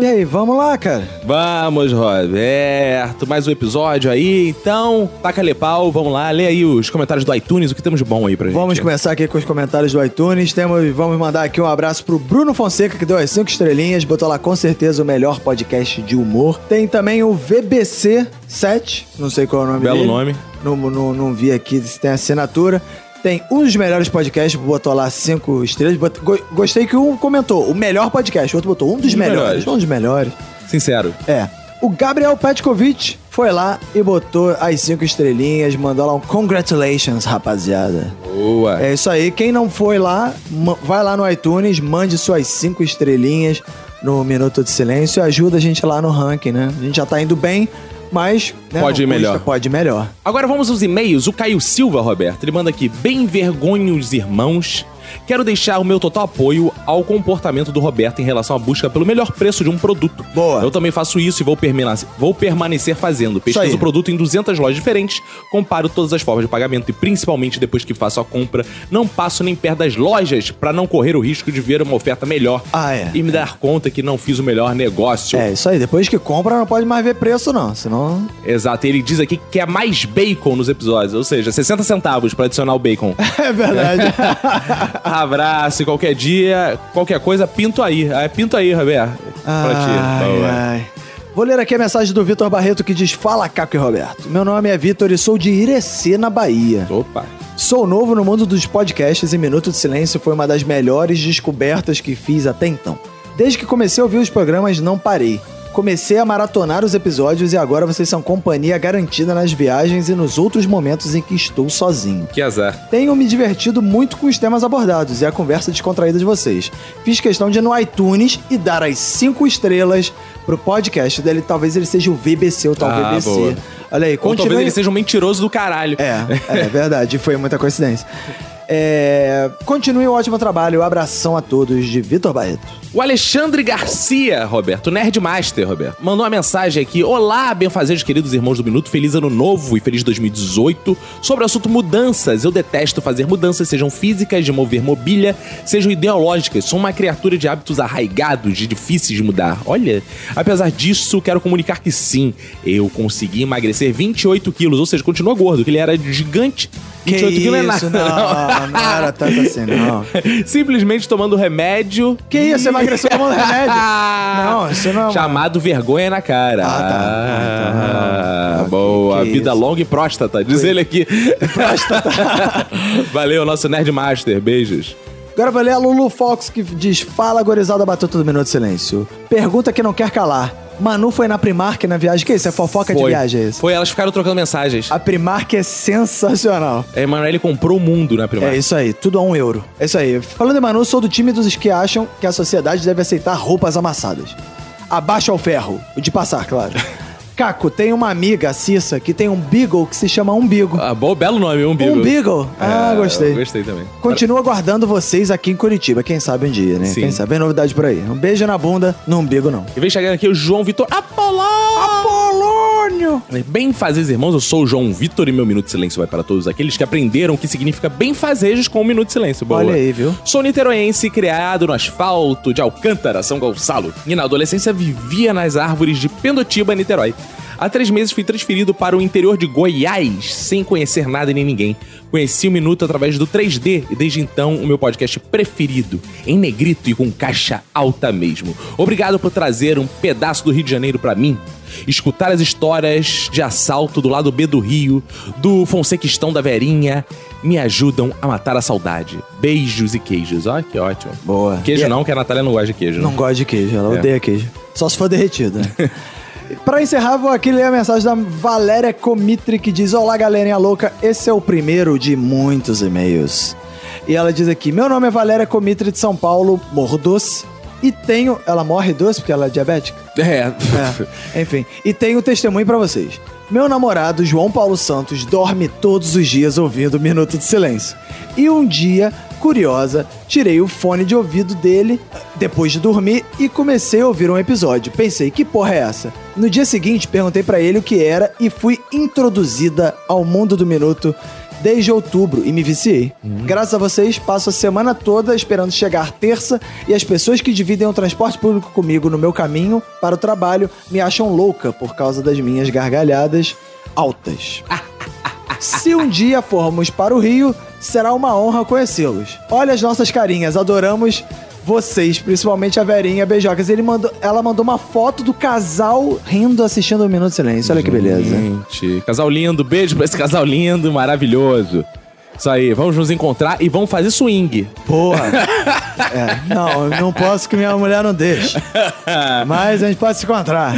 [SPEAKER 4] E aí, vamos lá, cara?
[SPEAKER 3] Vamos, Roberto. Mais um episódio aí. Então, taca pau, vamos lá. Lê aí os comentários do iTunes, o que temos de bom aí pra gente.
[SPEAKER 4] Vamos começar aqui com os comentários do iTunes. Temos, vamos mandar aqui um abraço pro Bruno Fonseca, que deu as cinco estrelinhas, botou lá com certeza o melhor podcast de humor. Tem também o VBC7, não sei qual é o nome
[SPEAKER 3] Belo
[SPEAKER 4] dele.
[SPEAKER 3] nome.
[SPEAKER 4] Não, não, não vi aqui se tem assinatura. Tem um dos melhores podcasts, botou lá cinco estrelas. Bot- go- Gostei que um comentou o melhor podcast, o outro botou um dos melhores. Um dos melhores.
[SPEAKER 3] Sincero.
[SPEAKER 4] É. O Gabriel Petkovic foi lá e botou as cinco estrelinhas, mandou lá um congratulations, rapaziada.
[SPEAKER 13] Boa.
[SPEAKER 4] É isso aí. Quem não foi lá, ma- vai lá no iTunes, mande suas cinco estrelinhas no Minuto de Silêncio e ajuda a gente lá no ranking, né? A gente já tá indo bem, mas... né,
[SPEAKER 3] Pode ir
[SPEAKER 4] não custa,
[SPEAKER 3] melhor.
[SPEAKER 4] Pode ir melhor.
[SPEAKER 3] Agora vamos aos e-mails. O Caio Silva, Roberto, ele manda aqui: Bem vergonhos, irmãos. Quero deixar o meu total apoio ao comportamento do Roberto em relação à busca pelo melhor preço de um produto. Boa. Eu também faço isso e vou, permena- vou permanecer fazendo.
[SPEAKER 4] aí.
[SPEAKER 3] Pesquiso o produto em 200 lojas diferentes, comparo todas as formas de pagamento e principalmente depois que faço a compra, não passo nem perto das lojas para não correr o risco de ver uma oferta melhor e me dar conta que não fiz o melhor negócio.
[SPEAKER 4] Ah, É isso aí. Depois que compra, não pode mais ver preço, não. Senão...
[SPEAKER 3] Exato, ele diz aqui que quer mais bacon nos episódios, ou seja, 60 centavos pra adicionar o bacon.
[SPEAKER 4] É verdade.
[SPEAKER 3] Abraço, e qualquer dia, qualquer coisa, pinto aí. Ah, pinto aí, Roberto. pra ti. Boa.
[SPEAKER 4] Ai, ai. Vou ler aqui a mensagem do Vitor Barreto que diz: Fala, Caco e Roberto. Meu nome é Vitor e sou de Irecê, na Bahia.
[SPEAKER 3] Opa.
[SPEAKER 4] Sou novo no mundo dos podcasts e Minuto de Silêncio foi uma das melhores descobertas que fiz até então. Desde que comecei a ouvir os programas, não parei. Comecei a maratonar os episódios e agora vocês são companhia garantida nas viagens e nos outros momentos em que estou sozinho.
[SPEAKER 3] Que azar.
[SPEAKER 4] Tenho me divertido muito com os temas abordados e a conversa descontraída de vocês. Fiz questão de ir no iTunes e dar as cinco estrelas pro podcast dele. Talvez ele seja o VBC ou tal
[SPEAKER 3] Ah,
[SPEAKER 4] VBC.
[SPEAKER 3] boa.
[SPEAKER 4] Olha aí,
[SPEAKER 3] Ou talvez
[SPEAKER 4] continue...
[SPEAKER 3] ele seja um mentiroso do caralho.
[SPEAKER 4] É, é verdade, foi muita coincidência. É, Continue o ótimo trabalho. Abração a todos de Vitor Barreto.
[SPEAKER 3] O Alexandre Garcia, Roberto, Nerdmaster, Roberto, mandou uma mensagem aqui. Olá, benfazejos queridos irmãos do Minuto, feliz ano novo e feliz 2018. Sobre o assunto mudanças, eu detesto fazer mudanças, sejam físicas, de mover mobília, sejam ideológicas. Sou uma criatura de hábitos arraigados e difíceis de mudar. Olha, apesar disso, quero comunicar que sim, eu consegui emagrecer 28 quilos, ou seja, continua gordo, que ele era gigante.
[SPEAKER 4] Que
[SPEAKER 3] 28 quilos é
[SPEAKER 4] isso,
[SPEAKER 3] nada.
[SPEAKER 4] não, não era tanto assim, não.
[SPEAKER 3] Simplesmente tomando remédio. ah,
[SPEAKER 4] Que isso, você emagreceu tomando remédio?
[SPEAKER 3] Não,
[SPEAKER 4] isso não. é
[SPEAKER 3] Chamado vergonha na cara. Ah, tá. boa. Vida longa e próstata. Diz ele aqui. Próstata. Valeu, nosso Nerd Master. Beijos.
[SPEAKER 4] Agora vai ler a Lulu Fox que diz: Fala, gorizada batuta do Minuto de Silêncio. Pergunta que não quer calar. Manu foi na Primark na viagem. Que isso? É fofoca de
[SPEAKER 3] Foi.
[SPEAKER 4] viagem isso?
[SPEAKER 3] Foi, elas ficaram trocando mensagens.
[SPEAKER 4] A Primark é sensacional.
[SPEAKER 3] A Emanuele comprou o mundo na primária.
[SPEAKER 4] É isso aí, tudo a um euro. É isso aí. Falando em Manu, sou do time dos que acham que a sociedade deve aceitar roupas amassadas. Abaixo ao ferro. O de passar, claro. Caco, tem uma amiga, a Cissa, que tem um beagle que se chama Umbigo.
[SPEAKER 3] Ah, bom, belo nome, Umbigo.
[SPEAKER 4] Umbigo? Ah, gostei.
[SPEAKER 3] É, Gostei também.
[SPEAKER 4] Continua aguardando vocês aqui em Curitiba, quem sabe um dia, né?
[SPEAKER 3] Sim.
[SPEAKER 4] Quem sabe é novidade por aí. Um beijo na bunda, no umbigo não.
[SPEAKER 3] E vem chegando aqui o João Vitor Apolônio! Bem fazeres, irmãos, eu sou o João Vitor e meu Minuto de Silêncio vai para todos aqueles que aprenderam o que significa bem fazejos com o Minuto de Silêncio. Boa.
[SPEAKER 4] Olha aí, viu?
[SPEAKER 3] Sou niteroense, criado no asfalto de Alcântara, São Gonçalo. E na adolescência vivia nas árvores de Pendotiba, Niterói. Há três meses fui transferido para o interior de Goiás, sem conhecer nada nem ninguém. Conheci o Minuto através do 3D e desde então o meu podcast preferido, em negrito e com caixa alta mesmo. Obrigado por trazer um pedaço do Rio de Janeiro para mim. Escutar as histórias de assalto do lado B do Rio, do Fonsequistão da Verinha, me ajudam a matar a saudade. Beijos e queijos. Ó, que ótimo.
[SPEAKER 4] Boa.
[SPEAKER 3] Queijo
[SPEAKER 4] E- é-
[SPEAKER 3] não, que a Natália não gosta de queijo.
[SPEAKER 4] Não gosta de queijo, ela
[SPEAKER 3] É.
[SPEAKER 4] odeia queijo. Só se for derretido. né? Pra encerrar, vou aqui ler a mensagem da Valéria Comitri que diz: Olá, galerinha louca, esse é o primeiro de muitos e-mails. E ela diz aqui: Meu nome é Valéria Comitri de São Paulo, morro doce. E tenho. Ela morre doce porque ela é diabética?
[SPEAKER 3] É.
[SPEAKER 4] Enfim, e tenho um testemunho pra vocês. Meu namorado, João Paulo Santos, dorme todos os dias ouvindo Minuto de Silêncio. E um dia, curiosa, tirei o fone de ouvido dele depois de dormir e comecei a ouvir um episódio. Pensei, que porra é essa? No dia seguinte, perguntei pra ele o que era e fui introduzida ao mundo do Minuto desde outubro e me viciei. Graças a vocês, passo a semana toda esperando chegar terça e as pessoas que dividem o transporte público comigo no meu caminho para o trabalho me acham louca por causa das minhas gargalhadas altas. Se um dia formos para o Rio, será uma honra conhecê-los. Olha as nossas carinhas, adoramos vocês, principalmente a Verinha Beijocas. Ele mandou, ela mandou uma foto do casal rindo assistindo um o Minuto de Silêncio. Olha que beleza.
[SPEAKER 3] Gente, casal lindo, beijo pra esse casal lindo, maravilhoso. Isso aí, vamos nos encontrar e vamos fazer swing.
[SPEAKER 4] Porra! É, não, eu não posso que minha mulher não deixe. Mas a gente pode se encontrar.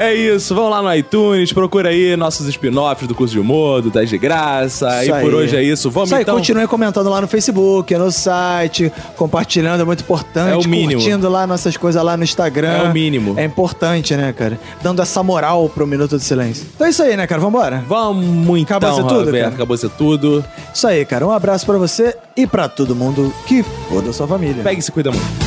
[SPEAKER 3] É isso, vão lá no iTunes, procura aí nossos spin-offs do curso de humor, do 10 de graça.
[SPEAKER 4] Isso
[SPEAKER 3] e por
[SPEAKER 4] aí.
[SPEAKER 3] hoje é isso. Vamos
[SPEAKER 4] Isso aí,
[SPEAKER 3] então.
[SPEAKER 4] continuem comentando lá no Facebook, no site, compartilhando, é muito importante.
[SPEAKER 3] É o mínimo.
[SPEAKER 4] Curtindo lá nossas coisas lá no Instagram.
[SPEAKER 3] É o mínimo.
[SPEAKER 4] É importante, né, cara? Dando essa moral pro Minuto de Silêncio. Então é isso aí, né, cara? Vambora.
[SPEAKER 3] Vamos
[SPEAKER 4] Acabou
[SPEAKER 3] então,
[SPEAKER 4] ser tudo,
[SPEAKER 3] Roberto,
[SPEAKER 4] cara?
[SPEAKER 3] acabou ser tudo.
[SPEAKER 4] Isso aí, cara. Um abraço pra você e pra todo mundo que foda sua família.
[SPEAKER 3] Pega e se cuida muito.